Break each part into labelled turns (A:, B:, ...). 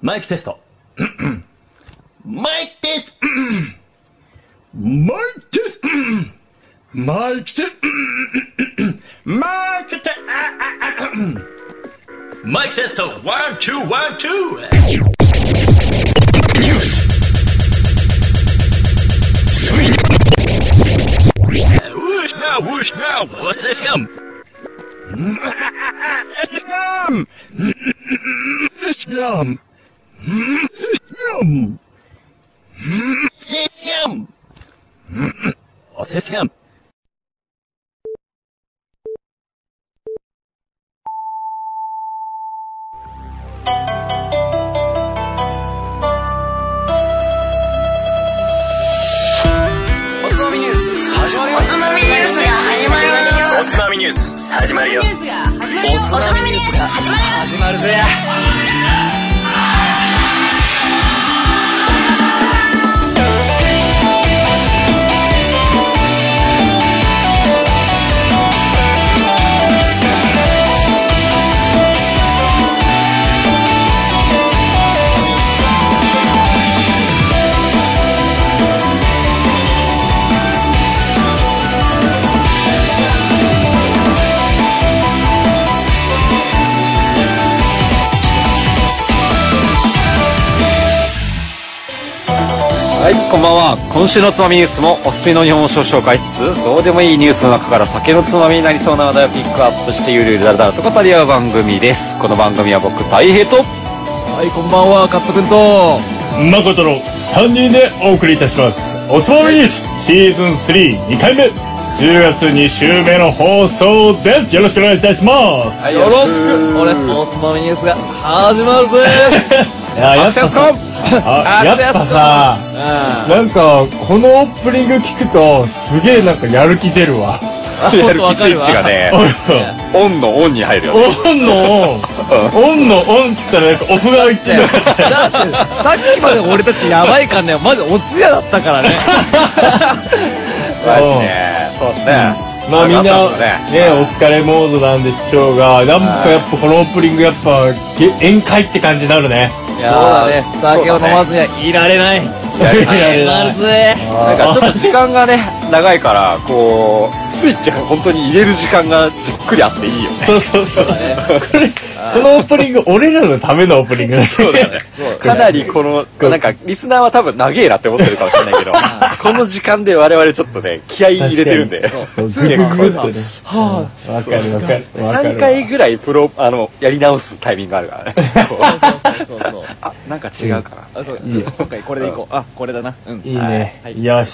A: マイクテスト。マイクテスト。マイクテスト。マイクテスト。マイクテスト。マイクテスト。ワン、ツー、ワン、ツー。Whoosh now, whoosh now, what's this gum? This gum! This gum! This gum! This gum! What's this gum?
B: おつまみニュース始まるよ
C: おつまみニュースが始まるよ
B: おつまみニュース始まるよ
C: おつまみニュースが始まるよ
B: 始まるぜ
D: はい、こんばんは。今週のつまみニュースもおすすめの日本酒を紹介しつつ、どうでもいいニュースの中から酒のつまみになりそうな話題をピックアップしてゆるゆるだらだらと語り合う番組です。この番組は僕、大平と、
E: はい、こんばんは、カットくんと。
F: 誠の3人でお送りいたします。おつまみニュースシーズン3、2回目、10月2週目の放送です。よろしくお願いいたします。
E: よろしく。俺、おつまみニュースが始まるぜ。
F: いや、やっぱさ、あ
E: あ
F: やっぱさ、なんか、このオープニング聞くと、すげえなんかやる気出るわ。
D: やる気スイッチがね、オンのオンに入るよね。
F: オンのオン、オンのオンっつったらなんかオフが入ってる。
E: だって、 さっきまで俺たちやばいからね、まずお通夜だったからね。
D: マジね。そうですね。
F: まあみんな、ね
D: そうです、ね
F: お疲れモードなんでしょうが、なんかやっぱこのオープニングやっぱ、げ宴会って感じになるね。
E: そうだね。酒を飲まずにはいられない。始まるぜ。
D: なんかちょっと時間がね、長いから、こう、スイッチが本当に入れる時間がじっくりあっていいよね。
F: そうそうそう。これ、このオープニング、俺らのためのオープニングだね。そうだね。
D: かなりこの、なんか、リスナーは多分長えなって思ってるかもしれないけど、この時間で我々ちょっとね、気合い入れてるんで、
F: グッグッとね。わかるわかる。わかるわ
D: 3回ぐらいプロ、あの、やり直すタイミングあるからね。あ、 なんか違うかな。
E: あそう今回これでいこう。あ、これだな。うん。
F: いいね。よし。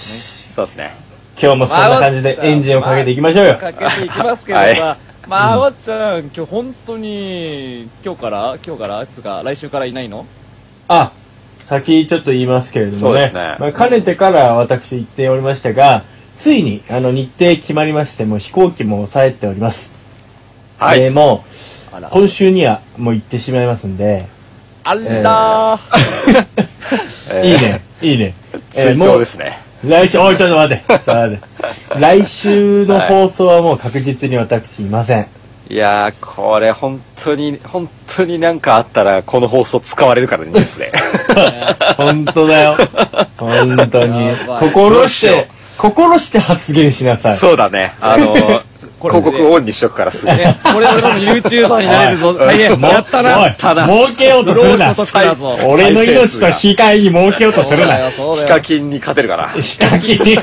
D: そうですね。
F: 今日もそんな感じでエンジンをかけていきましょうよ。
E: かけていきますけど
D: は
E: さ、まあ、あわちゃん、今日本当に、今日から今日からつうか、来週からいないの
F: あ、先ちょっと言いますけれど
D: そ
F: も
D: うで
F: ね。
D: すね
F: まあ、かねてから私言っておりましたが、ついに、あの、日程決まりまして、もう飛行機も抑えております。
D: はい
F: えーも
E: あ
F: う
E: ら、
F: 今週にはもう行ってしまいますんで、
E: あらー。
D: えー
F: いいね、いいね。
D: 追
F: も
D: 悼
F: う
D: ですね。
F: 来週、おい、ちょっと待って、ちょっと待って。来週の放送はもう確実に私いません。
D: いやー、これ本当に、本当になんかあったら、この放送使われるからね、ニュースで。
F: 本当だよ。本当に
E: や。ばい
F: 心して、心して発言しなさい。
D: そうだね。あの、広告オンにしとくからすぐ。
E: ね、これ俺の YouTuber になれるぞ。大変。
F: も
E: やったな。
F: おい儲けようとするな
E: 労使と力だぞ
F: 俺の命と引き換えに儲けようとするな
E: そうだ
D: ヒ
E: よ
D: カキンに勝てるから。
F: ヒカキン
E: そうだよ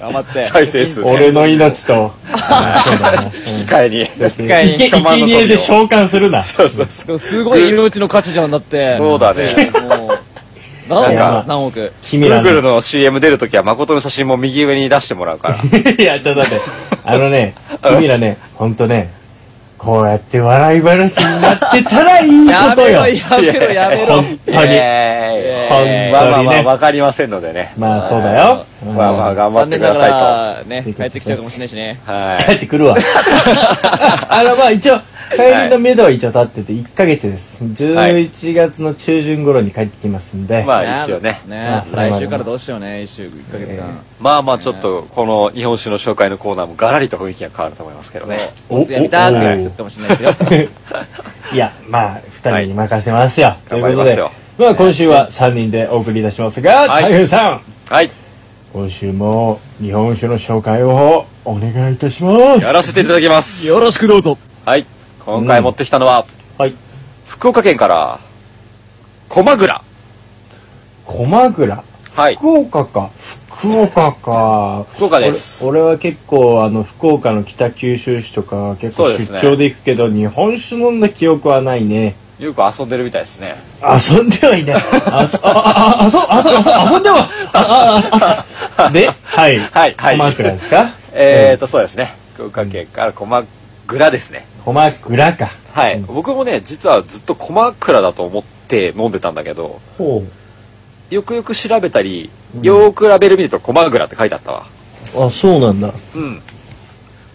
E: 頑張って。
D: 再生数。
F: 俺の命と
D: 機械に。
E: 一回
F: いけいけにえで召喚するな
D: そうそうそう。
E: でもすごい命の価値じゃんだって。
D: そうだね。
E: もう。何
F: なん
E: 億
F: か
E: 何億。
F: 君ら
D: Google
F: の
D: の CM 出るときは誠の写真も右上に出してもらうから。
F: いやちょっと待ってあのね君らねほんとねこうやって笑い話になってたらいい
E: や
F: こと
E: めろ、
F: よ
E: やめろ、やめろ。
F: 本当に
D: え
F: 本当
D: ー
F: にね
D: まあまあまあ、わかりませんのでね。
F: まあそうだよ
D: まあまあ、頑張っ
E: 残
D: て
E: 念
D: く
E: な
D: だ
E: が
D: さ
E: ら、ね、帰ってきちゃうかもしれないしね。
D: いと。は
F: 帰
D: い。
F: ってくるわあのまあ一応帰りの目処は一応立ってて1ヶ月です11月の中旬頃に帰ってきますんで、
D: まあ一応ね。
E: ね
F: うん
E: 来週からどうしようね、一週、一ヶ月間。
D: まあまあちょっと、この日本酒の紹介のコーナーもガラリと雰囲気が変わると思いますけどね。
F: お
E: おつやりたーって言ってるかもしれないですよ。
F: いやまあ普人に任せますよ。とい
D: 頑
F: う
D: 張り
F: こと
D: ます
F: で、
D: よ
F: まあ今週は3人でお送りいたしますが、
D: はい
F: 大変さん、
D: はい。
F: 今週も日本酒の紹介をお願いいたします。
D: やらせていただきます。
G: よろしくどうぞ。
D: はい。今回持ってきたのは、
F: はい。
D: 福岡県から、駒倉。
F: 駒倉。
D: はい。
F: 福岡か。福岡か。
D: 福岡です。
F: 俺俺は結構あの福岡の北九州市とか結構
D: そうです
F: 出
D: ね
F: 張で行くけど、日本酒飲んだ記憶はないね
D: よく遊んでるみたいですね。
F: 遊んではいないあそあああそあそあそ遊んではあ あああではい
D: はい、はい。
F: 駒倉ですか
D: えーと、そうですね。福岡県から駒倉ですね。
F: 駒倉か
D: はい。僕もね、実はずっと駒倉だと思って飲んでたんだけど、
F: ほ
D: よくよく調べたり、よーくラベル見ると駒倉って書いてあったわ。
F: うあそうなんだ
D: うん。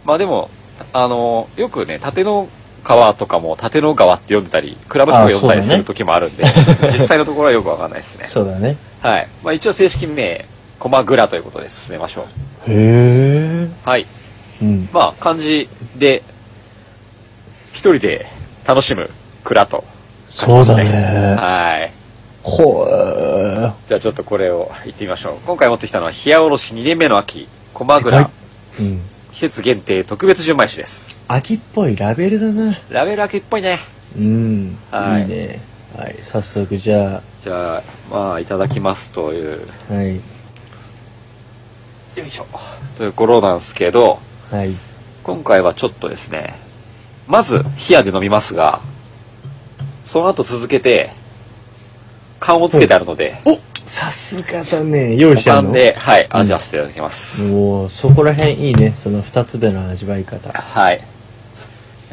D: まあでも、あの、よくね、縦の川とかも縦の川って読んでたり、クラブとか読んだり
F: あそうだね
D: する時もあるんで、 実際のところはよくわかんないですね。
F: そうだね
D: はい。まあ一応正式名、駒倉ということで進めましょ
F: へえ
D: う。はい。
F: うん
D: まあ漢字で、一人で楽しむ蔵と。
F: そうだ
D: です
F: ね
D: はい。
F: ほう
D: じゃあちょっとこれを行ってみましょう。今回持ってきたのは、冷やおろし2年目の秋、駒倉、
F: はいうん
D: 季節限定特別純米酒です。
F: 秋っぽいラベルだな
D: ラベル秋っぽいね。
F: うん、
D: はい
F: いねはい早速じゃ
D: じゃあ、まあ、いただきますという、
F: あはい
D: よいしょ。という頃なんですけど、
F: はい
D: 今回はちょっとですね、まず、冷やで飲みますが、その後続けて、缶をつけてあるので、
F: おさすがだね用意してある
D: 缶
F: の
D: で、はい、味わわせていただきます。
F: おおそこら辺いいねその2つでの味わい方
D: はい。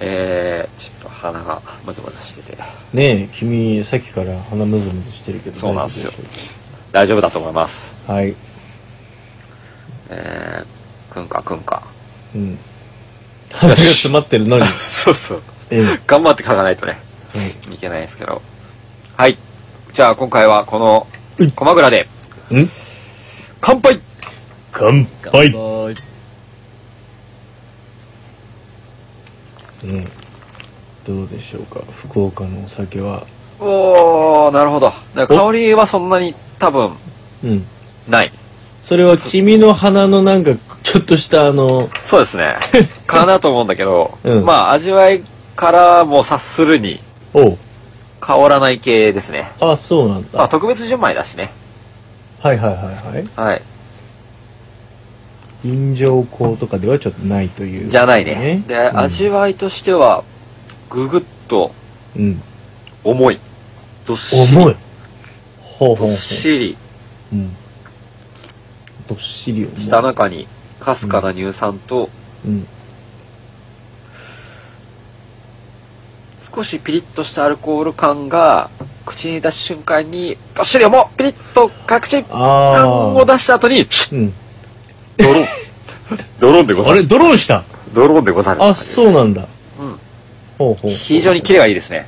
D: えー、ちょっと鼻がムズムズしてて、
F: ねえ君さっきから鼻むずむずしてるけど
D: そうなんすよ
F: 大丈夫でし
D: 大丈夫だと思います。
F: ょうはい
D: えー、くんかくんか。
F: うん鼻が詰まってるのに
D: そうそう。
F: ええ
D: 頑張って書かないとね、いけないですけど。はい。じゃあ今回はこの、駒倉で、
F: うん
D: 乾杯
F: 乾杯
G: はい。
F: うんどうでしょうか福岡のお酒は
D: おー、なるほど。だから香りはそんなに多分、
F: うん
D: ない。
F: それは君の鼻のなんかちょっとしたあの
D: そうです ね。かなと思うんだけど、
F: うん
D: まあ味わいからも察するに
F: おう
D: 香らない系ですね。
F: あそうなん
D: まあ
F: だ
D: 特別純米だしね。
F: はいはいはいはい
D: はい。
F: 臨場香とかではちょっとないという
D: じゃないね。で、
F: うん
D: 味わいとしては、ぐぐっと
F: うん
D: 重い。どっしり。
F: 重いほうほ
D: どっ
F: うほう
D: しり
F: うんどっしり重い
D: した中にかすかな乳酸と
F: うん
D: 少しピリッとしたアルコール感が口に出す瞬間にどっしり重っピリッと各地
F: あ
D: 感を
F: ー
D: 出した後にシュッ
F: うん
D: ド ロンドロンでご
F: あれドローした
D: ドロンでござる
F: あそうなんだ
D: うん
F: ほうほう
D: 非常にキレがいいですね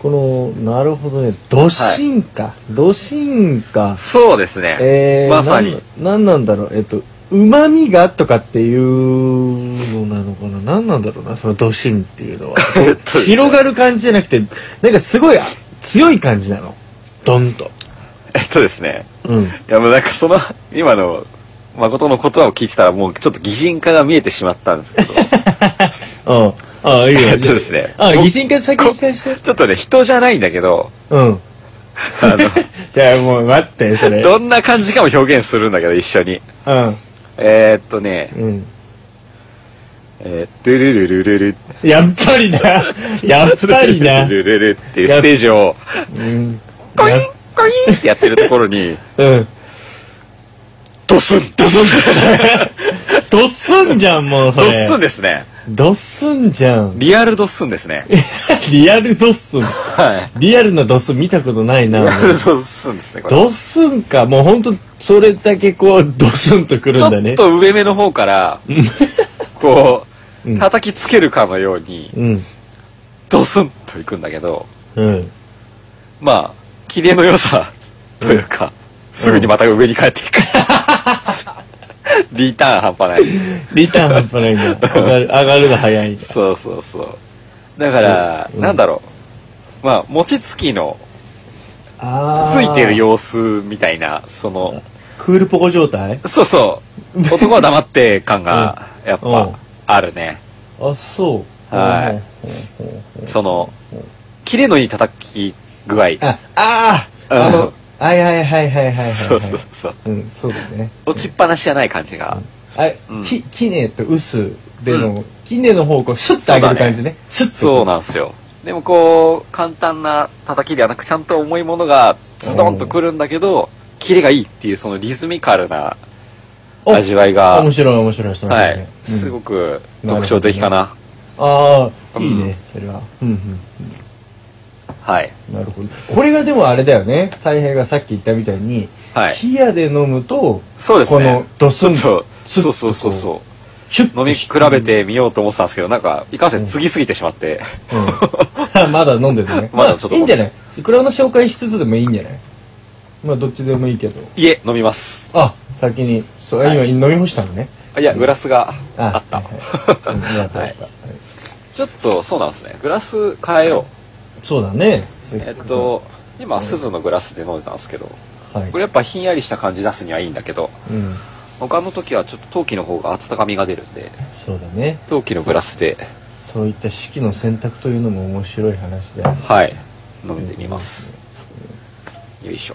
F: このなるほどねドシンかドシンか
D: そうですね、
F: えー
D: まさに
F: なんなんなんだろうえっとうまみがとかっていうのなのかな何なんだろうなそのドシンっていう のは
D: っとですね
F: 広がる感じじゃなくてなんかすごいあ強い感じなのドンと
D: えっとですね
F: うん
D: いやもうなんかその今の誠の言葉を聞いてたらもうちょっと擬人化が見えてしまったんですけど
F: ああああいいよ
D: えっとですね
F: あ
D: 僕
F: 擬人化先に聞かして
D: ちょっとね人じゃないんだけど
F: うん
D: あの
F: じゃあもう待ってそれ
D: どんな感じかも表現するんだけど一緒に
F: うん
D: えー、っとね、
F: うん
D: えー、ルルルルルル
F: やっぱり なやっぱりな
D: ルルルルっていうステージを
F: うん
D: コインコインってやってるところに
F: うん
D: ドスンドスン
F: ドッスンじゃんもうそ
D: ド
F: れ
D: スンですね
F: ドッスンじゃん
D: リアルドスンですね
F: リアルドッスン
D: はい
F: リアルなドッスン見たことない な
D: リアルドスンですねこれ
F: ドッスンかもうほんとそれだけこうドスンとくるん
D: ち
F: だ
D: ょ
F: ね
D: っと上目の方からこ
F: う
D: うん叩きつけるかのように
F: うん
D: ドスンといくんだけど
F: うん
D: まあキレの良さというかすぐにまた上に帰ってい くリターン半端ない
F: リターン半端な いな上がる上がるの早い
D: そうそうそうだから、なんだろうまあ、餅つきの
F: あ
D: つ
F: ー
D: いてる様子みたいな、その、
F: クールポコ状態
D: そうそう、男は黙って感が、やっ
F: うん
D: ぱ、あるね。
F: あそう
D: はい
F: い
D: その、キレのいい叩き具合。
F: ああーあ
D: うん
F: のはいはいはいはいはいはいはい
D: そうそうそう。
F: うんそうだね
D: 落ちっぱなしじゃない感じが。
F: あれ、
D: うん
F: ききねとうすでの、きねの方向スッと上げる感じねスッと
D: そうなんですよ。でもこう、簡単な叩きではなく、ちゃんと重いものがズドンとくるんだけど、キレがいいっていう、そのリズミカルな
F: お
D: 味わいが
F: 面、白い面白いそれ
D: は
F: ね
D: い、
F: うん
D: すごく特徴的かな。
F: ああ
D: うん
F: いいねそれはうんうん
D: はい。
F: なるほどこれがでもあれだよね太平がさっき言ったみたいに、
D: はい
F: 冷やで飲むと
D: そうですね。
F: このドスンと
D: ちょっそ
F: スッと
D: うそうそうそう。
F: ヒュッと
D: 飲み比べてみようと思ってたんですけど、なんか、いかんせん継ぎすぎてしまって。
F: うんまだ飲んでてね。
D: まだちょっと
F: あいいんじゃない蔵の紹介しつつでもいいんじゃないまあ、どっちでもいいけど。
D: いえ、飲みます。
F: あ、先に、そう、
D: はい
F: 今飲み干したのね。
D: あいや、グラスがあった。
F: はいはいうんよかったよ かった。はい
D: ちょっと、そうなんですね。グラス変えよ
F: そうだね。せ
D: う。
F: か
D: えっ
F: く
D: と、今、鈴のグラスで飲んでたんですけど、
F: はい
D: こ。れやっぱひんやりした感じ出すにはいいんだけど、
F: うん。
D: 他の時はちょっと陶器の方が温かみが出るんで、
F: そうだね。
D: 陶器のグラスで、
F: そういった式の選択というのも面白い話だよね。
D: はい、飲んでみます。よいしょ。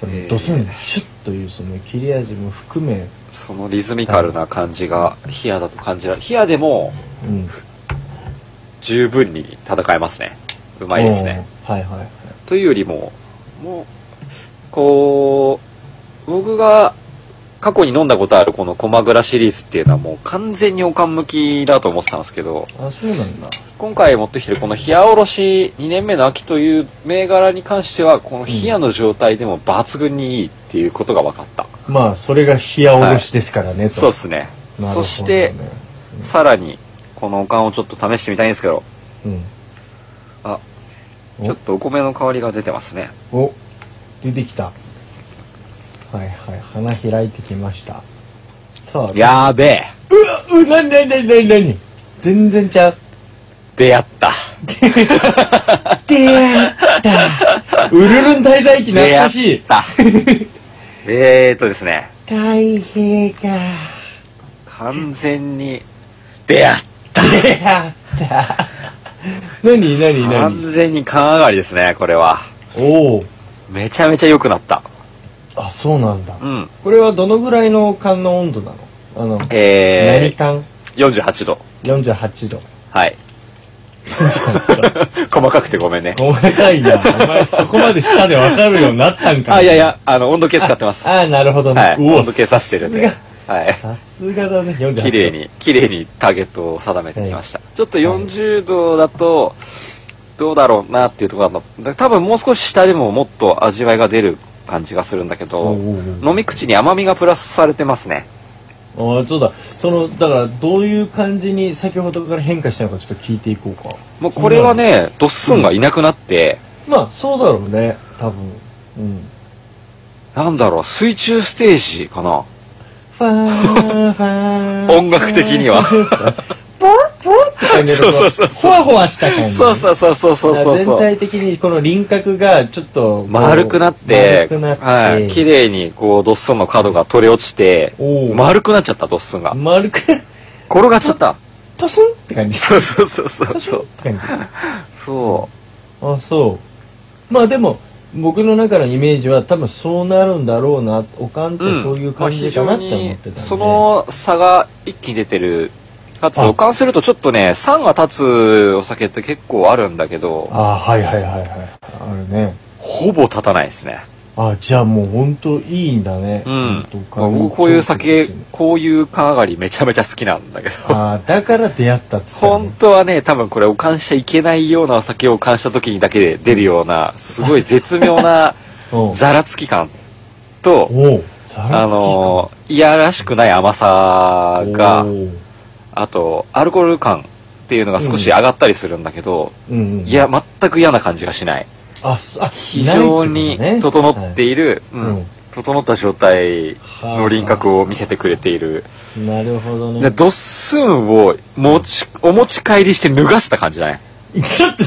F: そ
D: えー
F: のドスン、シュッというその切れ味も含め、
D: そのリズミカルな感じが、冷やだと感じられ、冷やでも
F: うん。
D: 十分に戦えますね。うまいですね。
F: おー。はいはいはい。
D: というよりも、もう、こう、僕が過去に飲んだことあるこの駒蔵シリーズっていうのはもう完全におかん向きだと思ってたんですけど、
F: あ、そうなんだ。
D: 今回持ってきてるこの冷やおろし2年目の秋という銘柄に関しては、この冷やの状態でも抜群にいいっていうことが分かった。
F: まあ、それが冷やおろしですからね、と
D: そうですね。
F: なるほど
D: そ
F: ね
D: して、さらに、このおかんをちょっと試してみたいんですけど、
F: うん。
D: あ、
F: お
D: ちょっとお米の香りが出てますね。
F: お出てきたはいはい花開いてきましたさあ
D: やーべえ
F: ううなになになになになに全然ちゃう
D: 出会った
F: 出会ったウルルン滞在記懐かしい
D: 出 会ったえーとですね
F: 太平が
D: 完全に出会っ
F: 出会った なになに
D: た
F: な
D: 完
F: に
D: 全に缶上がりですねこれは
F: おお
D: めちゃめちゃ良くなった
F: あそうなんだ
D: うん
F: これはどのぐらいの缶の温度なのあの何
D: えー、
F: 缶
D: 48度
F: 48度
D: はい 細かくてごめんね
F: お前かいなお前そこまで下で分かるようになったんかな
D: あいやいやあの温度計使ってますは
F: ああなるほどね、
D: い温度計さ
F: さ
D: してるんで
F: さ
D: はい
F: さすがだね48
D: 綺麗に綺麗にターゲットを定めてきました、ちょっと
F: はい
D: 40度だとどうだろうなっていうところだっただから多分もう少し下でももっと味わいが出る感じがするんだけど
F: おうおうおう
D: 飲み口に甘みがプラスされてますね
F: ああそうだそのだからどういう感じに先ほどから変化したのかちょっと聞いていこうか
D: もうこれはねドッスンがいなくなって、
F: まあそうだろうね多分うん
D: なんだろう水中ステージかな
F: ファーンファーン
D: 音楽的には
F: ポロッポロッって感じで
D: そうそうそう
F: ほわほわした感じ
D: そうそうそうそうそうそう
F: 全
D: そう
F: 体的にこの輪郭がちょっとこう
D: 丸くなって
F: 丸くなって、
D: はい、綺麗にこうドッスンの角が取れ落ちて
F: おう
D: 丸くなっちゃったドッスンが
F: 丸く
D: 転がっちゃった
F: トスンって感じ
D: そうそうそうそう
F: トス
D: そ
F: ンっ
D: う。
F: て感じ
D: そ
F: あそうまあでも僕の中のイメージは多分そうなるんだろうなおかんって
D: う。
F: そういう感じかなって思ってたんで、
D: その差が一気に出てる。かつ、
F: あ
D: おかんするとちょっとね、酸が立つお酒って結構あるんだけど、
F: あはいはいはいはいあれね
D: ほぼ立たないですね。
F: あじゃあもう本当いいんだね
D: うん
F: ほと。おかん
D: 僕こういう酒
F: 超好きですね、
D: こういう缶上がりめちゃめちゃ好きなんだけど。
F: あだから出会ったっつったのね
D: 本当はね、多分これおかんしちゃいけないようなお酒をおかんした時にだけで出るような、すごい絶妙 な
F: うん
D: ザラつき感と、
F: おうザラつきか
D: あのいやらしくない甘さが
F: お、う
D: あと、アルコール感っていうのが少し上がったりするんだけど、
F: うんうん
D: いや、全く嫌な感じがしない。
F: あすあ
D: 非常に整って
F: い
D: いる、
F: う
D: うん
F: ん
D: 整った状態の輪郭を見せてくれている。
F: なるほど
D: で、
F: ね
D: ドッスンを持ち、お持ち帰りして脱がせた感じだね。
F: ちょっと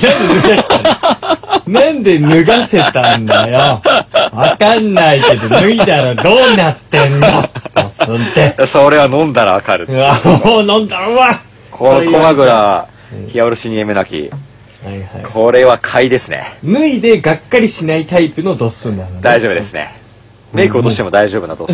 F: なんで脱がしたのなんで脱がせたんだよ。わかんないけど、脱いだらどうなってんのドスンって。
D: それは飲んだらわかる
F: う。わ、もう飲んだうわ
D: この
F: 最悪
D: コマグラ、冷やおろしにやめなき。
F: はいはい。
D: これは買いですね。
F: 脱いでがっかりしないタイプのドスンなのね。
D: 大丈夫ですね。メイク落としても大丈夫なと。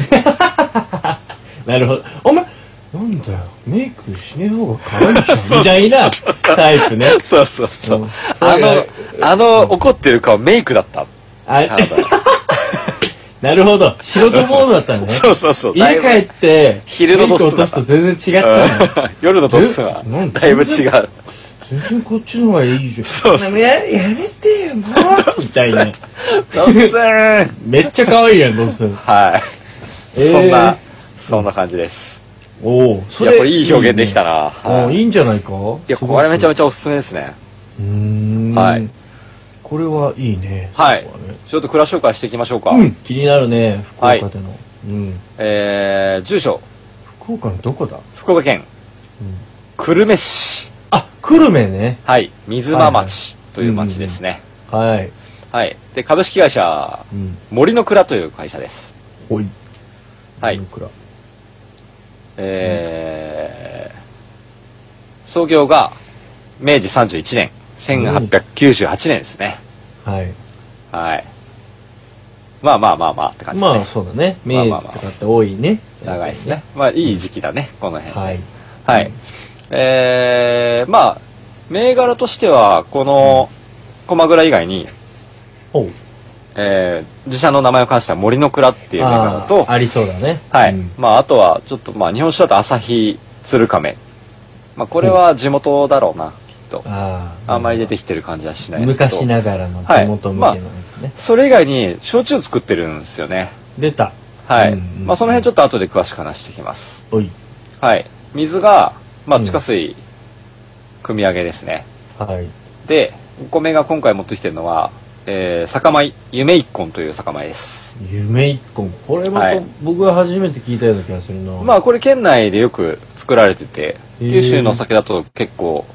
F: なるほど。お前、なんだよ、メイクしねえ方が可愛い じゃん。みたいなタイプね。。
D: そうそうそううんあの、あの、怒ってる顔メイクだった。
F: あ
D: 原田
F: なるほど。仕事モードだったの ね。
D: そうそうそう。だい
F: 家
D: ぶ
F: 帰って、
D: 昼の
F: メイ
D: ド
F: ク
D: スン
F: 落と
D: だ
F: すと全然違ったの。
D: うん夜のドスンは
F: ずなん、だ
D: だいぶ違う。
F: 全然こっちの方がいいじゃん。
D: そうそう
F: ややめてよ、もう。みたい な。
D: ドスン
F: めっちゃ可愛いやん、どうする。
D: はい。
F: えー
D: そんな、そんな感じです。
F: おお、
D: い
F: そ
D: や、
F: れ。
D: これいい表現できた
F: な。
D: な。
F: お
D: は
F: ー
D: い
F: いいんじゃないか
D: いや、これめちゃめ
F: めち
D: ちゃおすすめですね。
F: ゃ。うーん。
D: はい。
F: これはいいね。
D: はい
F: ここね。
D: ちょっと蔵紹介していきましょうか。
F: うん、気になるね、福岡での。うん。
D: えー、住所、
F: 福岡のどこだ
D: 福岡県、久留米市、
F: あ、久留米ね。
D: はい、水間町という町ですね。
F: はい。
D: はい。で、株式会社、
F: うん。
D: 森の蔵という会社です。
F: ほい。
D: はい
F: いくら。
D: えー、創業が明治31年、1898年ですね。
F: はい。
D: はい。まあまあまあまあって感じで
F: まあ、
D: ね。
F: そうだね。
D: まあま
F: 明
D: あ
F: 治とかって多いね。
D: 長いですね。。まあいい時期だね、この辺。
F: はい。
D: はい。えー、まあ、銘柄としては、この、駒倉以外に、
F: おう。
D: えー自社の名前を冠した森の蔵っていう銘柄
F: あ
D: と、
F: ーありそうだね。
D: はい。
F: うん
D: まあ、あとは、ちょっと、まあ、日本酒だと朝日鶴亀。まあ、これは地元だろうな、きっと。
F: あー
D: あんまり出てきてる感じはしないですけど。
F: 昔ながらの地元向けのやつね。
D: それ以外に、焼酎作ってるんですよね。
F: 出た。
D: はい。
F: うんうん
D: まあ、その辺ちょっと後で詳しく話していきます。
F: おい。
D: はい。水が、まあ、
F: うん
D: 地下水、組み上げですね。
F: はい。
D: で、お米が今回持ってきてるのは、えー、酒米、夢一本という酒米です。
F: 夢一個。これも
D: はい
F: 僕は初めて聞いたような気がするな。
D: まあ、これ県内でよく作られてて、
F: へー
D: 九州のお酒だと結構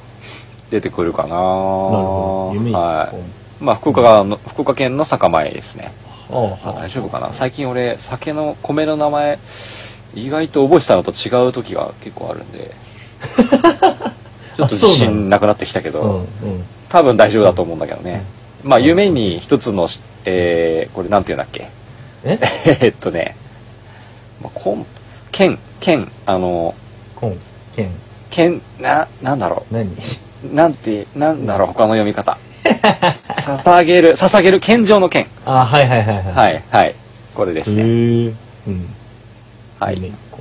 D: 出てくるかななる
F: なるほど。夢一個。
D: はい。まあ、福岡がの、福岡県の酒米ですね。
F: ああ
D: あ、大丈夫かな最近俺、酒の、米の名前、意外と覚えてたのと違う時が結構あるん で、ちょっと自
F: あそうなの
D: 信なくなってきたけど、
F: うんうん。
D: 多分大丈夫だと思うんだけどね。まあ、夢に一つのし、えー、これなんていうんだっけ
F: え
D: えっとね、まあ、こん、剣、剣、あの、
F: コン、ケン、
D: 剣、な、なんだろ
F: 何
D: う、なんて、なんだろう、他の読み方。捧げる、捧げる、剣上の剣。
F: あ、はいはいはいはい。い。
D: はい、はい。これですね。
F: へえ。うん。
D: は
F: 夢
D: い
F: 一。個。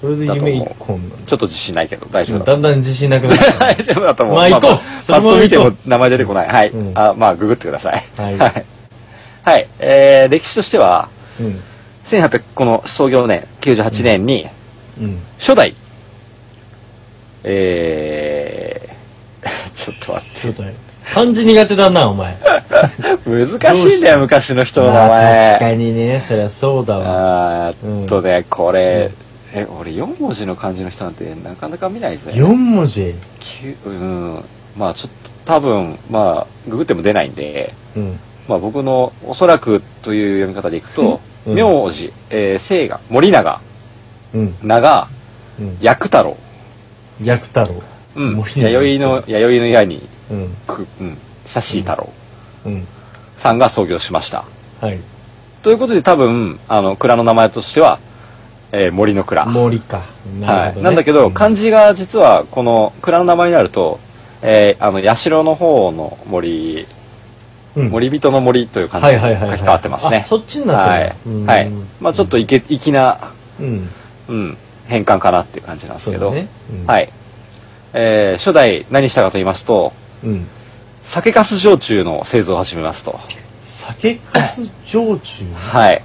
F: それで夢一個なんだ。
D: ちょっと自信ないけど、大丈夫だ。
F: だんだん自信なくなってき た
D: 大丈夫だと思う。
F: まあ行こうそ
D: パッ
F: のまま
D: と見て
F: 行
D: も
F: こ
D: 名前出てこない。はい
F: うん。
D: あ、まあ、ググってください。
F: はい
D: はい。はい。えー歴史としては、
F: うん。
D: 1800この創業年98年に
F: うん。
D: 初代、えー、 ちょっと待
F: ちょっとね漢字苦手だな、お前。
D: って難しいんだよ昔の人の名
F: まあ確か
D: 前
F: にね、そりゃそうだわ。
D: あーっとねこれ、え俺4文字の漢字の人なんてなかなか見ないぜ
F: 4文字。
D: きゅうんまあちょっと多分まあググっても出ないんで
F: うん。
D: まあ僕のおそらくという読み方でいくと、
F: うん
D: 名字、えー、姓が森永
F: うん。
D: 長
F: うん。
D: 薬太郎
F: 薬太郎。
D: うん
F: 森永
D: 弥生の弥生の矢に
F: うん。
D: く、うん、久しい太郎
F: うん。
D: さんが創業しました。
F: はい。
D: ということで多分、あの、蔵の名前としては、えー森の蔵。
F: 森か。なる
D: は
F: ほど、
D: い。
F: ね。
D: なんだけど、
F: うん
D: 漢字が実は、この蔵の名前になると、えーあの、社の方の森、
F: うん
D: 森人の森という漢
F: はい
D: 字に書
F: は
D: き
F: いはい、はい。
D: 換わってます
F: あ
D: ね。
F: そっちにな
D: は
F: っ
D: い
F: てるん。だ
D: はい
F: うん。
D: まあちょっといけ、粋な、
F: うん。
D: うん、変換かなっていう感じなんです
F: そう
D: けど、
F: だね。うん
D: はい。えー初代何したかと言いますと、
F: うん。
D: 酒粕焼酎の製造を始めますと。
F: 酒粕 焼酎。
D: はい。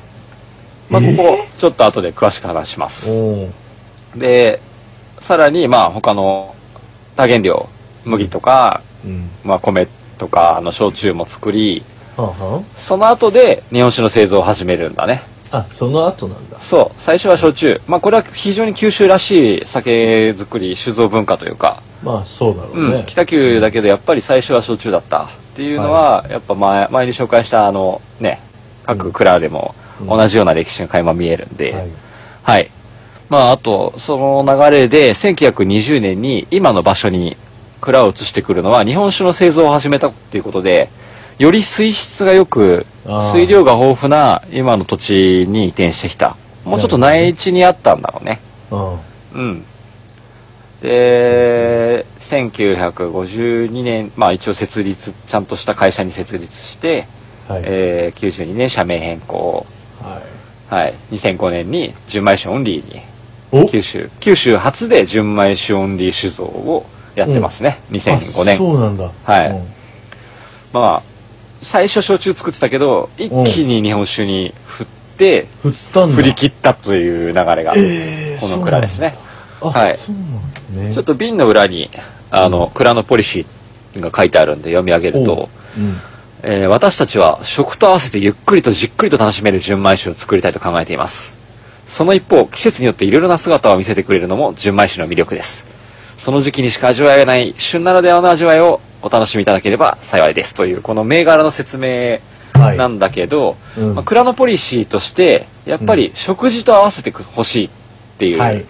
D: まあ、
F: え
D: こ
F: ー
D: こ、ちょっと後で詳しく話します。
F: おー
D: で、さらに、まあ、他の多原料、麦とか、
F: うん。
D: まあ、米とか、あの、焼酎も作り、
F: はあは
D: その後で日本酒の製造を始めるんだね。
F: あ。あ、その後なんだ。
D: そう、最初は焼酎。まあ、これは非常に九州らしい酒造り、酒造文化というか、
F: まあそうだろう
D: うん
F: ね、
D: 北九だけどやっぱり最初は焼酎だったっていうのは、やっぱ前前に紹介したあのね各蔵でも同じような歴史が垣間見えるんで、
F: はい
D: はい。まあ、あと、その流れで、1920年に今の場所に蔵を移してくるのは、日本酒の製造を始めたっていうことで、より水質が良く
F: あー、
D: 水量が豊富な今の土地に移転してきた。もうちょっと内地にあったんだろうね。
F: うん
D: うん。で、1952年、まあ一応設立、ちゃんとした会社に設立して、
F: はい、
D: えー92年社名変更。
F: はい、
D: はい、2005年に純米酒オンリーに
F: お
D: 九州九州初で純米酒オンリー酒造をやってますね、2005
F: あ
D: 年
F: そうなんだ
D: はい
F: うん
D: まあ最初焼酎作ってたけど一気に日本酒に振って
F: 振ったんだ
D: 振り切ったという流れが
F: えー
D: この蔵ですね、
F: そうなんだあ、
D: はい
F: そうなんだね
D: ちょっと瓶の裏にあの蔵のポリシーが書いてあるんで読み上げる
F: お
D: と
F: う、うん
D: えー私たちは食と合わせてゆっくりとじっくりと楽しめる純米酒を作りたいと考えていますその一方季節によっていろいろな姿を見せてくれるのも純米酒の魅力ですその時期にしか味わえない旬ならではの味わいをお楽しみいただければ幸いですというこの銘柄の説明
F: はい
D: なんだけど、
F: うん
D: まあ、蔵のポリシーとしてやっぱり食事と合わせてほしいっていう、
F: はい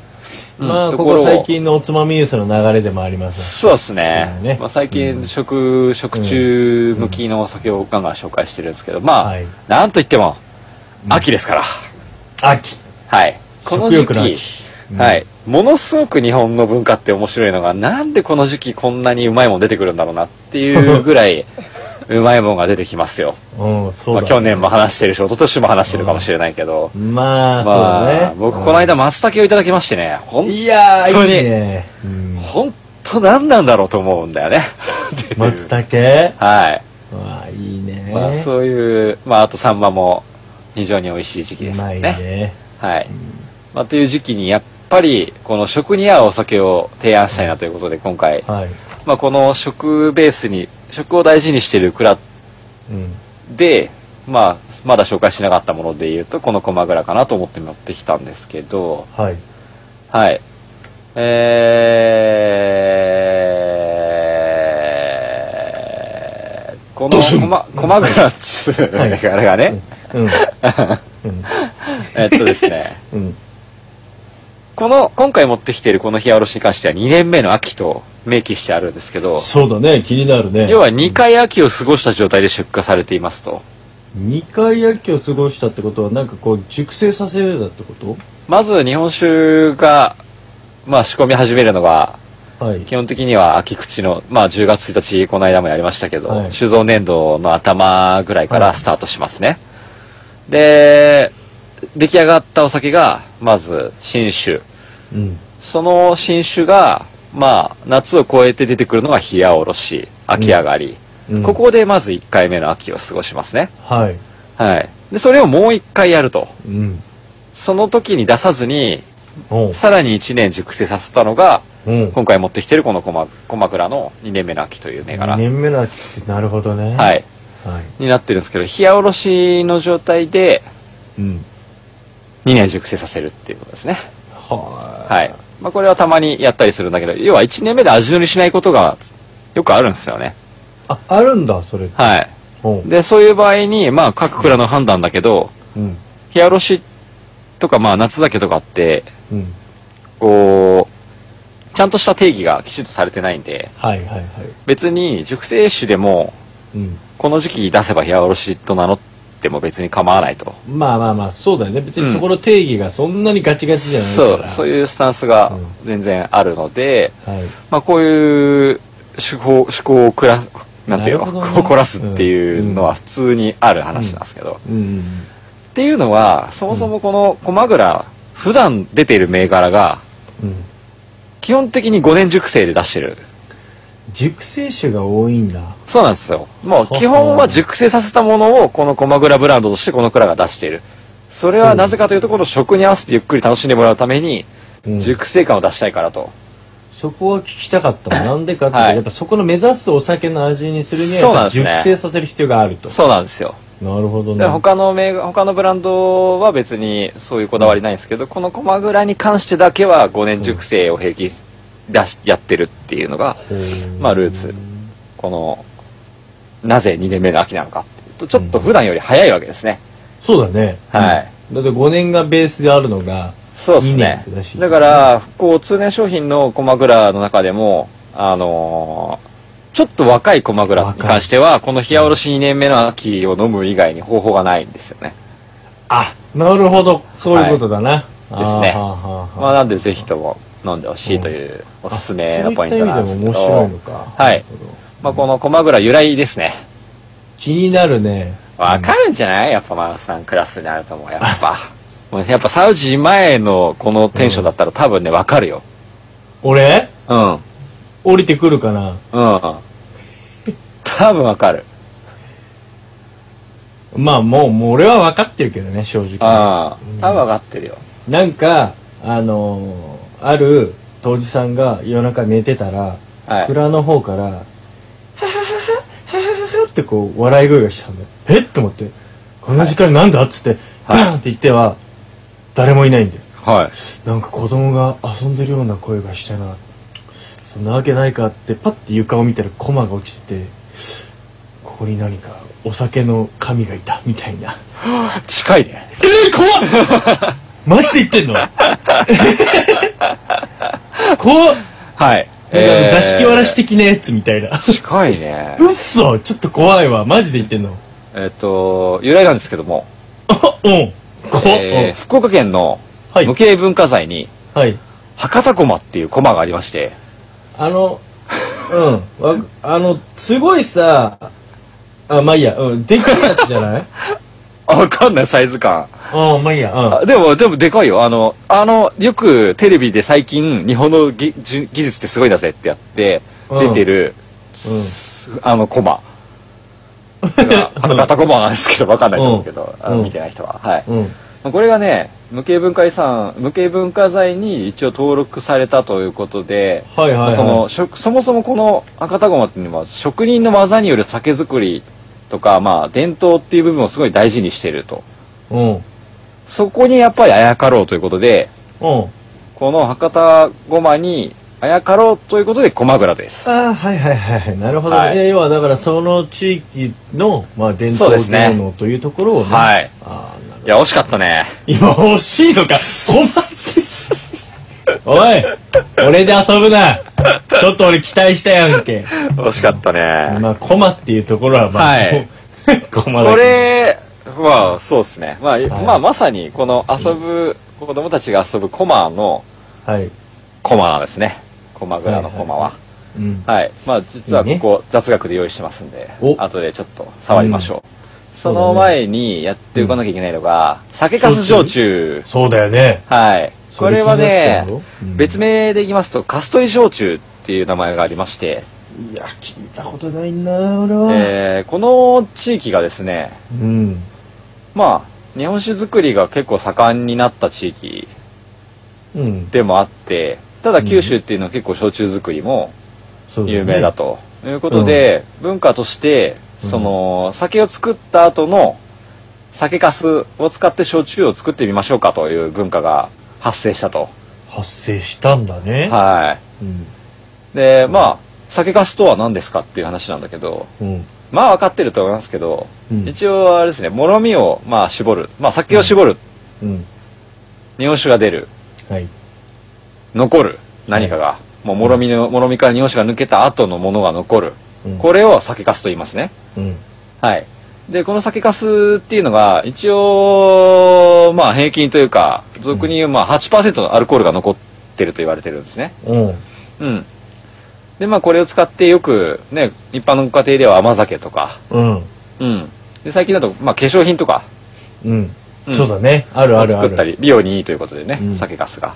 D: うん
F: まあ
D: と
F: こ
D: ころ
F: こ
D: を
F: 最近のおつまみニュースの流れでもあります
D: そうですね
F: そうだね
D: まあ、最近食,、食中向きのお酒をガンガン紹介してるんですけどまあ、
F: はい
D: なんといっても秋ですから、
F: 秋
D: はいこの
F: 食
D: 時
F: 欲の
D: 期
F: 秋、
D: はい、ものすごく日本の文化って面白いのがなんでこの時期こんなにうまいもん出てくるんだろうなっていうぐ らいうまいもんが出てきますよ、
F: うんそう
D: ま
F: だ、
D: あ、去年も話してるし一昨年も話してるかもしれないけど、
F: まあそう
D: ま
F: だ
D: あ
F: ね
D: 僕この間松茸をいただきましてねほん
F: いやー
D: それ
F: い
D: に
F: いね、うん、
D: 本当何なんだろうと思うんだよねっていう
F: 松茸
D: はい
F: わあいいね、
D: まあ、そういう、まあ、あとサンマも非常に美味しい時期です
F: うま
D: ね。
F: いね
D: はい。まあ、という時期にやっぱりこの食に合うお酒を提案したいなということで今回、
F: はい、
D: まあ、この食ベースに食を大事にしている蔵
F: うん、
D: で、まあ、まだ紹介しなかったもので言うとこの駒蔵かなと思って持ってきたんですけど、
F: はい
D: はい。えー、この駒駒倉っつうあれがね、
F: うん
D: えっとですね、
F: うん
D: この今回持ってきているこの冷やおろしに関しては2年目の秋と明記してあるんですけど、
F: そうだね気になるね
D: 要は2回秋を過ごした状態で出荷されていますと。
F: 2回野球を過ごしたってことはなんかこう熟成させるだってこ
D: まず日本酒が、まあ、仕込み始めるのが
F: とはい
D: 基本的には秋口の、まあ、10月1日この間もやりましたけど、
F: はい
D: 酒造年度の頭ぐらいからスタートしますね、で出来上がったお酒がまず新酒
F: うん
D: その新酒が、まあ、夏を越えて出てくるのが冷やおろし秋上がり、
F: うん
D: ここでまず1回目の秋を過ごしますね、
F: はい
D: はい、でそれをもう1回やると
F: うん
D: その時に出さずに
F: おう
D: さらに1年熟成させたのが
F: うん
D: 今回持ってきてるこの駒駒倉の2年目の秋という銘
F: 2
D: 柄、
F: 年目の秋ってなるほどね
D: はい、
F: はい
D: になってるんですけど冷やおろしの状態で
F: うん
D: 2年熟成させるっていうことですね
F: は
D: はい、まあ、これはたまにやったりするんだけど要は1年目で味のりしないことがよくあるんですよね
F: あああるんだそれ
D: はい
F: おう
D: でそういう場合にまあ各蔵の判断だけど
F: うん
D: 冷やおろしとかまあ夏酒とかって
F: うん
D: こうちゃんとした定義がきちんとされてないんで
F: はいはいはい
D: 別に熟成酒でも
F: うん
D: この時期出せば冷やおろしと名乗っても別に構わないと
F: まあまあまあそうだよね別にそこの定義がそんなにガチガチじゃないか
D: そ
F: ら
D: うそういうスタンスが
F: うん
D: 全然あるので、
F: はい
D: まあ、こういう手法思考をくらなんていうの、
F: なるほどね
D: こう凝らすっていうのは普通にある話なんですけど、っ
F: うん
D: ていうのはそもそもこの駒倉普段出ている銘柄が
F: うん
D: 基本的に5年熟成で出してる
F: 熟成酒が多いんだ
D: そうなんですよもう基本は熟成させたものをこの駒倉ブランドとしてこの蔵が出しているそれはなぜかというとこの食に合わせてゆっくり楽しんでもらうために
F: うん
D: 熟成感を出したいからと、
F: そこは聞きたかったのなんでかって、
D: はい
F: やっぱそこの目指すお酒の味にするには
D: そう
F: や
D: なん
F: っぱ
D: ですね
F: 熟成させる必要があると
D: そうなんですよ
F: なるほどね
D: で他の銘柄他のブランドは別にそういうこだわりないんですけど、この駒蔵に関してだけは5年熟成を平均出しやってるっていうのが、まあ、ルーツこのなぜ2年目の秋なのかっていうとちょっと普段より早いわけですね、
F: そうだね。
D: はい
F: だって5年がベースであるのが、
D: そうですね
F: 2年だし
D: だからこう通年商品の駒倉の中でもあのーちょっと若い駒倉に関してはこの冷やおろし2年目の秋を飲む以外に方法がないんですよね
F: あ、なるほど。そういうことだな。
D: いですね
F: あーはーはー
D: まあ、なんでぜひとも飲んでほしいというおすすめのポイントなんですけど
F: あそういった意味でも面白いのか。
D: はいまあ、この駒倉由来ですね
F: 気になるね。
D: わかるんじゃないやっぱマンさんクラスになるともうやっぱもうやっぱサウジ前のこのテンションだったら多分ねわかるよ
F: 俺
D: うんうん
F: 降りてくるかな
D: 多分わかる
F: まあもう、もう俺は分かってるけどね、正直。
D: ああ多分わかってるよ
F: なんか、あのーある当時さんが夜中寝てたら、
D: はい
F: 裏の方から、はははは、はははってこう、笑い声がしたんだよ。えっと思って、この時間なんだっつって、
D: はい
F: バーンって言っては、誰もいないんだよ。
D: はい
F: なんか子供が遊んでるような声がしたなそんなわけないかってパッて床を見たらコマが落ちててここに何かお酒の神がいたみたいな
D: 近いね
F: えー、怖っマジで言ってんのこう
D: はい
F: なんか座敷わらし
D: え
F: 的なやつみたいな、
D: ー近いね
F: うっそちょっと怖いわマジで言ってんの
D: えっと由来なんですけども、
F: あうん怖っ、
D: えー福岡県の
F: はい
D: 無形文化財に、
F: うんはい
D: 博多駒っていう駒がありまして、
F: あの、うん、わあの、すごいさ、あ、まあいいや、うん、でっかいやつじゃない
D: あわかんない、サイズ感。
F: あまあいいや、 うん。
D: あでも、でも、でかいよ。あの、あの、よくテレビで最近、日本の技技技術ってすごいんだぜってやって、
F: うん
D: 出てる、あの、 駒。博多駒なんですけど、わかんないと思うけど、あ
F: う
D: の
F: ん
D: 見てない人は。はい。
F: うん。うん。
D: これがね、無形文化遺産、無形文化財に一応登録されたということで、
F: はいはいはい。
D: そのしょそもそもこの赤田駒っていうのは職人の技による酒造りとか、まあ、伝統っていう部分をすごい大事にしてると
F: うん。うん。
D: そこにやっぱりあやかろうということでこの博多駒にあやかろうということで駒倉です
F: ああ、はいはいはいはい。なるほど、ね
D: はい
F: え要はだからその地域の、まあ、伝
D: そう
F: 統
D: ですね
F: 芸能というところをね。
D: はい
F: あーなる
D: いや惜しかったね
F: 今欲しいのかおっおい俺で遊ぶなちょっと俺期待したやんけ。
D: 惜しかったね
F: まあ、コマっていうところは、まあ、
D: はい
F: コマだけど
D: これまあそうですね、まあ
F: い
D: まあまさにこの遊ぶ子供たちが遊ぶ駒の
F: はい。
D: 駒なんですね駒倉の駒は、
F: うん。
D: はい。まあ、実はい
F: い
D: こ
F: ね
D: こ雑学で用意してますんで、
F: お
D: 後でちょっと触りましょう。その前にやっておかなきゃいけないのが、酒粕焼酎。
F: そうだよね。
D: はい。こ
F: それ
D: れはね
F: 気になってたようん、
D: 別名で言いますと、カストリ焼酎っていう名前がありまして、
F: いや、聞いたことないんだな、俺は
D: えーこの地域がですね、
F: うん。
D: まあ、日本酒造りが結構盛んになった地域
F: うん。
D: でもあって、ただ九州っていうのは結構焼酎作りも
F: そうだよ
D: 有
F: ね
D: 名だ。ということで、文化としてその酒を作った後の酒粕を使って焼酎を作ってみましょうかという文化が発生したと。
F: 発生したんだね。
D: は
F: うん。
D: い。で、まあ、酒粕とは何ですかっていう話なんだけど、
F: うん。
D: まあ分かってると思いますけど、
F: うん
D: 一応あれですね、もろみをまあ絞る、まあ酒を絞る、
F: うん。
D: 日本酒が出る、
F: はい。
D: 残る何かが、もうもろみの、もろみから日本酒が抜けた後のものが残る。
F: うん
D: これを酒粕と言いますね。
F: うん。
D: はい。で、この酒粕っていうのが、一応、まあ平均というか、俗に言う、まあ8%のアルコールが残ってると言われてるんですね。
F: うん。
D: うん。で、まあこれを使ってよく、ね、一般のご家庭では甘酒とか、
F: うん。
D: うん。で、最近だと、まあ化粧品とか、
F: うん
D: うん
F: そうだね。あるあるあ
D: 作
F: る。
D: ったり、美容にいいということでね、
F: うん
D: 酒粕が。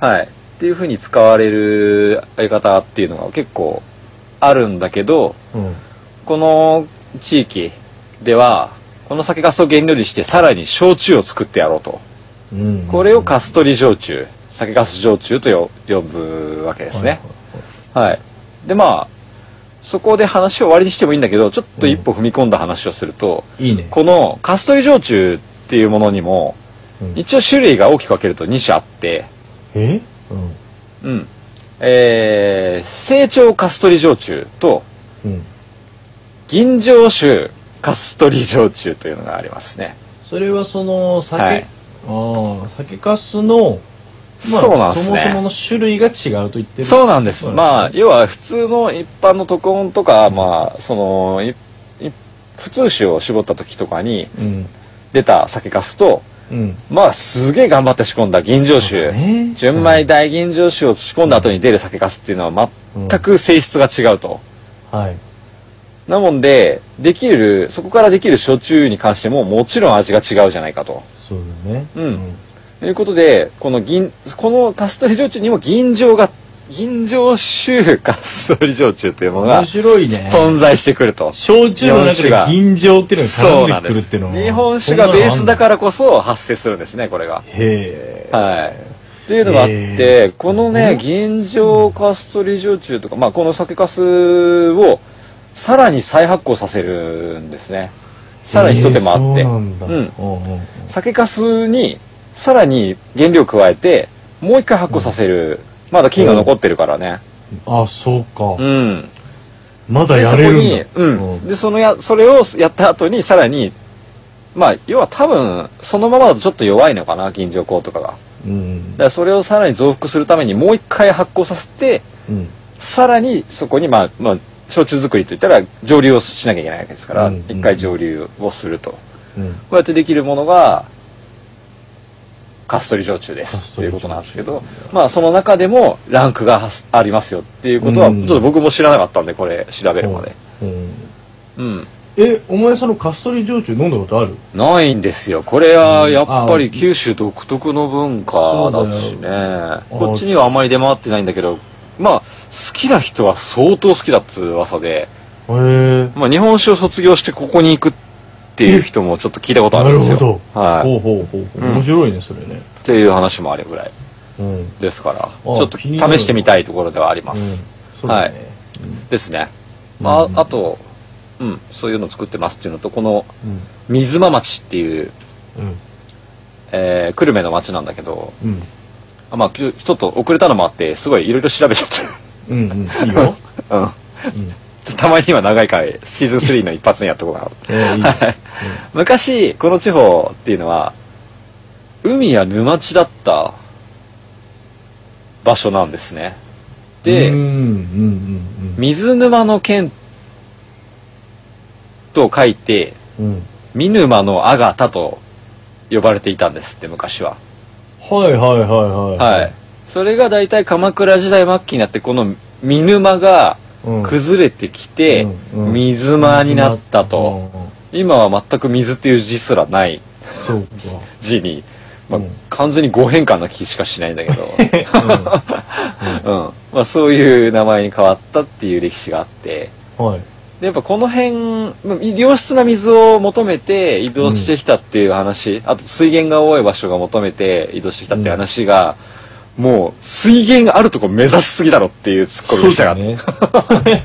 D: はい。っていうふうに使われるやり方っていうのが結構あるんだけど、
F: うん。
D: この地域ではこの酒粕を原料にしてさらに焼酎を作ってやろうと
F: うん。うん。
D: これをカストリ焼酎酒粕焼酎とよ呼ぶわけですねはいでまあそこで話を終わりにしてもいいんだけどちょっと一歩踏み込んだ話をすると、
F: いいね。
D: このカストリ焼酎っていうものにも
F: うん
D: 一応種類が大きく分けると2種あって
F: えうん。
D: うんえー、成長カストリ焼酎と、
F: うん
D: 銀醸酒カストリ焼酎というのがありますね。
F: それはその酒、
D: はい
F: ああ酒かすの、
D: そうなんです
F: そもそも
D: ね。
F: の種類が違うと言ってる
D: そうなんです。
F: そう
D: ま
F: な
D: あ、要は普通の一般の特音とか、まあ、その、いい普通酒を絞った時とかに
F: うん
D: 出た酒かすと、
F: うん
D: まあ、すげえ頑張って仕込んだ銀醸酒、
F: ね
D: 純米大吟醸酒を仕込んだ後に出る酒粕っていうのは全く性質が違うと。
F: はい
D: なもんで、できる、そこからできる焼酎に関してももちろん味が違うじゃないかと。
F: そうだね
D: うん。ということで、この銀、このカストリ焼酎にも銀醸が、銀醸酒カストリ焼酎というものが
F: 面白いね
D: 存在してくると。
F: 焼酎の中で銀醸っていうのが絡んでくるっていうのは
D: 日本酒がベースだからこそ発生するんですね、これが。
F: へえ
D: はい。っていうのがあって、
F: え
D: このね、銀醸カストリ焼酎とか、まあ、この酒粕をさらに再発酵させるんですね。さらに一手間あって。
F: えーそうなんだ、
D: うん
F: おうおうおう
D: 酒粕にさらに原料加えて、もう一回発酵させる。まだ菌が残ってるからね。
F: あそうか、
D: うん。
F: まだ
D: で、
F: や
D: そこ
F: れるん
D: に
F: だ、
D: うん。で、そのや、それをやった後にさらに、まあ、要は多分、そのままだとちょっと弱いのかな、銀醸香とかが。
F: うん
D: だからそれをさらに増幅するためにもう一回発酵させて
F: うん
D: さらにそこにまあ、まあ、焼酎作りといったら蒸留をしなきゃいけないわけですから
F: うんうん
D: 一、回蒸留をするとこ
F: うん
D: うやってできるものがカストリ焼酎で
F: カス
D: す
F: ト
D: とい
F: リ
D: うこ
F: 焼酎
D: となんですけどまあその中でもランクがはすありますよっていうことは
F: う
D: ち
F: ん
D: ょっと僕も知らなかったんでこれ調べるまで
F: うん
D: うん
F: えお前そのカストリー焼酎飲んだことある
D: ないんですよこれはやっぱ
F: うん
D: り
F: あ
D: 九州独特の文化だし
F: そう
D: ねこっちにはあまり出回ってないんだけどまあ好きな人は相当好きだっつう噂で、
F: へえ
D: まあ、日本酒を卒業してここに行くっていう人もちょっと聞いたことあるんです
F: なる
D: よ
F: ほ、ど、
D: はい、
F: ほうほうほうほう
D: うん
F: 面白いねそれね
D: っていう話もあるぐらい
F: うん、うん、
D: ですからちょっと
F: 気になる
D: 試してみたいところではあります、
F: そうだね、
D: はいですね、まあ、あと、うん、そういうの作ってますっていうのとこの水間町っていう、
F: うん
D: えー久留米の町なんだけど
F: うん
D: あまあ、きゅちょっと遅れたのもあって、すごいいろいろ調べちゃっ
F: うんうんいいよ
D: た。うん。ちょ たまには長い回、シーズン3の一発目やっとこうか なと。
F: えーいいよ
D: はい昔、この地方っていうのは、海や沼地だった場所なんですね。で、
F: うんうん
D: 水沼の県と書いて、
F: うんうんうん
D: 見沼のあがたと呼ばれていたんですって、昔は。
F: はいはいはいはい
D: はい。それが大体鎌倉時代末期になって、この見沼が、
F: うん
D: 崩れてきて、
F: うんうん
D: 水間になったと、今は全く水っていう字すらない
F: うんうんそう
D: 字に、まあ
F: うん
D: 完全に語変換な気しかしないんだけど、うんまあ、そういう名前に変わったっていう歴史があって
F: かはい
D: でやっぱこの辺まあ良質な水を求めて移動してきたっていう話、あと水源が多い場所が求めて移動してきたっていう話が、もう水源があるとこ目指しすぎだろっていうツッコミ
F: そ
D: で
F: う
D: したが
F: だ
D: あって、
F: ね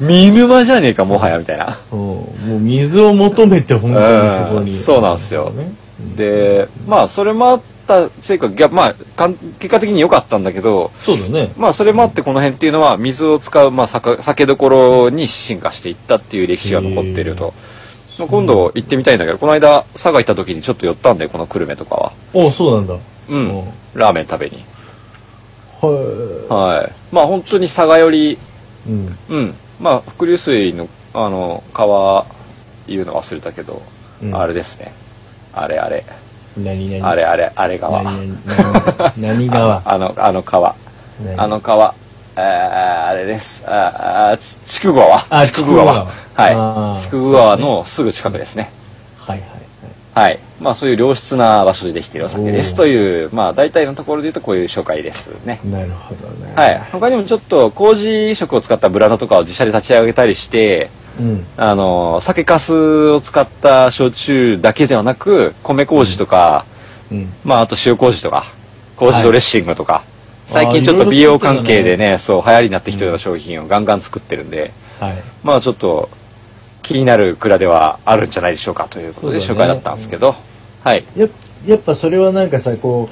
D: 見沼じゃねえかもはやみたいな。
F: うんもう水を求めて本当にそこ
D: う
F: に
D: んそうなんですよ
F: ね
D: でまあそれもあったせいかぎゃまあかん結果的に良かったんだけど
F: そうだね
D: まあそれもあってこの辺っていうのは水を使う、まあ、酒酒どころに進化していったっていう歴史が残っていると、まあ、今度行ってみたいんだけどこの間佐賀行った時にちょっと寄ったんでこの久留米とかは
F: おそうなんだは
D: うん
F: お
D: ラーメン食べに
F: い
D: はいまあ本当に佐賀寄り
F: うん
D: うんまあ伏流水のあの川いうの忘れたけど、
F: うん
D: あれですねあれあれ
F: 何々
D: あれあれあれ川
F: 何々何々何川
D: あの、あの川。
F: 何
D: あの川。えーあれです。あーあー、つ筑後川。
F: あ
D: 筑後川。
F: 筑後川
D: は
F: あ
D: い。
F: ー
D: 筑後川のすぐ近くですね。
F: はいはいは
D: は
F: い
D: い。まあそういう良質な場所でできているお酒です
F: おー
D: という、まあ大体のところで言うとこういう紹介ですね。
F: なるほどね
D: はい。他にもちょっと麹色を使ったブランドとかを自社で立ち上げたりして、
F: うん
D: あの、酒粕を使った焼酎だけではなく、米麹とか、
F: うん
D: まあ、あと塩麹とか、麹ドレッシングとか、最
F: あー
D: 近ちょっと美
F: いろい
D: 容
F: ろ作
D: 関
F: ってんだね
D: 係でね、そう、流行りになってきてる商品をガンガン作ってるんで、
F: はい
D: まあちょっと気になる蔵ではあるんじゃないでしょうかということで
F: そう
D: 紹
F: だ
D: 介
F: ね
D: だったんですけど、はい。
F: やっやっぱそれはなんかさこ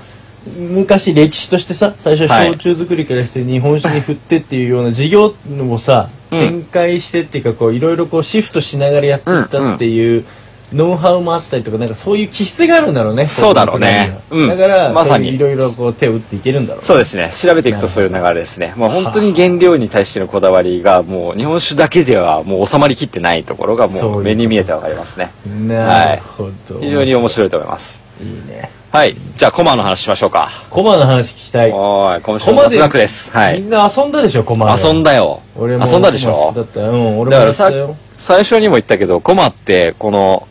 F: う昔歴史としてさ最初
D: はい
F: 焼酎作りからして日本酒に振ってっていうような事業をさ、
D: うん
F: 展開してっていうかこういろいろこうシフトしながらやってきたっていうノウハウもあったりとかなんかそういう気質があるんだろうね
D: そうだろうね
F: こいう
D: うん
F: 国にはだから
D: まさに
F: そういういろいろこう手を打っていけるんだろう
D: そうですね調べていくとそういう流れですねもう本当に原料に対してのこだわりがもう日本酒だけではもう収まりきってないところが
F: そういう
D: も
F: こ
D: う
F: と
D: 目に見えてわかりますね
F: なるほど、
D: 非常に面白いと思います
F: いいね
D: はいじゃあコマの話しましょうか
F: コマの話聞きたい
D: はい今週
F: コ
D: の
F: マで
D: 雑学ですは
F: み
D: い
F: んな遊んだでしょコマ
D: 遊んだよ
F: 俺も
D: 遊んだでし
F: コマ好
D: ょ
F: きだったようん俺も
D: だか
F: や
D: ら
F: った
D: さ
F: よ
D: 最初にも言ったけどコマってこの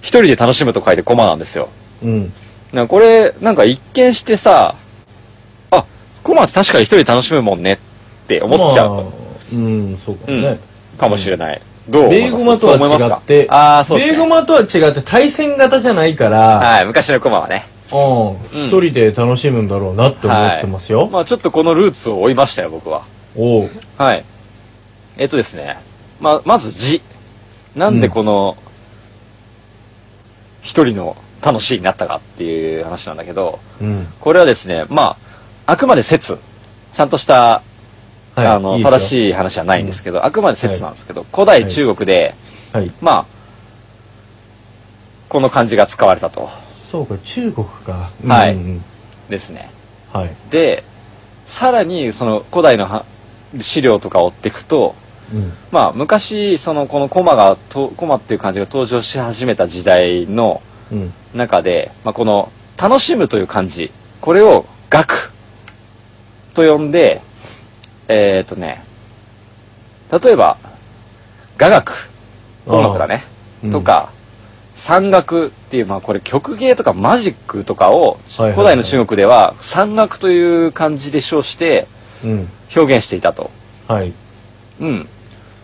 D: 一人で楽しむと書いてコマなんですよ
F: うん
D: なんかこれなんか一見してさあコマって確かに一人で楽しむもんねって思っちゃ
F: ま
D: う
F: あうんそうかもね、
D: うんかもしれない、どう思
F: ベ
D: い
F: ー
D: ま
F: ゴ
D: す
F: マと
D: そ
F: は
D: う思います
F: 違
D: か
F: って、
D: ああそうです
F: ベーゴ
D: ね
F: マとは違って対戦型じゃないから、
D: はい昔のコマはね
F: うん、
D: うん
F: 一人で楽しむんだろうなって思ってますよ。
D: まあちょっとこのルーツを追いましたよ僕は
F: おう
D: はいえっとですねまあまず字なんでこの一人の楽しいになったかっていう話なんだけど
F: うん。
D: これはですねまああくまで説ちゃんとした
F: はい。
D: あの
F: いい
D: 正
F: い。
D: しい話はないんですけど、あくまで説なんですけど、古代中国で、
F: はい。
D: まあこの漢字が使われたと
F: そうか、中国か。
D: はい
F: うんうん
D: ですね
F: はい。
D: でさらにその古代のは資料とかを追っていくと
F: うん。
D: まあ昔そのこの駒がと駒っていう漢字が登場し始めた時代の
F: うん。
D: 中で、まあ、この「楽しむ」という漢字これを「学」と呼んでえっ、とね例えば「雅楽」音楽だね
F: うん
D: と、か「山岳」っていう、まあ、これ曲芸とかマジックとかを
F: はいはいはい
D: 古代の中国では「山岳」という漢字で称して
F: うん。
D: 表現していたと。
F: はい。
D: うん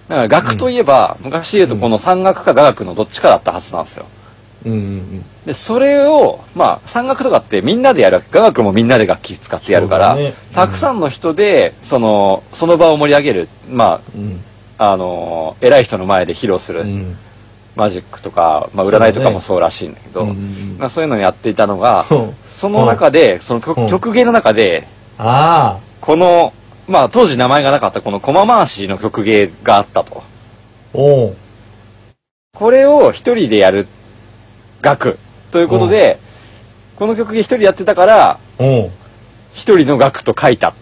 D: だから楽といえば、昔で言うとこの山岳か雅楽のどっちかだったはずなんですよ。
F: うんうん
D: でそれをまあ山岳とかってみんなでやるわけ雅楽もみんなで楽器使ってやるから、
F: そうだねうん
D: たくさんの人でそのその場を盛り上げるま
F: うん。
D: ああのー偉い人の前で披露する、
F: うん。うん。
D: マジックとか、まあ、占いとかもそうらしいんだけど
F: う
D: そう,、
F: んうん
D: まあ、そういうのをやっていたのが
F: そう
D: その中でその
F: うん
D: 曲曲芸の中で
F: ああ。
D: この、まあ、当時名前がなかったこの駒回しの曲芸があったと
F: おう。
D: これを一人でやる楽ということで、この曲芸一人でやってたから
F: おう。
D: 一人の楽と書いたっ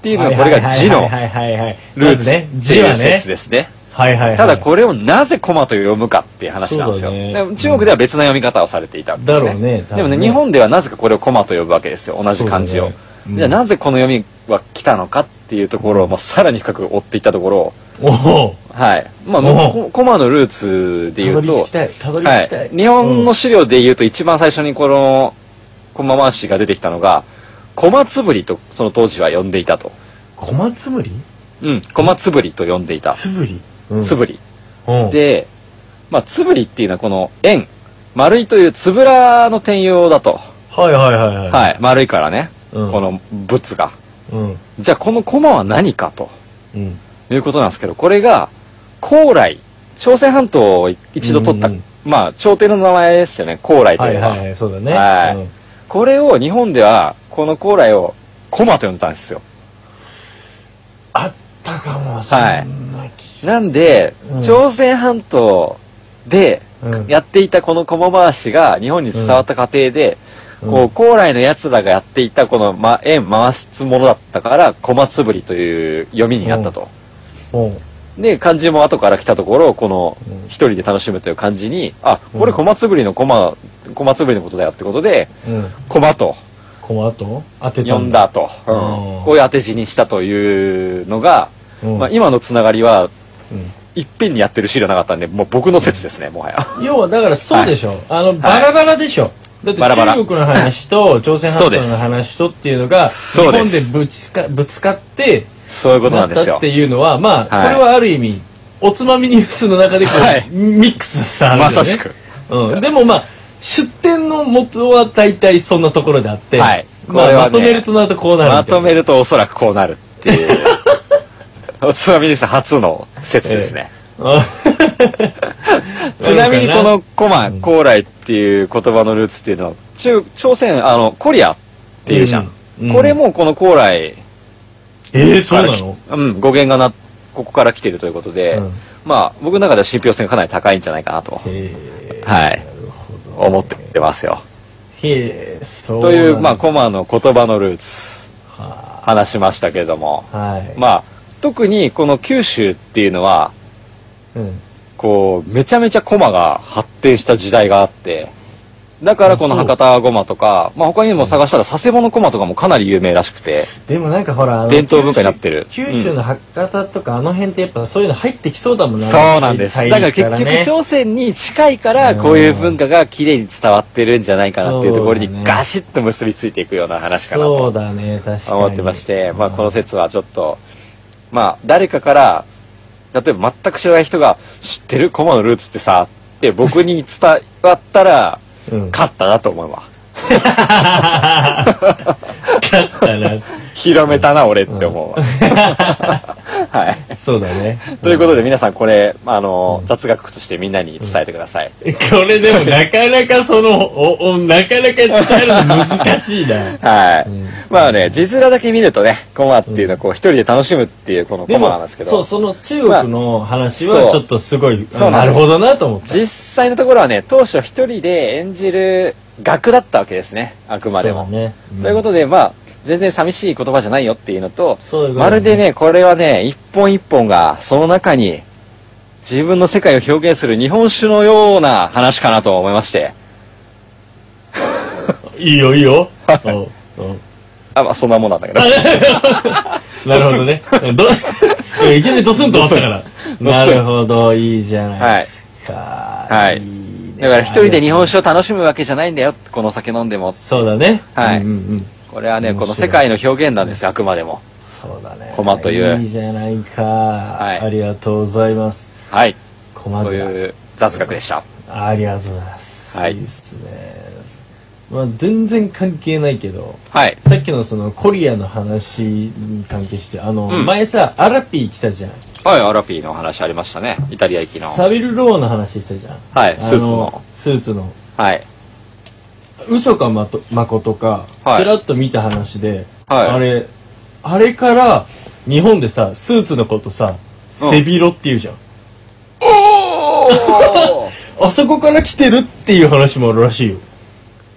D: ていうのがこれが字の
F: はいはいはいはいはいはい。
D: ル
F: ま
D: ー
F: ず
D: ツ
F: ね。
D: って
F: 字
D: いう
F: は
D: 説
F: ね。
D: ですね
F: はいはいはい。
D: ただこれをなぜコマと読むかっていう話なんですよ、
F: そうだね
D: で中国では別な読み方をされていたんですね
F: だろうね多分ね
D: でもね日本ではなぜかこれをコマと呼ぶわけですよ同じ漢字を、
F: そうだねうん
D: じゃあなぜこの読みは来たのかっていうところをもうさらに深く追っていったところ
F: おう。
D: はいまあ
F: おう
D: こコマのルーツで
F: た
D: 言
F: ど
D: う
F: り着
D: と
F: きたい。たどり
D: は
F: 着きた
D: い
F: い。、
D: 日本
F: う
D: の
F: ん
D: 資料で言うと一番最初にこの駒回しが出てきたのが駒つぶりとその当時は呼んでいたと
F: 小松ぶり
D: うん駒つぶりと呼んでいた
F: つぶりうん
D: つぶり
F: うん
D: で、まあ、つぶりっていうのはこの円丸いというつぶらの転用だと
F: はいはいはいはい。
D: はい丸いからねこ
F: うん
D: の物が
F: うん。
D: じゃあこの駒は何かと
F: うん。
D: いうことなんですけどこれが高麗朝鮮半島を一度取った
F: うんうん
D: まあ朝廷の名前ですよね高麗と
F: はいいう
D: のは
F: はいはい、そうだね。
D: はい
F: うん
D: これを日本ではこの高麗をコマと呼んでたんですよ
F: あったかも、そん
D: はい
F: な気が
D: なんで、
F: うん
D: 朝鮮半島で
F: うん
D: やっていたこの駒回しが日本に伝わった過程で、
F: うん
D: こう高麗のやつらがやっていたこの、ま、円回すものだったから駒つぶりという読みになったと、
F: うん
D: で漢字も後から来たところこの
F: うん
D: 一人で楽しむという漢字にあこ
F: う
D: れ
F: ん
D: 駒つぶりの駒駒つぶりのことだよってことで
F: うん。
D: 駒と
F: この後当てた
D: 呼んだ。と、うん
F: うん
D: こういう当て字にしたというのが、
F: うん
D: まあ、今のつながりは
F: うん
D: いっぺんにやってる資料なかったんでもう僕の説ですねもは や
F: 要はだからそうでしょ。あの、バラバラでしょ。だって
D: バラバラ
F: 中国の話と朝鮮半島の話とっていうのが日
D: そうで
F: 本
D: す
F: でぶつかぶつかって
D: そういうこと
F: な
D: な
F: っ
D: んです
F: たっ
D: よ
F: ていうのはまあこ
D: はい
F: れはある意味おつまみニュースの中でこ
D: はいう
F: ミックスした話だよね
D: まさしく
F: うん、でもまあ出店の元は大体そんなところであって、
D: はい
F: ま
D: こ
F: あ、
D: れは
F: ま
D: ね
F: とめるとなるとこうなる
D: まとめ
F: る
D: るとおそらくこうなるっていう おつまみです初の説ですね、ちなみにこの「コマ」「高麗」っていう言葉のルーツっていうのは中朝鮮あのコリアっっていうじゃん。
F: うんうん
D: これもこの高麗
F: えー、そう
D: から
F: な
D: き
F: の
D: うん、語源がな、ここから来てるということで、
F: うん
D: まあ、僕の中では信憑性がかなり高いんじゃないかなと、
F: へ
D: はい、思ってますよ。
F: え、へえ、そう
D: という、まあ、
F: こ
D: コマの言葉のルーツ、話しましたけれども、
F: はい。
D: まあ、特にこの九州っていうのは、
F: うん。
D: こう、めちゃめちゃコマが発展した時代があって、だからこの
F: あそう
D: 博多ゴマとか、まあ他にも探したら佐世保のコマとかもかなり有名らしくて、
F: でもなんかほら、あの
D: 伝統文化になってる
F: 九州九州の博多とかあの辺ってやっぱそういうの入ってきそうだもん
D: そうなんです。だから結局朝鮮に近いから
F: うん
D: こういう文化が綺麗に伝わってるんじゃないかなっていうところに
F: そうだね
D: ガシッと結びついていくような話かな
F: そう
D: と
F: だね、確かに。
D: 思ってまして、まあこの説はちょっと、まあ誰かから、例えば全く知らない人が知ってるコマのルーツってさ、って僕に伝わったら、
F: うん、勝
D: 勝ったなと思うわ。
F: ったな。
D: 広めたな、俺って思うわ。 はい。
F: そうだね。
D: ということで、皆さん、これ、あの、雑学としてみんなに伝えてください。
F: これでもなかなかその、お、お、なかなか伝えるの難し いな。
D: はい
F: ん。
D: まあね、字面だけ見るとね、コマっていうのは、こう、一人で楽しむっていう、このコマなんですけ
F: そう、
D: ど、
F: その中国の話
D: ま
F: は
D: あ
F: ちょっとすごい、
D: そうそう
F: な
D: なん
F: る
D: です
F: ほどなと思った。
D: 実際のところはね、当初一人で演じる額だったわけですね、あくまでも
F: そう。だね。
D: ということで、まあ、全然寂しい言葉じゃないよっていうのと、
F: そういうことだね
D: まるでね、これはね、一本一本が、その中に、自分の世界を表現する日本酒のような話かなと思いまして、
F: といいよ、いいよ。おお
D: あ、まあ、そんなもんなんだけど。
F: なるほどね。 どいやいきなりドスンと終わったから。なるほど、いいじゃないですか。
D: はい
F: いいね
D: だから一人で日本酒を楽しむわけじゃないんだよ、この酒飲んでも。
F: そうだね。
D: はい
F: うんうんうん
D: これはね、
F: 面白い
D: この世界の表現なんですよ、あくまでも。
F: そうだね。
D: コマという
F: いいじゃないか。
D: い
F: ありがとうございます。
D: はい。
F: コマ
D: そう
F: グ
D: いう雑学でした。
F: ラ。ありがとうございます。
D: はい
F: いですね。まあ、全然関係ないけど、
D: はい。
F: さっきのそのコリアの話に関係して、あの、
D: うん
F: 前さ、アラピー来たじゃん。
D: はい、アラピーのお話ありましたね。イタリア行きの。
F: サビルローの話したじゃん。
D: はい、スーツ
F: あ
D: の。。
F: スーツの。
D: はい。
F: 嘘かまとまことか、
D: はい
F: ちらっと見た話で、
D: はい
F: あれあれから日本でさスーツのことさ
D: うん
F: 背広っていうじゃん、
D: おー
F: あそこから来てるっていう話もあるらしいよ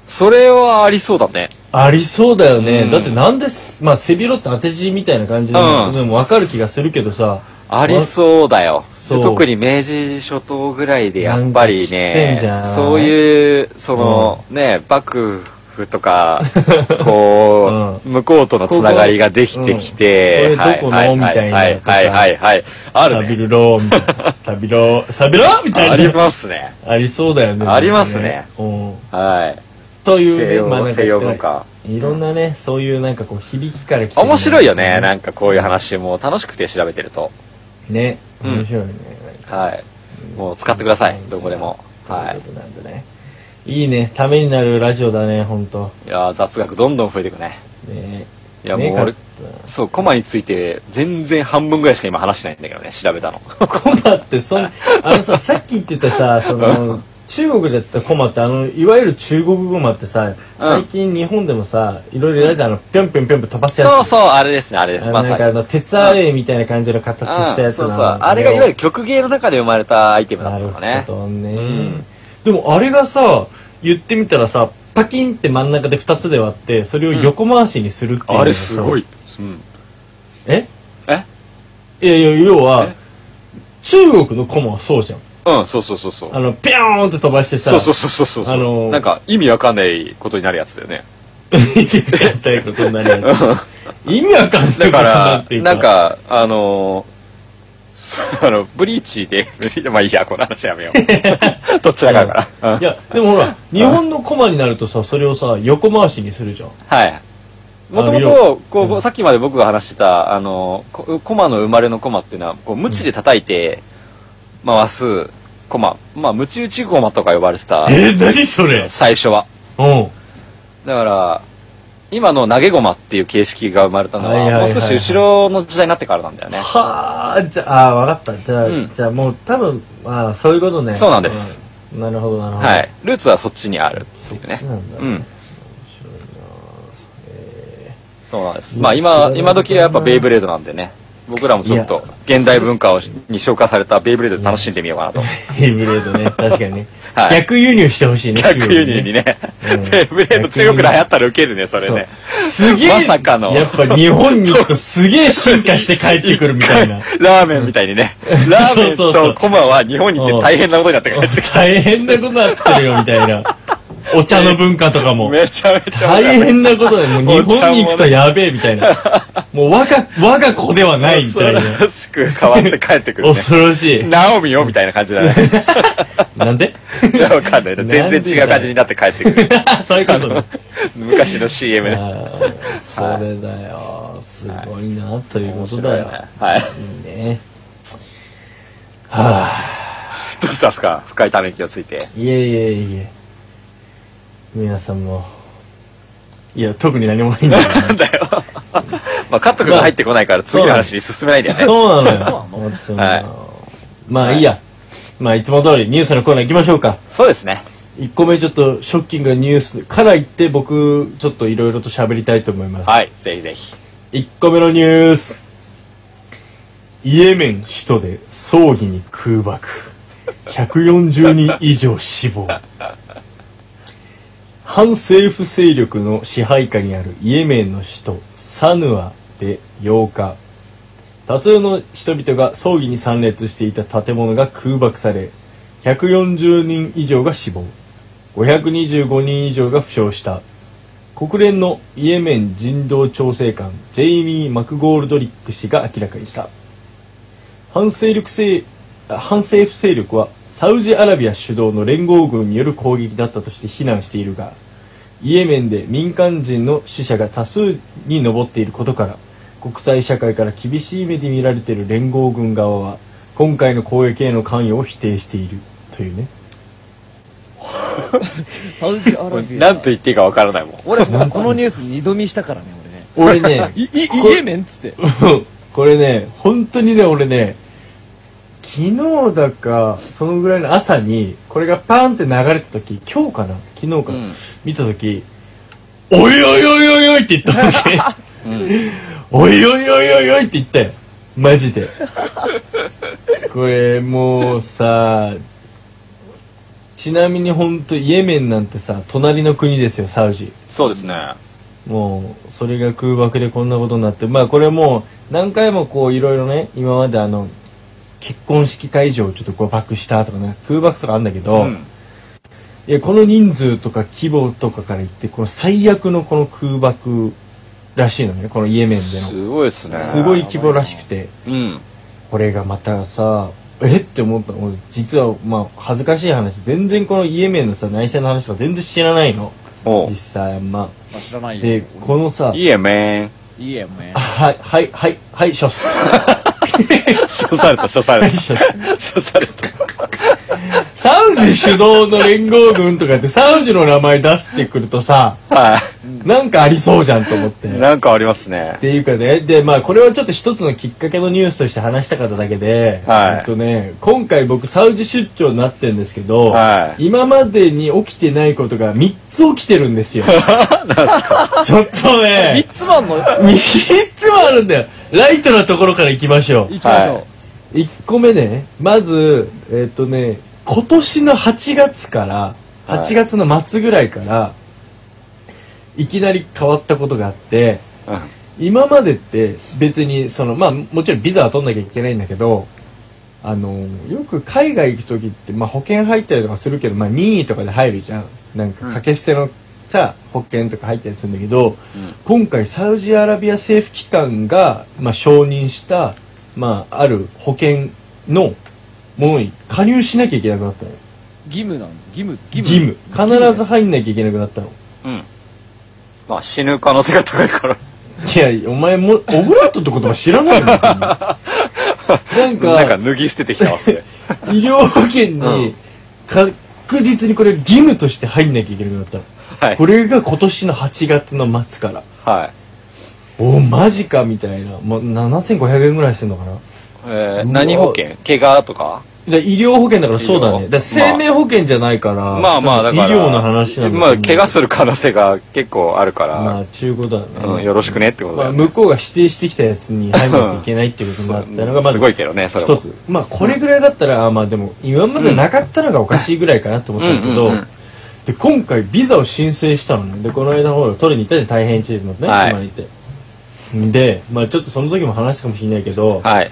D: それはありそうだね。
F: ありそうだよね、
D: うん
F: だってなんですまあ背広って当て字みたいな感じで,、
D: うん
F: でも分かる気がするけどさ
D: ありそうだよ。
F: そう
D: で特に明治初頭ぐらいでやっぱり
F: なんかきついん
D: ね
F: じゃん、
D: そういう、その、ね、幕府とか、こう、向こうとのつながりができてきて、
F: ここうんこれどこの
D: はい
F: みたいな
D: はいはいはいはい。あ
F: サ
D: る
F: ビ
D: ね。
F: ルローみたい なサビローサビローみたいな
D: ありますね。
F: ありそうだよね
D: ありますね
F: うん
D: はい。
F: というね
D: 西洋
F: まあなんか
D: 西洋文化。
F: いろんなねそういうなんかこう響きから来てる
D: 面白いよね、なんかこういう話も楽しくて調べてると。
F: ね
D: うん
F: 面白いね、
D: はい。もう使ってください、どこでも。は
F: はいい。うことなんでねいいねためになるラジオだね本当
D: いやー雑学どんどん増えていくね。
F: ね
D: いや、
F: ね
D: もう俺
F: か、
D: そう、コマについて全然半分ぐらいしか今話してないんだけどね、調べ たの。
F: コマって そんあのささっき言ってたさその中国でやってたコマってあのいわゆる中国語マってさ最近日本でもさいろいろやるじゃんあのピョンピョンピョンピョン飛ばすやつ
D: そうそう、あれですね、あれです。
F: あの
D: ま
F: な
D: さ
F: んかあ
D: に。
F: の鉄アレイみたいな感じの形したやつ
D: うんそう
F: な
D: そ
F: の
D: う。あれがいわゆる曲芸の中で生まれたアイテムだ
F: な
D: った
F: る
D: のね
F: ほ。どね、
D: ん
F: でもあれがさ言ってみたらさパキンって真ん中で2つで割ってそれを横回しにするっていうのがさ。
D: うん。
F: え
D: え
F: いやいや要は
D: え
F: 中国のコマはそうじゃん
D: うん、そうそうそうそう
F: あ。のピョーンって飛ばしてさ
D: そう そうそうそうそう。
F: あのー
D: なんか意味わかんないことになるやつだよね。
F: 見てくれたいことになるやつ意味わかんないこと
D: だ
F: に
D: か
F: な
D: ら
F: って、いう
D: なんか、あのー、 そうあの、ブリーチで、まあいいや、この話やめよう。 どっちらかだから。
F: いやでもほら日本のコマになるとさそれをさ横回しにするじゃん
D: はい。もともと、こう、さっきまで僕が話してた、あの、こコマの生まれのコマっていうのは、こう、無知で叩いて回すコマ。まあ、無知打ちコマとか呼ばれてた、
F: え何そ
D: 最初は。
F: うん
D: だから、今の投げ駒っていう形式が生まれたの
F: はいはい
D: は、も
F: はい
D: 少
F: う
D: し後ろの時代になってからなんだよね。
F: はあじゃああ分かったじゃあ、
D: うん
F: じゃあもう多分まあそういうことね
D: そうなんです、
F: うんなるほどなるほど
D: はい。ルーツはそっちにあるって
F: そ
D: い
F: っ
D: うね
F: ち。なんだ、
D: うん。そうなんです。まあ今、今時はやっぱベイブレードなんでね。僕らもちょっと現代文化をしに紹介されたベイブレードで楽しんでみようかなと。
F: ヘイブレードね、確かにね。
D: はい
F: 逆輸入してほしいね。
D: 逆輸入にね。
F: うん
D: ベイブレード中国で流行ったらウケるね、それね。
F: すげえ、
D: まさかの
F: やっぱ日本に行くとすげえ進化して帰ってくるみたいな。
D: ラーメンみたいにね。ラーメン
F: そうそうそ
D: と
F: う
D: コマは日本に行って大変なことになって帰ってき
F: 大変なことになってるよみたいな。お茶の文化とか
D: た。
F: も。
D: めちゃめちゃ面
F: 大
D: 白い
F: 変なことで、もう日本に行くとやべえみたいな。もう我が、我が子ではないみたいな。
D: 恐ろしく変わって帰ってくるね。
F: 恐ろしい。
D: ナオミよみたいな感じ だね。
F: なんで
D: いやわかんない。全然違う感じになって帰ってくる。
F: そういうことね。
D: 昔の CM ね。
F: あーそれだよ。すごいな、ということだよ。
D: はい。
F: いいね。はあ。
D: どうしたんすか深いため息をついて。
F: いえいえいえ皆さんもいや特に何もないんだけ
D: なんだよ。 まあ、カット君が入ってこないから次の話に進めないんだよね
F: ど。 そうなのよ本当に
D: はい
F: まあいいや、まあいつも通りニュースのコーナー行きましょうか
D: そうですね。
F: 1個目ちょっとショッキングなニュースから行って僕ちょっといろいろと喋りたいと思います、
D: はい。ぜひぜひ。
F: 1個目のニュースイエメン首都で葬儀に空爆140人以上死亡反政府勢力の支配下にあるイエメンの首都サヌアで8日多数の人々が葬儀に参列していた建物が空爆され140人以上が死亡525人以上が負傷した国連のイエメン人道調整官ジェイミー・マクゴールドリック氏が明らかにした反勢力勢反政府勢力はサウジアラビア主導の連合軍による攻撃だったとして非難しているがイエメンで民間人の死者が多数に上っていることから国際社会から厳しい目で見られている連合軍側は今回の攻撃への関与を否定しているというね
E: サウジアラビア。
D: なんと言っていいかわからないもん。
E: 俺、このニュース二度見したからね、俺ね。
F: 俺 ね
E: い、い、イエメンっつって。
F: うん これね、本当にね、俺ね、昨日だか、そのぐらいの朝に、これがパーンって流れた時、今日かな昨日かな、見た時、おいおいおいおいおいって言ったんで、おいおいおいおいおいって言ったよ。マジで。これ、もうさ、ちなみに本当イエメンなんてさ、隣の国ですよ、サウジ。
D: そうですね。
F: もうそれが空爆でこんなことになってまあこれもう何回もこういろいろね今まであの結婚式会場をちょっと誤爆したとかね空爆とかあるんだけど、
D: うん
F: いやこの人数とか規模とかから言ってこの最悪のこの空爆らしいのねこのイエメンでの
D: すごいですね。
F: すごい規模らしくて
D: うん。
F: これがまたさえって思ったの俺実はまあ恥ずかしい話全然このイエメンのさ内戦の話とか全然知らないの
D: おう
F: 実際あんま
E: まあ知らないよ。
F: でこのさ
D: いいえ、めん。
E: イエメン。
F: はい、はい、はい、 はい、しょす。
D: 処された、処され
F: しょ
D: た。 処された。
F: サウジ主導の連合軍とかって、サウジの名前出してくるとさ、
D: は
F: なんかありそうじゃんと思って。
D: い。
F: っ
D: なんかありますね。
F: ていうかね、で、まあ、これはちょっと一つのきっかけのニュースとして話したかっただけで、
D: はい
F: えっとね、今回僕、サウジ出張になってんですけど、
D: はい
F: 今までに起きてないことが3つ起きてるん ですよ。ちょっとね
E: 三、つ番の、行
F: 3つもあるんだよ。ライトなところから行きましょう。
E: きましょう。
F: 1個目ねまずえっ、とね今年の8月から
D: はい
F: 8月の末ぐらいから、い、きなり変わったことがあって
D: うん
F: 今までって別にそのまあもちろんビザは取んなきゃいけないんだけどあのよく海外行く時って、まあ、保険入ったりとかするけど、まあ、任意とかで入るじゃんなんか掛け捨てのさ保険とか入ったりするんだけど、今回サウジアラビア政府機関が、まあ、承認した、まあ、ある保険のものに加入しなきゃいけなくなったのよ
E: 義務なん義務、義
F: 義
E: 務。
F: 務必ず入んなきゃいけなくなったの
D: うん。まあ、死ぬ可能性が高いから。
F: いやお前もオブラートって言葉知らない のなんか
D: なんか脱ぎ捨ててきたわけ。
F: 医療保険に確実にこれ義務として入んなきゃいけなくなったの、
D: はい
F: こ。れが今年の8月の末から
D: はい。
F: おおマジかみたいな、まあ、7500円ぐらいするのかな
D: えー、何保険怪我とか
F: だから医療保険だからそうだね。だから生命保険じゃないから、
D: まあまあだから
F: 医療の話なんだ
D: まあ怪我
F: す
D: する可能性が結構あるか
F: まあ
D: ら、
F: 中古だね。
D: うん、よろしくねってこと
F: ま
D: だ
F: あ、
D: よね、
F: 向こうが指定してきたやつに入んなきゃいけないってことになったのが、まず
D: すごいけどねそれ
F: 一
D: も
F: つ。まあ、これぐらいだったら、あまあでも、今までなかったのがおかしいぐらいかなと思ったんだけ
D: う
F: ど
D: んうんうん、
F: で、今回ビザを申請したのね。で、この間ほら、取りに行ったで大変チームのね、
D: はい
F: 今に行って。で、まあちょっとその時も話したかもしれないけど、
D: はい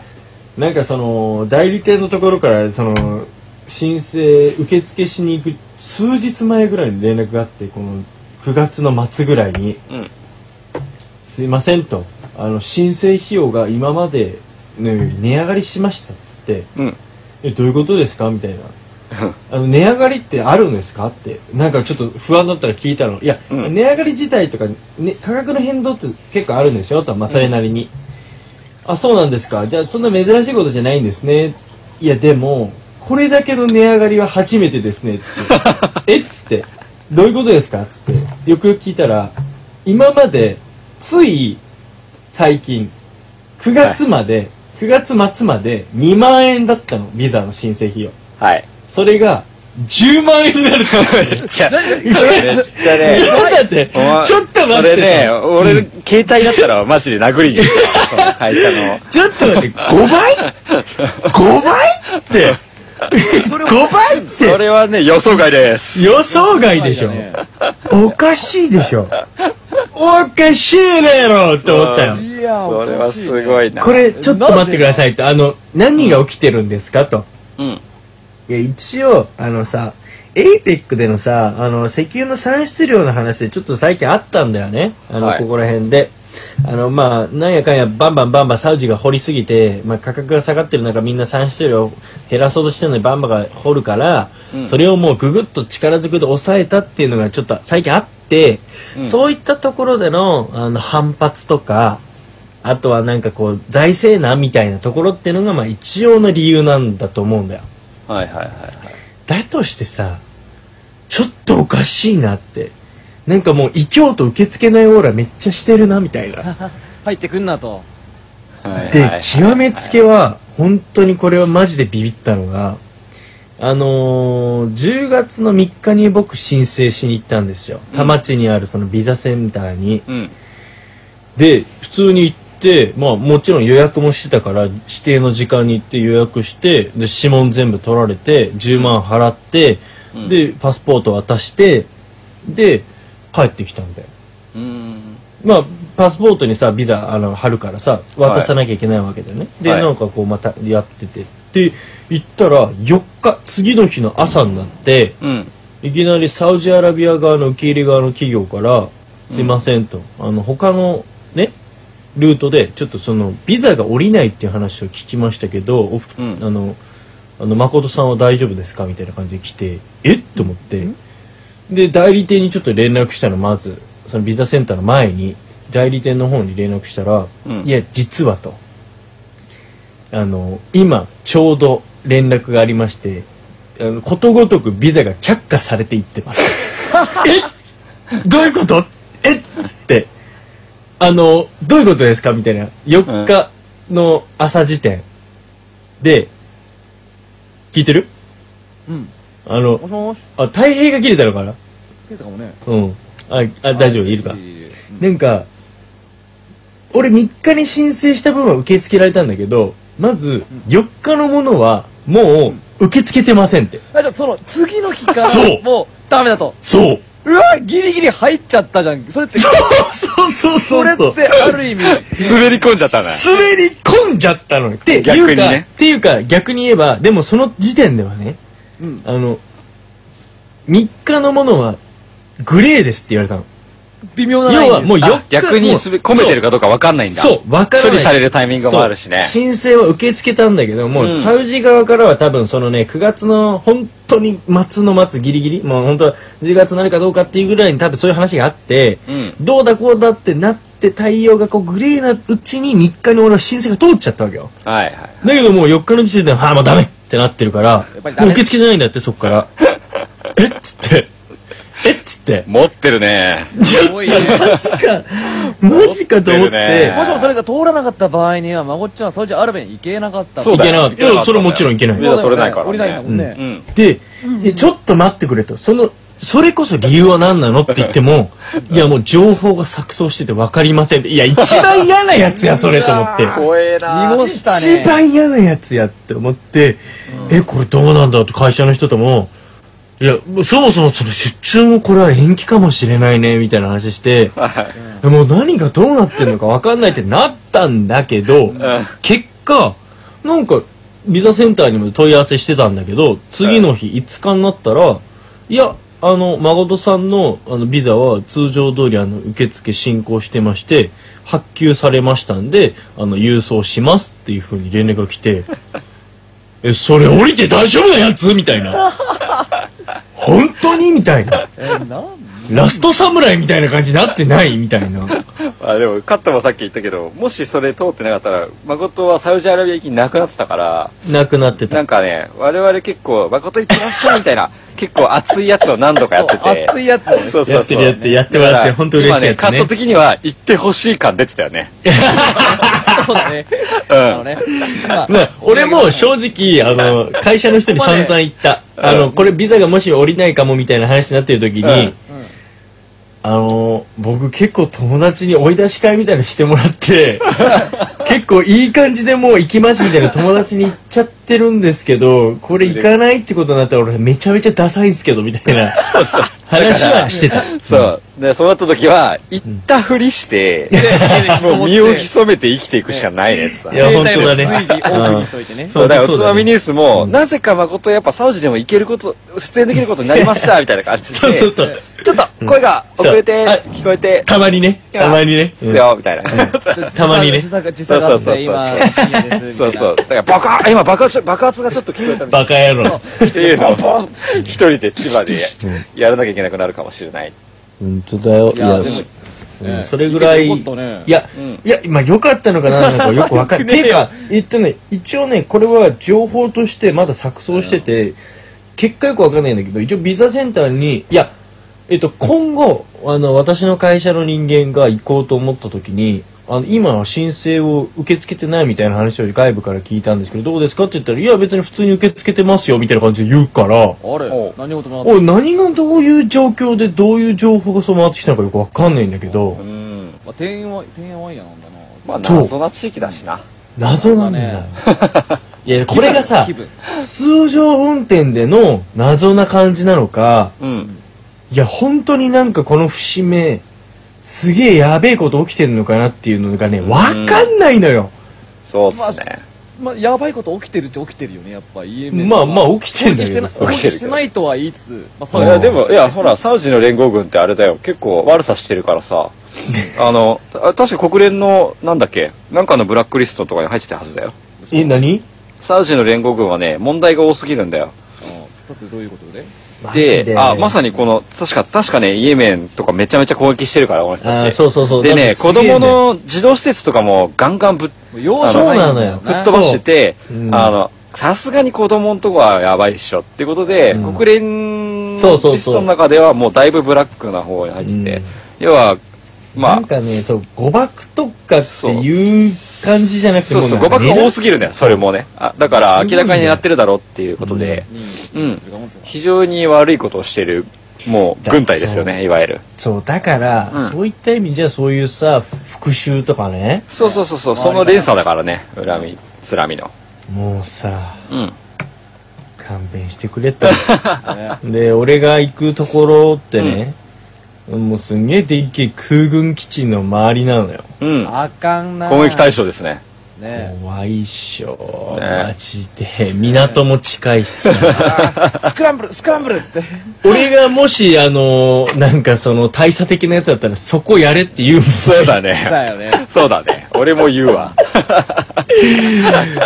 F: なんかその代理店のところからその申請受付しに行く数日前ぐらいに連絡があってこの9月の末ぐらいに「
D: うん
F: すいません」と「あの申請費用が今までのより値上がりしました」っつって
D: うん
F: 「えどういうことですか?」みた いな。あの値上がりってあるんですかってなんかちょっと不安だったら聞いたのいや、
D: うん
F: 値上がり自体とか、ね、価格の変動って結構あるんですよとはまあそれなりに、あそうなんですかじゃあそんな珍しいことじゃないんですねいやでもこれだけの値上がりは初めてですねつっ てえっつってどういうことですかつってよくよく聞いたら今までつい最近9月まで、9月末まで2万円だったのビザの申請費用
D: はい
F: それが10万円に なる
D: じゃあ
F: めっ
D: ちゃね
F: ちょっと待って
D: お前
F: ちょっと
D: そ
F: 待っ
D: れ
F: て
D: ね俺、携帯だったらマジで殴りに行くから会社の
F: ちょっと待って5倍 ?5 倍って5 倍って
D: それはね予想外です
F: 予想外でしょ、 おかしいでしょおかしいねろって思ったよ
E: いや
D: それ
E: お
D: は
E: かしい
D: すごいな
F: これちょっと待ってくださいとあの何が起きてるんですかと、
D: うん
F: いや一応あのさ APEC でのさあの石油の産出量の話でちょっと最近あったんだよねあの、
D: はい
F: ここら辺であのまあなんやかんやバンバンバンバンサウジが掘りすぎて、まあ、価格が下がってる中みんな産出量を減らそうとしてるのにバンバンが掘るから、それをもうググッと力ずくで抑えたっていうのがちょっと最近あって、そういったところでのあの反発とかあとはなんかこう財政難みたいなところっていうのがまあ一応の理由なんだと思うんだよ。
D: はいはいはい
F: だとしてさちょっとおかしいなってなんかもう異教と受け付けないオーラめっちゃしてるなみたいな
E: 入ってくんなと
D: はいはい
F: で極めつけは本当にこれはマジでビビったのがあのー10月の3日に僕申請しに行ったんですよ田町にあるそのビザセンターに
D: うん
F: で普通に行って、まあ、もちろん予約もしてたから指定の時間に行って予約してで指紋全部取られて10万払って、でパスポート渡してで帰ってきたんだよ
D: うん
F: まあパスポートにさビザあの貼るからさ渡さなきゃいけないわけだよね、で、
D: はい
F: なんかこうまたやっててで行ったら4日次の日の朝になって、
D: うん
F: いきなりサウジアラビア側の受け入れ側の企業から「すいませんと」あの他のねルートでちょっとそのビザが下りないっていう話を聞きましたけどおふ、
D: うん
F: あのあの誠さんは大丈夫ですかみたいな感じで来てえっと思ってで代理店にちょっと連絡したのまずそのビザセンターの前に代理店の方に連絡したら「
D: うん
F: いや実は」と。あの今ちょうど連絡がありましてあのことごとくビザが却下されていって ますえどういうことえっつってあのどういうことですかみたいな4日の朝時点で聞いてる
E: うん
F: あの
E: もしもし
F: あ太平が切れたのかな
E: 聞いたかもね
F: うんああ大丈夫いるか
E: る
F: なんか、俺3日に申請した分は受け付けられたんだけど、まず4日のものはもう受け付けてませんって。
E: あじゃあその次の日から
F: そう
E: もうダメだと
F: そう
E: うわギリギリ入っちゃったじゃんそれって
F: そうそう
E: それ
F: そう
E: っ
F: そう。
E: てある意味
D: 滑り込んじゃったね
F: 滑り込んじゃったのよ。って
D: 逆
F: い
D: に
F: うか、
D: ね
F: っていうか逆に言えば、でもその時点ではね、
E: うん
F: あの、3日のものはグレーですって言われたの。
E: 微妙なライン
F: 要はもう
D: あ
F: 4日
D: 逆にすべ込めてるかどうか分かんないんだ
F: そう、わからない。
D: 処理されるタイミングもあるしね
F: そう申請は受け付けたんだけども、
D: うん
F: サウジ側からは多分そのね、9月の本当に末の末ギリギリ、もう本当は10月になるかどうかっていうぐらいに多分そういう話があって、
D: うん
F: どうだこうだってなって対応がこうグレーなうちに3日に俺は申請が通っちゃったわけよ。
D: はいはい
F: だけどもう4日の時点で、はあ、もうダメってなってるから、
E: ぱりダ
F: も
E: メ
F: う受け付けじゃないんだって、そっから。えっつって、ええっつって。
D: 持ってるね。
F: ちょっと
E: ご
F: マ
E: いね
F: ジか、マジかと思っ
D: 持ってるね
F: て。
E: もしもそれが通らなかった場合には、まこっちゃんはサウジアラビアに行けなかった。
D: そう
F: い
D: だ
F: けな
D: よ
F: かった。いや、それもちろんいけない。
D: ビザ取れないからね
E: 降りないんだもんね。
D: うん。
F: で、でちょっと待ってくれと。その、それこそ理由は何なのって言っても、いやもう情報が錯綜してて分かりませんって。いや、一番嫌なやつや、それと思って。
D: 怖えな。
E: 濁したね。
F: 一番嫌なやつやって思って、え、これどうなんだって会社の人とも、いや、もうそもそもその出張もこれは延期かもしれないね、みたいな話して、えもう何がどうなってるのか分かんないってなったんだけど、結果、なんか、ビザセンターにも問い合わせしてたんだけど、次の日5日になったら、いや、あの、誠さんのあのビザは通常通りあの受付進行してまして、発給されましたんで、あの、郵送しますっていうふうに連絡が来て、え、それ降りて大丈夫なやつみたいな。本当にみたいな。
E: え、なん
F: ラスト侍みたいな感じになってないみたいな。
D: あでも、カットもさっき言ったけど、もしそれ通ってなかったら、誠はサウジアラビア行きなくなってたから、
F: なくなって
D: な
F: た
D: ん。かね、我々結構、誠行ってらっしゃいみたいな、 結構熱いやつを何度かやってて。
E: 熱いやつだね
D: そうそうそう。
F: やってるやって、やってもらって、本当嬉しいやつ
D: 今ね、カッ
F: ね
D: ト。的には、行ってほしい感出てたよね。
E: そうだね。
D: う
E: あの
D: ん。
E: ね。まあ
F: ね、俺も正直、あの、会社の人に散々言った。あの、これビザがもし降りないかもみたいな話になってる時
D: うん
F: に、あの、僕結構友達に追い出し会みたいなのしてもら って、結構いい感じでもう行きますみたいな友達に言っちゃってるんですけど、これ行かないってことになったら俺めちゃめちゃダサいんですけどみたいな
D: そうそうそう。
F: 話はしてた。
D: そう。で、そうなった時は、行ったふりして、 もう身を潜めて生きていくしかないねってさ
F: い。や、本当だ
E: 携帯
F: ね。
E: も随時オープンにしといてね
F: うん
D: そうだから、おつまみニュ
F: ね
D: ースも、なぜか誠やっぱサウジでも行けること、出演できることになりました、みたいな感じで。
F: そうそうそう。
D: ちょっと、声が遅れて
F: うん、
D: 聞こえて、
F: たまにね。
D: いや
F: たまにね。
D: っすよ、みたいな。
F: たまにね
E: 時差が時差が時差があって、今、深夜です。
D: そうそう。だから爆発、今爆発、爆発がちょっと聞こえたみたい
F: バカ野郎。
D: な。っていうのを、一人で千葉でやらなきゃいけなくなるかもしれない。
F: 本当だよ。い
E: いや、でも、
F: うんそれぐらい、
E: いけてよかったね
F: いや、いや、今良かったのかな、なんかよくわかん ない。ていうか、えっとね、一応ね、これは情報としてまだ錯綜してて、結果よくわかんないんだけど、一応ビザセンターに、いや、えっと、今後、あの、私の会社の人間が行こうと思った時に、あの、今は申請を受け付けてないみたいな話を外部から聞いたんですけど、どうですかって言ったら、いや、別に普通に受け付けてますよ、みたいな感じで言うから、
E: あれ
D: おう
E: 何事もなかっ
F: おい、何がどういう状況でどういう情報がそう回ってきたのかよくわかんないんだけど、
D: うん。
E: た。まあ、てんやわ、てんやわんやなんだな。
D: まあ、
F: そう
D: 謎な地域だしな。
F: 謎なん だよ。いや、これがさ
E: 気、分。
F: 通常運転での謎な感じなのか、
D: うん。
F: いや、本当になんかこの節目、すげえやべえこと起きてるのかなっていうのがね、わかんないのよ。
D: そうっすね。
E: まあ、やばいこと起きてるっちゃ起きてるよね、やっぱ、家
F: まあまあ起きてんだけ
E: 起
F: ど
E: きてな
D: 起
E: い
D: き
E: 起
D: てるけど
E: きてないとは言いつつ、まあ、
D: い
E: そう
D: や、でも、いや、ほら、サウジの連合軍ってあれだよ。結構悪さしてるからさ。あの、た確か国連の、なんだっけ、なんかのブラックリストとかに入ってたはずだよ。
F: え、何
D: サウジの連合軍はね、問題が多すぎるんだよ。
E: だってどういうことで
D: で、あ、まさにこの、確か、確かね、イエメンとかめちゃめちゃ攻撃してるから、この人
F: あ
D: た
F: ー
D: ち。
F: そうそうそう。
D: でね、
F: だ
D: 子
F: ってすげえ
D: 供
F: んだよ、
D: の児童施設とかもガンガンぶっ
E: もう容赦
F: そう
E: いんだ
F: なのよ
D: 吹っ
E: な
D: 飛ばしてて、
F: そううん
D: あの、さすがに子供のとこはやばいっしょってことで、
F: うん
D: 国連リ
F: そうそうそう
D: ストの中ではもうだいぶブラックな方に入ってて、
F: うん
D: 要は、ま
F: な
D: あ
F: ん、かね、そう、誤爆とかっていう感じじゃなくて
D: そうそう、誤爆が多すぎるんだよ、それもね。あだから
F: すご
D: 明
F: いね
D: らかになってるだろうっていうことで、
E: に
D: うん、
E: それがもんですよ
D: 非常に悪いことをしてる、もう軍隊ですよ
F: だ
D: ね、いわゆる。
F: そう、だから、
D: うん
F: そういった意味じゃそういうさ、復讐とかね、
D: そうそうそうそう、その連鎖だからね、恨み、つらみの。
F: もうさ、
D: うん。
F: 勘弁してくれ たで俺が行くところってね、もうすんげえでっけえ空軍基地の周りなのよ
D: うん。
E: あかんな
D: 攻撃対象ですね。
E: ね
F: 怖いっしょ、
D: ね
F: マジで港も近いしさ
E: スクランブルスクランブルっつって
F: 俺がもしあのなんかその大佐的なやつだったらそこやれって言うもん
D: そうだ ね。
E: だよね
D: そうだね。俺も言うわ。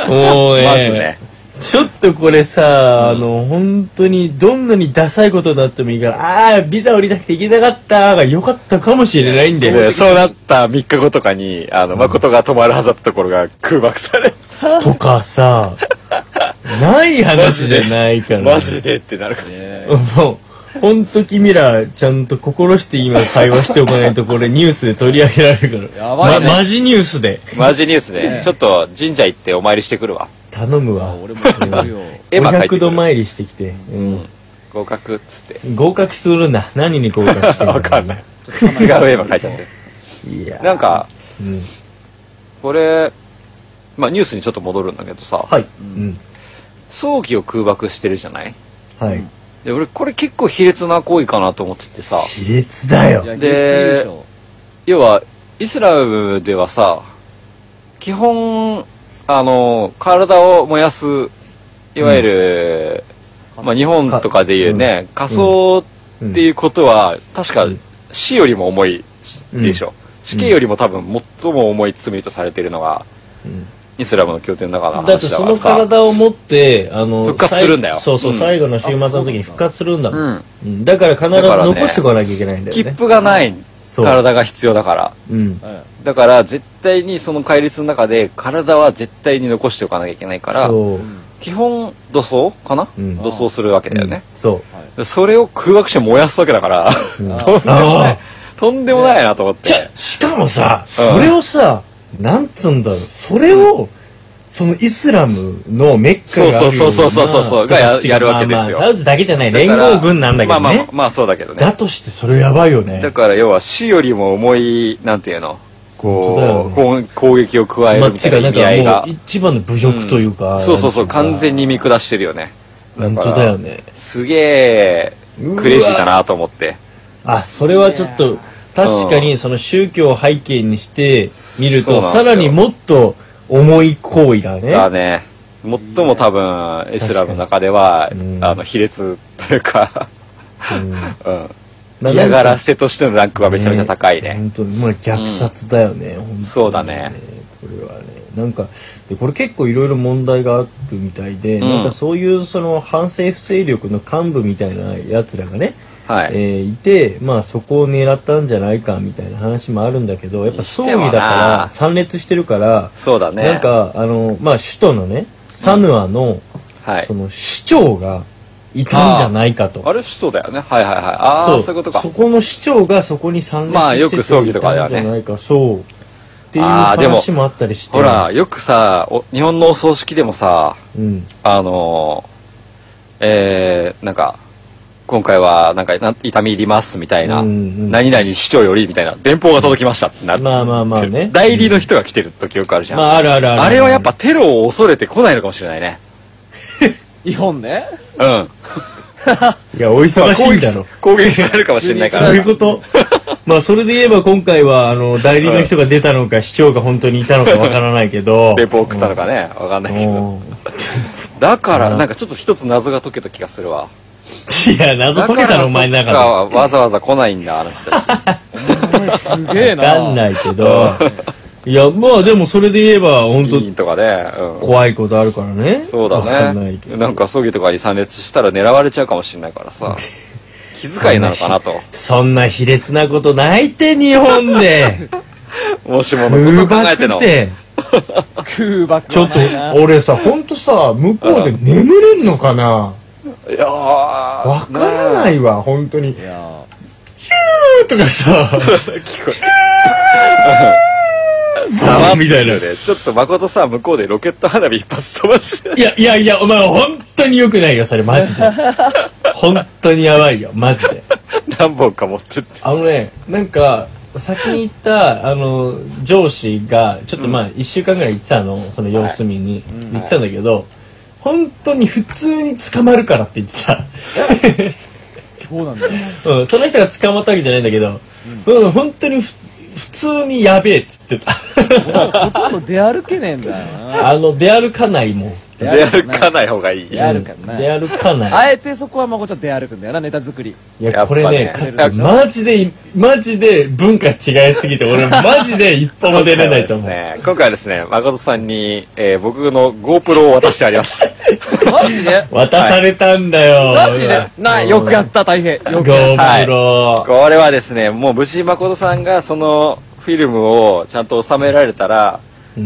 F: もうね,、
D: まずね。
F: ちょっとこれさ、あの本当にどんなにダサいことになってもいいからああービザ降りなくて行けなかったが良かったかもしれないんだよ
D: で、そうなった3日後とかに、あの、誠が泊まるはずだったところが空爆され
F: とかさ、ない話じゃないか
D: た。
F: ら。
D: マジでってなるかもしれない。
F: もう、ほんと君ら、ちゃんと心して今会話しておかない と、これニュースで取り上げられるから。
E: やばいね
F: ま、マジニュースで。
D: マジニュースで、ちょっと神社行ってお参りしてくるわ。
F: 頼むわ。
E: 俺もやる よ。
D: 絵ば描いてく
F: 500
D: る
F: 度参りしてきて。うん。
D: 合格っつって。
F: 合格するんだ。何に合格してる
D: わかんない。
E: ちょっと
D: 違う絵ば描いちゃって。
F: いや。
D: なんか、
F: うん。
D: これ、まあニュースにちょっと戻るんだけどさ、
F: はい。うん。
D: 葬儀を空爆してるじゃない
F: はい。
D: で、俺これ結構卑劣な行為かなと思っててさ、
F: 熾烈だよ
E: い。や、激し
D: で
E: いでしょ。
D: 要は、イスラムではさ、基本、あの、体を燃やす、いわゆる、まあ日本とかでいうね、火葬っていうことは、確か
F: うん
D: 死よりも重いでしょ。死刑よりも多分最も重い罪とされているのが、
F: うん
D: イスラムの経典の中の
F: だって
D: 話だ
F: そ
D: か
F: の
D: らさ。
F: 体を持って、あの、
D: 復活するんだよ
F: さいそうそう、
D: うん
F: 最後の週末の時に復活するんだもん。
D: う
F: うんんだから必ず
D: だからね
F: 残しておかなきゃいけないんだよ
D: 切
F: ね。
D: 符がない
F: そう。
D: 体が必要だから。
F: うん。
D: だから絶対にその戒律の中で体は絶対に残しておかなきゃいけないから、
F: そう。
D: 基本土葬かな、
F: うん
D: 土葬するわけだよね、
F: うんそう。
D: それを空爆して燃やすわけだから、 とんでもないとんでもないなと思って、
F: しかもさ、それをさ、なんつうんだろう、それを、そのイスラムのメッカがあるよな
D: そうそうそうそうそうそうがや
F: 形が
D: やるわけですよ
F: まあまあサウジだけじゃない、
D: だ
F: 連
D: から
F: 合軍なんだけどね。
D: まあまあまあまあそうだけどね
F: だとしてそれやばいよね。
D: だから要は死よりも重いなんていうのこう
F: 本当だ
D: こう攻撃を加え
F: まあ
D: るみ
F: 違
D: たいうな
F: な
D: 意
F: ん
D: 味合い
F: か
D: が
F: もう、一番の侮辱というか。
D: そうそうそう
F: なん
D: 完
F: てい
D: 全に見下してるよね
F: うか。本当だよね。
D: すげえクレイジーだなと思って
F: あそれはちょっと確かにその宗教を背景にして見る
D: そう
F: と
D: なんです
F: さ
D: よ
F: らにもっと重い行為だね
D: だね最も多分イスラムの中では、
F: うん
D: あの卑劣というか、うん、
F: まあ
D: 嫌がらせとしてのランクはめちゃめちゃ高いね。
F: 本当にまあ虐殺だよね、本当にね
D: そうだね
F: これはねなんかでこれ結構いろいろ問題があるみたいで、
D: うん
F: なんかそういうその反政府勢力の幹部みたいなやつらがね、
D: はい。
F: えーいて、まあ、そこを狙ったんじゃないかみたいな話もあるんだけどやっぱ葬儀だ
D: にしても
F: か
D: な
F: ら参列してるから
D: そうだね。
F: なんか、あの、まあ、首都のね、サヌアの、
D: はい
F: そ。の、首長がいたんじゃないかと。
D: あれ首都だよね。はいはいはい。ああ、そういうことか。
F: この市長がそこに参列してて
D: まあよく葬儀とかではね
F: いたんじゃないか、そう。っていう
D: あーでも
F: 話もあったりして。
D: ほら、、よくさ、お日本のお葬式でもさ、
F: うん。
D: あのー、えー、なんか、今回は、なんか、な痛み入ります、みたいな。
F: うんうん
D: 何々市長より、みたいな。電報が届きましたってなる。
F: まあま あまあね。
D: 代理の人が来てる時よくあるじゃん。
F: まあ、あるあるある。
D: あれはやっぱ、テロを恐れて来ないのかもしれないね。
E: 日本ね。
D: うん。
F: いや、お忙しいんだろ。
D: 攻撃されるかもしれないから。
F: そういう ことまあ、それで言えば今回は、あの、代理の人が出たのか、市長が本当にいたのかわからないけど。
D: レポ送ったのかね、わかんないけど。
F: うん
D: だから、なんかちょっと一つ謎が解けた気がするわ。
F: いや、謎解けた
D: ら
F: のお前の中
D: そ
F: で
D: っ。かわざわざ来ないんだ、あの人たち。
E: すげえ
F: わかん
E: な。
F: ないけど。いや、まあでもそれで言えば、本
D: 議員
F: 当
D: とかね。うん。
F: 怖いことあるからね。
D: そう
F: わか
D: だ
F: んない
D: ね
F: け。ど。
D: なんか葬儀とかに参列したら狙われちゃうかもしれないから さ。気遣いなのかなと。
F: そんな卑劣なことないって、日 本で。
D: もしものこ
F: 空
D: とを考えての
F: 爆っ。て。
E: 空爆。
F: ちょっと、俺さ、ほんとさ、向こうで眠れんのかない
D: やわ。
F: わからないいわ、本当に。ヒュ
E: や
F: ーとかさ、
D: 聞こえ。ざわみたいなね。 ちょっと誠さ、向こうでロケット花火一発飛ばし。
F: いや、いやいや、お前本当に良くないよ、それ、マジで。本当にやばいよ、マジで。
D: 何本か持ってって。
F: あのね、なんか、先に行った、あの、上司が、ちょっとまあ、一週間ぐらい行ってたの、その様子見に、行ってたんだけど、本当に普通に捕まるからって言ってた。
E: そうなんだよ。
F: うん、その人が捕まったわけじゃないんだけど、うん、本当にふ普通にやべえって言って
E: ほ
F: た。
E: とんど出歩けねえんだよな。
F: あの、出歩かないもん。
D: 出
E: や
D: 歩かない方がいい。
E: 出歩かな
F: 出
E: い。
F: 歩かない。
E: あえてそこはまこちゃん出歩くんだよな、ネタ作り。
F: い
D: や
F: や、
D: っぱ
F: こ
D: ね
F: れね、
D: やっ
F: か
D: ぱ
F: マジで、マジで文化違いすぎて、俺マジで一歩も出れないと思う。
D: ね、今回はですね、誠さんに、えー僕の GoPro を渡してあります。
E: マジで
F: 渡されたんだよ。
E: マジでな、よくやった、大変。よくやっ
F: GoPro。
D: これはですね、もう無事誠さんがそのフィルムをちゃんと収められたら、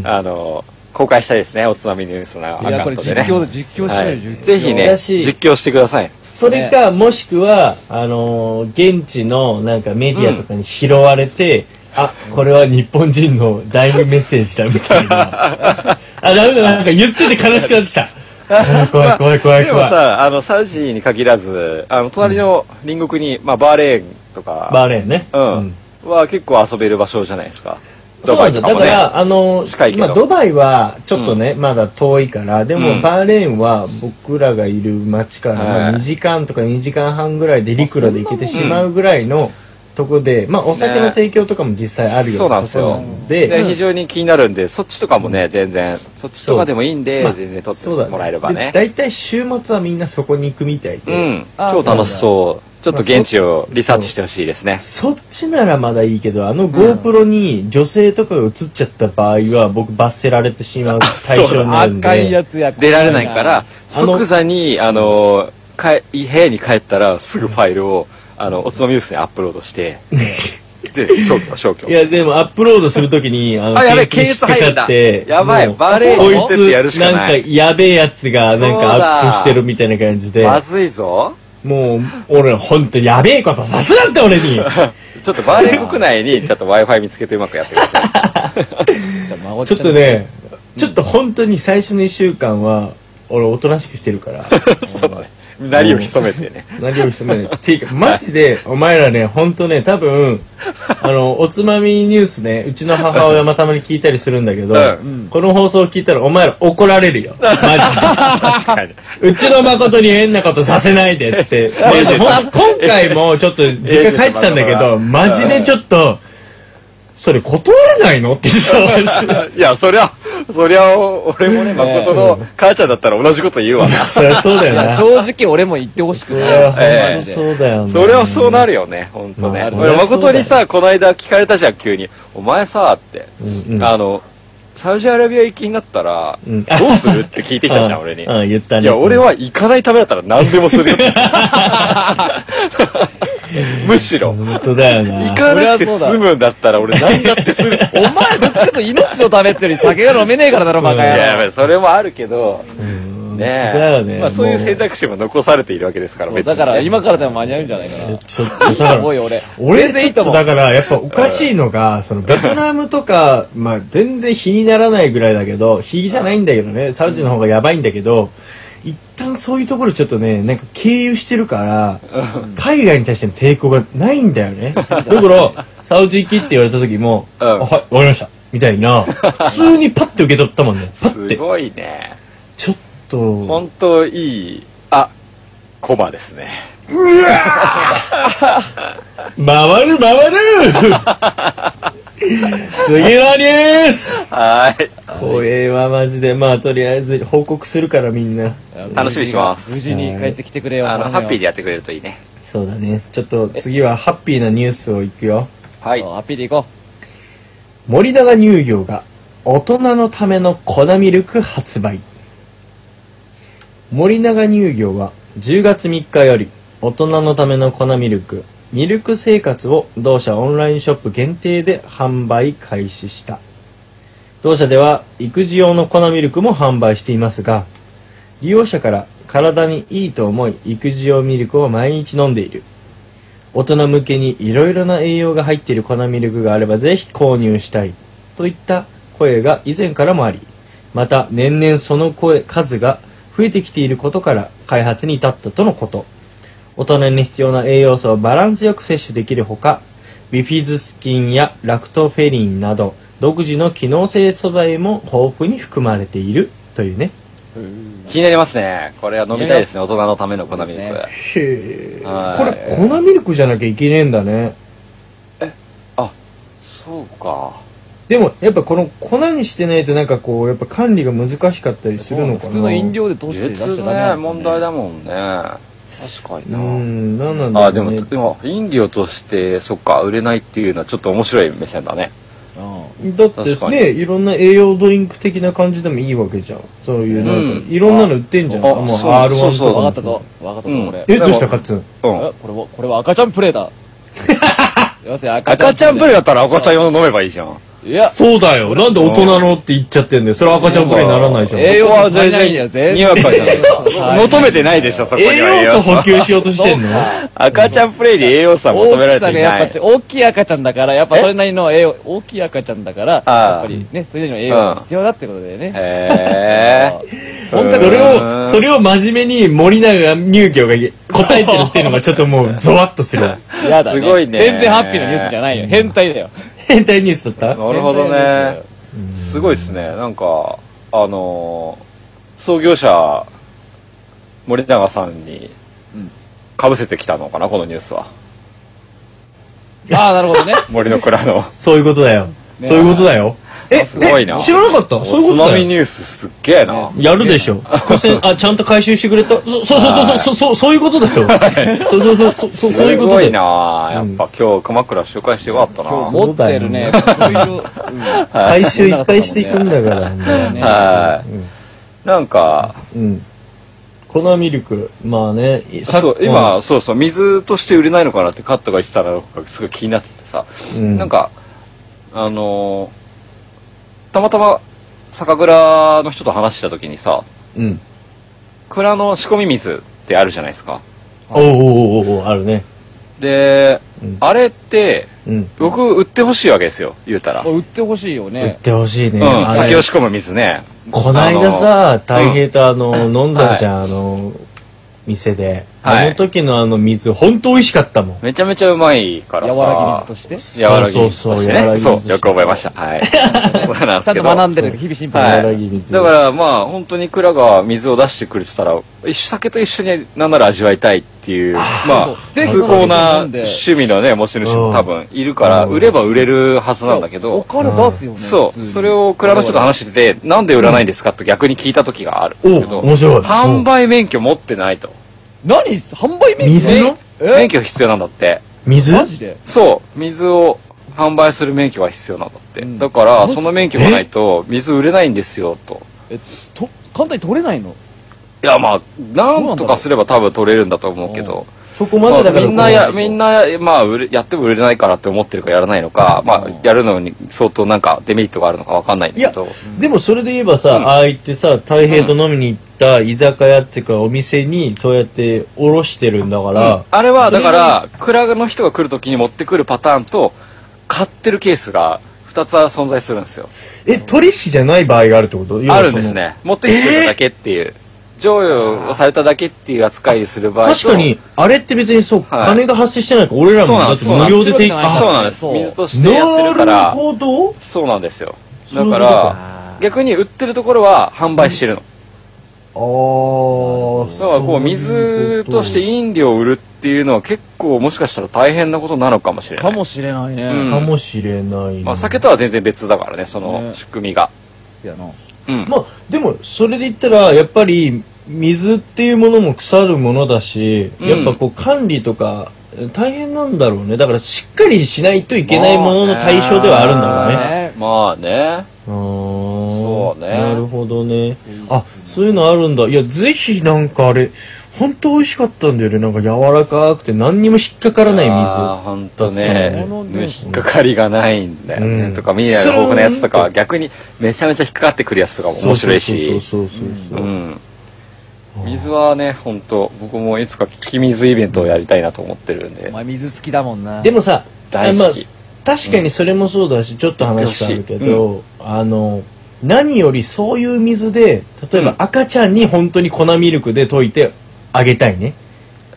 D: あの、公開したいですね、おつまみニュースのア
E: いや、
D: カ
E: こ
D: ウン
E: れ
D: トで
E: 実
D: ね。
E: 況、実況しない実況。
D: ぜひね、
F: だし
D: 実況してください。
F: それか、もしくは、あのー現地のなんかメディアとかに拾われて、あ、これは日本人のダイブメッセージだみたい な。あ、ダメだ、なんか言ってて悲しくなってきた。あー怖い怖い怖い
D: でも
F: 怖い。
D: さ、あの、サウジに限らず、あの、隣の隣国に、まあ、バーレーンとか、
F: バーレーンね。
D: うん。は結構遊べる場所じゃないですか。
F: そうなんですよ。だ
D: ド
F: か
D: バイともね
F: ら、あの
D: 近い、けど
F: まあ、ドバイはちょっとね、まだ遠いから、で
D: う
F: も
D: ん
F: バーレーンは僕らがいる町から、ま
D: は
F: あ
D: い
F: 2時間とか2時間半ぐらいで陸路で行けてしまうぐらいのとこで、まあ、お酒の提供とかも実際あるよ
D: そう
F: う
D: な
F: なん
D: で
F: と
D: す
F: ころ
D: よ
F: なの
D: で、非
F: で、
D: 常に気になるんで、そっちとかもね、全然、そっちとかでもいいんで、
F: まあ
D: 全然撮って
F: そうだ
D: もらえればね。
F: だいたい週末はみんなそこに行くみたいうで、
D: ん。超楽しそう。ちょっと現地をリサーチしてほしいですね。
F: そっちならまだいいけど、あの GoPro に女性とかが映っちゃった場合は、僕罰せられてしまう対象になるんで。
E: 赤いやつや。
D: 出られないから、即座に、あの、か部屋に帰ったら、すぐファイルを、あの、おつまみニュースにアップロードして、で、消去、消去
F: い。や、でもアップロードするときに、あの、
D: あやべえ
F: 検索に引っかか
D: 検
F: っ
D: 索入る
F: て
D: んだやばい
F: もう
D: バレエ
F: こ
D: のやつやる
F: い
D: し
F: つ、
D: か
F: なん
D: な
F: か、
D: い
F: やべえやつが、なん
D: そうだ
F: かアップしてるみたいな感じで、
D: まずいぞ。
F: もう、俺、ほんと、やべえことさすなって、俺に
D: ちょっとバーレーン国内に、ちょっと Wi-Fi 見つけてうまくやってください。
F: ちょっとね、ちょっと本当に最初の1週間は、俺、おとなしくしてるから、
D: そうだね。何を潜めてね。
F: 何をしてもね、っていうか、マジで、お前らね、ほんとね、多分、あの、おつまみニュースね、うちの母親もたまに聞いたりするんだけど、この放送を聞いたら、お前ら怒られるよ。マジで。
D: 確かに。
F: うちの誠に変なことさせないでって。でほん今回もちょっと実家帰ってたんだけど、マジでちょっと、それ断れないのって 言ってた
D: いや、そりゃ、そりゃ、俺もね、誠の母ちゃんだったら同じこと言うわな。
F: そりゃそうだよ
E: いや
F: な。
E: 正直俺も言ってほしく
F: い
E: ない。
F: や
D: ええ
F: ほんとそうだよね。
D: それはそうなるよね、ほんとね。
F: まあ
D: 俺、誠にさ、この間聞かれたじゃん、急に。お前さ、って。
F: うんうん
D: あの、サウジアラビア行きになったら、
F: うん
D: どうするって聞いてき たじゃん、
F: う
D: 俺に。
F: うん、言ったね。
D: いや、俺は行かないためだったら何でもする よ。むしろ。
F: 本当だよ
D: 行
F: な。
D: かなくて済むんだったら俺何だってす る。
E: お前、どっちかというと命のためってより酒が飲めねえからだろ、バ
D: い
E: カ
D: や、
E: 野郎。
D: まあそれもあるけど、ね
F: 本当だよね
D: まあそういう選択肢も残されているわけですから、
E: そう
D: 別にね。
E: だから今からでも間に合うんじゃないかな。
F: ちょっと、だから
E: おい俺。
F: 俺
E: 全然い
F: ちょ
E: い
F: っ
E: と
F: と
E: 思う
F: だからやっぱおかしいのが、そのベトナムとか、まあ全然比にならないぐらいだけど、比じゃないんだけどね、サウジの方がやばいんだけど、一旦そういうところちょっとね、なんか経由してるから、海外に対しての抵抗がないんだよ ね。だから、サウジ行きって言われた時も、
D: うん
F: あはい、わかりました。みたいな、普通にパッて受け取ったもんね。パッ
D: す
F: て。
D: ごいね。
F: ちょっと、
D: 本当いい、あ、コマですね。
F: 回る 回る次のニュース
D: はーい。
F: 怖えわマジでまあとりあえず報告するからみんな
D: 楽しみにします
E: 無事に帰ってきてくれよ。
D: あ
E: 頼
D: の、
E: む
D: ハ
E: よ
D: ッピーでやってくれるといいね。
F: そうだねちょっと次はハッピーなニュースをいくよ
D: はい
E: そう。ハッピーで行こ
F: 森永乳業が大人のための粉ミルク発売森永乳業は10月3日より大人のための粉ミルクミルク生活を同社オンラインショップ限定で販売開始した同社では育児用の粉ミルクも販売していますが利用者から体にいいと思い育児用ミルクを毎日飲んでいる大人向けにいろいろな栄養が入っている粉ミルクがあればぜひ購入したいといった声が以前からもありまた年々その声数が増えてきていることから開発に至ったとのこと大人に必要な栄養素をバランスよく摂取できるほかビフィズス菌やラクトフェリンなど独自の機能性素材も豊富に含まれているというね
D: 気になりますね。これは飲みたいですね。大人のための粉ミルク。
E: で
F: へえ
D: はい
F: これ粉ミルクじゃなきゃいけねえんだね
D: そうか。
F: でもやっぱこの粉にしてないとなんかこうやっぱ管理が難しかったりす
E: う。
F: るのかな
E: 普通の飲料で通して出し
D: 別
E: てダメ
D: ね、
E: なの
D: 問題だもんね。確か
F: う
D: に
F: んなんなん
D: な。
F: だろ
D: あ、
F: うね
D: でも、でも、飲料として、そっか、売れないっていうのはちょっと面白い目線だね。
E: う
F: だっ
D: 確
F: て
D: かに
F: ねいろんな栄養ドリンク的な感じでもいいわけじゃんそういうなん
D: う
F: か
D: ん
F: いろんなの売ってんじゃん
D: あ
F: もう
D: そう
F: R1
D: そうそ
E: ん。わ
D: う
F: とか
E: か
F: も
E: ったぞ。わかったぞ、これ。
F: えどうしたかっつん
D: うん。
E: えこれ は、これは赤ちゃんプレイだ。よせ、赤
D: 赤ちゃんプ
E: レ
D: レイだったら赤ちゃん用の飲めばいいじゃん。
E: イ。いや、
F: そうだよ。なんで大人のって言っちゃってんだよ。それは赤ちゃんプレイにならないじゃん。
E: 栄養は全然、
D: にわかじゃない
E: はい
D: 求めてないでしょ、そこには
F: 栄養素補給しようとしてんの
D: 赤ちゃんプレイで栄養素は求め
E: 大
D: られ
E: きさ
D: てい
E: がや
D: な
E: っぱち
D: い。
E: 大きい赤ちゃんだから、やっぱそれなりの栄養、大きい赤ちゃんだから、
D: ああ
E: やっぱりね、それなりの栄養が必要だってことでね。
D: へ
F: それを、それを真面目に森永乳業が答えてるっていうのがちょっともうゾワッとするわ。
E: やだ、ね。
D: すごいね
E: 全然ハッピーなニュースじゃないよ。変態だよ。
F: 変態ニュースだっ
D: ー。
F: た
D: なるほどね。すごいですね。なんか、あのー、創業者、森永さんに、かぶせてきたのかな、このニュースは。
E: ああ、なるほどね。
D: 森の蔵 の。
F: そういうことだよ。そういうことだよ。え、
D: すごいな
F: え知らなかったそういう
D: つ
F: こと
D: ま
F: だ
D: み
F: よ。
D: ニュースすっげえな。
F: やるでしょ。こせあ、ちゃんと回収してくれた。そ、そうそうそう、そう、そう、そういうことだよ。そうそうそう、そう、そうそういう
D: す
F: こと
D: ご
F: だ
D: い
F: よ。
D: なやっぱ今日、熊倉紹介してよかったな。
E: 持ってるね。いろいろうん
F: 回収いっぱいしていくんだから。
E: ね
D: はい。なんか、
F: うん。粉ミルク、まあね、いさ
D: そう、今、そうそう、水として売れないのかなってカットが言ってたのがすごい気になっててさ、
F: うん
D: なんか、あのーたまたま酒蔵の人と話した時にさ、
F: うん。
D: 蔵の仕込み水ってあるじゃないですか。
F: おうおうおうおうあるね。
D: で、
F: うん
D: あれって、
F: うん。
D: 僕売ってほしいわけですよ、言うたら。
E: これ売ってほしいよ
F: 売っ
E: ね。
F: てほしいね。
D: うん、
F: あれ
D: 酒を仕込む水ね。
F: こないだ
D: あ
F: さ、太平とあの、飲んだじゃん、あの、店で。
D: は
F: あ
D: い
F: の時のあの水、ほんと美味しかったもん
D: の、。めちゃめちゃうまいから
E: 柔
D: さ。
E: らぎ水として。ち
D: 柔らぎ水
F: そ
D: と
F: うそ
D: し
F: うそう、
D: て
F: 柔ら
D: ね。
F: ぎ水
D: そ
F: と
D: う
F: して
D: よく覚えました。 はい。そうなんです
E: ゃん
D: け
E: と
D: ど。
E: 学んでる。日々進歩。
D: はい
F: 柔らぎ水
D: だからまあ本当に蔵が水を出してくれてたら一酒と一緒になんなら味わいたいっていうまあ
E: そう
D: 崇
E: 全
D: 高な
E: 国の
D: 趣味のね持ち主も多分いるから
F: うん
D: 売れば売れるはずなんだけ
E: お
D: ど
E: 金出すよね。
D: そう
E: 普通に
D: それを蔵の人と話しててなんで売らないんですかと逆に聞いた時があるんですけ
F: お、
D: ど
F: 面白い。
D: 販売免許持ってないと
E: 何販売免許
F: 水の
E: え
D: 免許必要なんだって
F: 水
E: マジで
D: そう水を販売する免許が必要なんだってだからその免許がないと水売れないんですよと
E: えと簡単に取れないの
D: いやまあなんとかすれば多分取れるんだと思うけど
F: そこまでだから、
D: みんなや、
F: こう
D: みんなや、まあ、売れやっても売れないからって思ってるかやらないのか、まあ、やるのに相当なんかデメリットがあるのかわかんないん
F: い
D: だ
F: や
D: けど、、
F: でもそれで言えばさ、ああ言ってさ、太平と飲みに行った居酒屋っていうかお店に、そうやっておろしてるんだから、
D: あれはだから、蔵の人が来るときに持ってくるパターンと、買ってるケースが2つは存在するんですよ。
F: え、取引じゃない場合があるってこと
D: あるんです。ね。持ってきてくれただけっていう、贈与をされただけっていう扱いする場合
F: 要は
D: と
F: その確かに、あれって別にそう、
D: はい
F: 金が発生してないから、俺ら
D: そう
F: も
D: なん
F: だ
D: で
F: って
D: す
F: 無料で提供、
E: そうなんです
D: そうなんで
E: そう
D: す。水としてやってるか
F: なる
D: ら、
F: ほど。
D: そうなんですよ。
F: そう
D: だ
F: いうこ
D: か、
F: とから
D: 逆に売ってるところは販売してるの。だから
F: ああ、
D: こう水として飲料を売るっていうのは結構もしかしたら大変なことなのかもしれな
E: か
D: い、
E: もしれないね、
D: う
F: うんんかもしれないね。
D: まあ、酒とは全然別だからねその
E: ね
D: 仕組みが、
E: やな
D: うん
F: まあ、でも、それで言ったら、やっぱり、水っていうものも腐るものだし、
D: うん
F: やっぱこう、管理とか、大変なんだろうね。だから、しっかりしないといけないものの対象ではあるんだろうね。
D: まあね
F: うーん
D: そうね
F: なるほどね。あ、そういうのあるんだ。いや、ぜひなんかあれ、ほんと美味しかったんだよね。なんか柔らかくて何にも引っかからない水。
D: あーほんと
F: だ
D: ね
F: って
E: その
D: 引っかかりがないんだよね、
F: うん
D: とかミネラル豊富なやつとかは逆にめちゃめちゃ引っかかってくるやつとかも面白いし
F: そうそうそうそうそう。
D: うん水はね本当僕もいつか利き水イベントをやりたいなと思ってるんで
E: お前水好きだもんな
F: でもさ、
D: 大好き
F: あまあ確かにそれもそうだし、ちょっと話変わるけど、あの、何よりそういう水で、例えば赤ちゃんに本当に粉ミルクで溶いてあげたいね。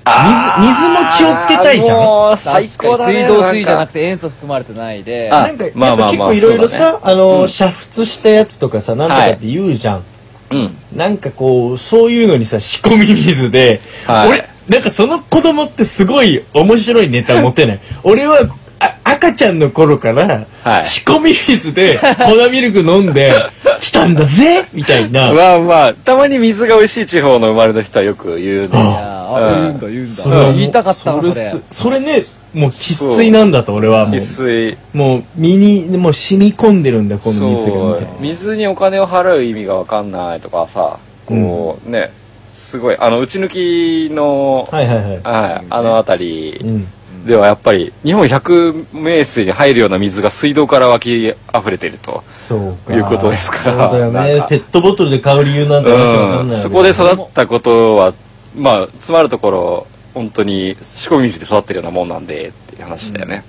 F: 水、水も気をつけたいじゃん。
D: もう
E: 最
D: 最
E: 高
D: 高だね
E: 水道水じゃなく
D: て
E: て塩素含まれてないで
D: あ
F: なんか、
D: ま
F: や
D: あ
F: っ
D: ま
F: ぱ
D: あ
F: 結
D: まあ
F: 構いろいろ
D: そうだ
F: さ、あの、煮沸したやつとかさ、なんとかって言うじゃん。
D: うん
F: なんかこう、そういうのにさ、仕込み水で、
D: はい
F: 俺、なんかその子供ってすごい面白いネタ持ってない。俺は、あ赤ちゃんの頃から、
D: はい
F: 仕込み 水で粉ミルク飲んで、したんだぜみたいな。
D: まあまあ、たまに水が美味しい地方の生まれの人はよく言う
E: い
D: ね。
E: やあ
D: うん
E: 言うんだ言うん
F: それは
E: だ
F: もう
E: 言いたかったなそれ
F: すそれね、もう生粋なんだと俺はも
D: 翡
F: う。
D: 翠。
F: もう身に、もう染み込んでるんだ、この水がみ
D: そ
F: たいうな。。
D: 水にお金を払う意味がわかんないとかさ、こうね、すごい、あの、打ち抜きの、
F: はいはいはい。
D: はい、あのあたり
F: うん。
D: ではやっぱり日本百名水に入るような水が水道から湧き溢れていると
F: そうか
D: いうことですから
F: そうだよ
D: なん
F: ね
D: か
F: ペットボトルで買う理由なんてわけわかんないわけだよ
D: う
F: ね
D: ん、そこで育ったことはまあつまるところ本当に仕込み水で育ってるようなもんなんでっていう話だよね、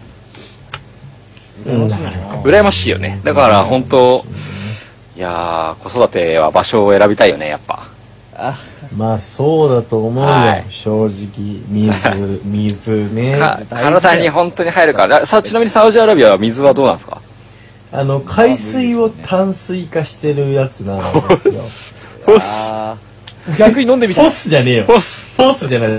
F: うん
D: 羨ましいよねだから本当いやー子育ては場所を選びたいよねやっぱ
F: まあそうだと思うよ、
D: はい
F: 正直水水ね
D: か体に本当に入るからださちなみにサウジアラビアは水はどうなんですか
F: あの海水を淡水化してるやつなんですよ
D: フォス
E: あー逆に飲んでみ
F: フ
E: たい
F: ォスじゃねえよ
D: フォス
F: フォスじゃない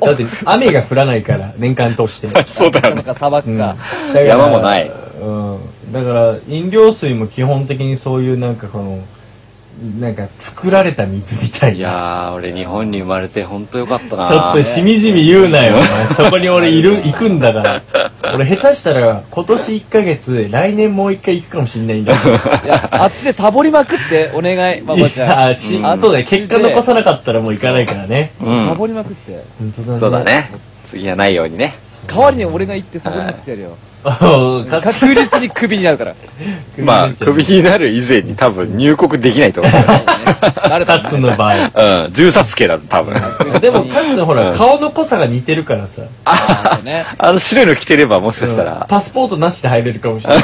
F: だって雨が降らないから年間通して、
D: そうだよ
E: な
D: ね
E: んか砂
F: う
E: 漠
F: ん
E: か、
F: だから
D: 山もない
F: うん、だから飲料水も基本的にそういうなんかこのなんか作られた水みたい
D: い
F: な
D: やー俺日本に生まれて本当よかったな
F: ちょっとしみじみ言うなよ、お前そこに俺いる、 行くんだから。俺下手したら、今年1ヶ月、来年もう1回行くかもしんないんだよ。
E: いやあっちでサボりまくってお願いママ
F: い
E: ちゃん
F: や、し、あ、そうだよ、結果残さなかったらもう行かないからね。
D: うん
E: サボりまくって
F: 本当だね。
D: そうだ。ね次はないようにね
E: 代わりに俺が行ってサボりまくってやるよ
F: おうか
E: 確実にクビになるから
D: まあクビになる以前に多分入国できないと 思うよ
E: 誰
F: カッツの場合。
D: うん、銃殺刑だと多分。
F: でも、カッツンほら、顔の濃さが似てるからさ。
E: だね
D: あの白いの着てればもしかした
F: うん
D: ら、
F: パスポートなしで入れるかもしれない。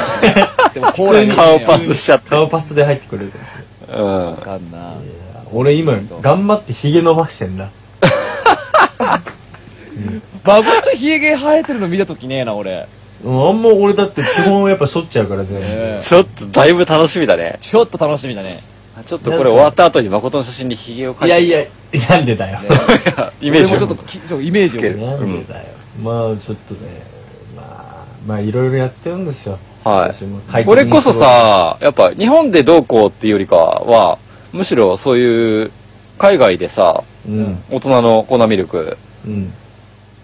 E: でもコーラに
D: 顔パスしちゃって。
F: 顔パスで入ってくれる。
D: うん。
E: わかんな
F: 俺今、頑張ってヒゲ伸ばしてんだ。
E: 孫ちゃんヒゲ生えてるの見たときねえな俺
F: うんあんま俺だって基本やっぱ剃っちゃうから全部。
E: ええ
D: ちょっとだいぶ楽しみだね。
E: ちょっと楽しみだね
D: ちょっとこれ終わった後に誠の写真にヒゲを描いて。
F: いやいや、なんでだよ。
D: イメ
E: 俺も
D: ージ
E: ち
D: を
E: ょっときちょっとイメージ
D: つ
E: を
D: ける
F: なんでだよ、まあちょっとねまあまあいろいろやってるんですよ
D: はい
F: 私も快適
D: こ
F: に
D: れこそさ、やっぱ日本でどうこうっていうよりかは、むしろそういう海外でさ、
F: うん
D: 大人の粉ミルク、
F: うん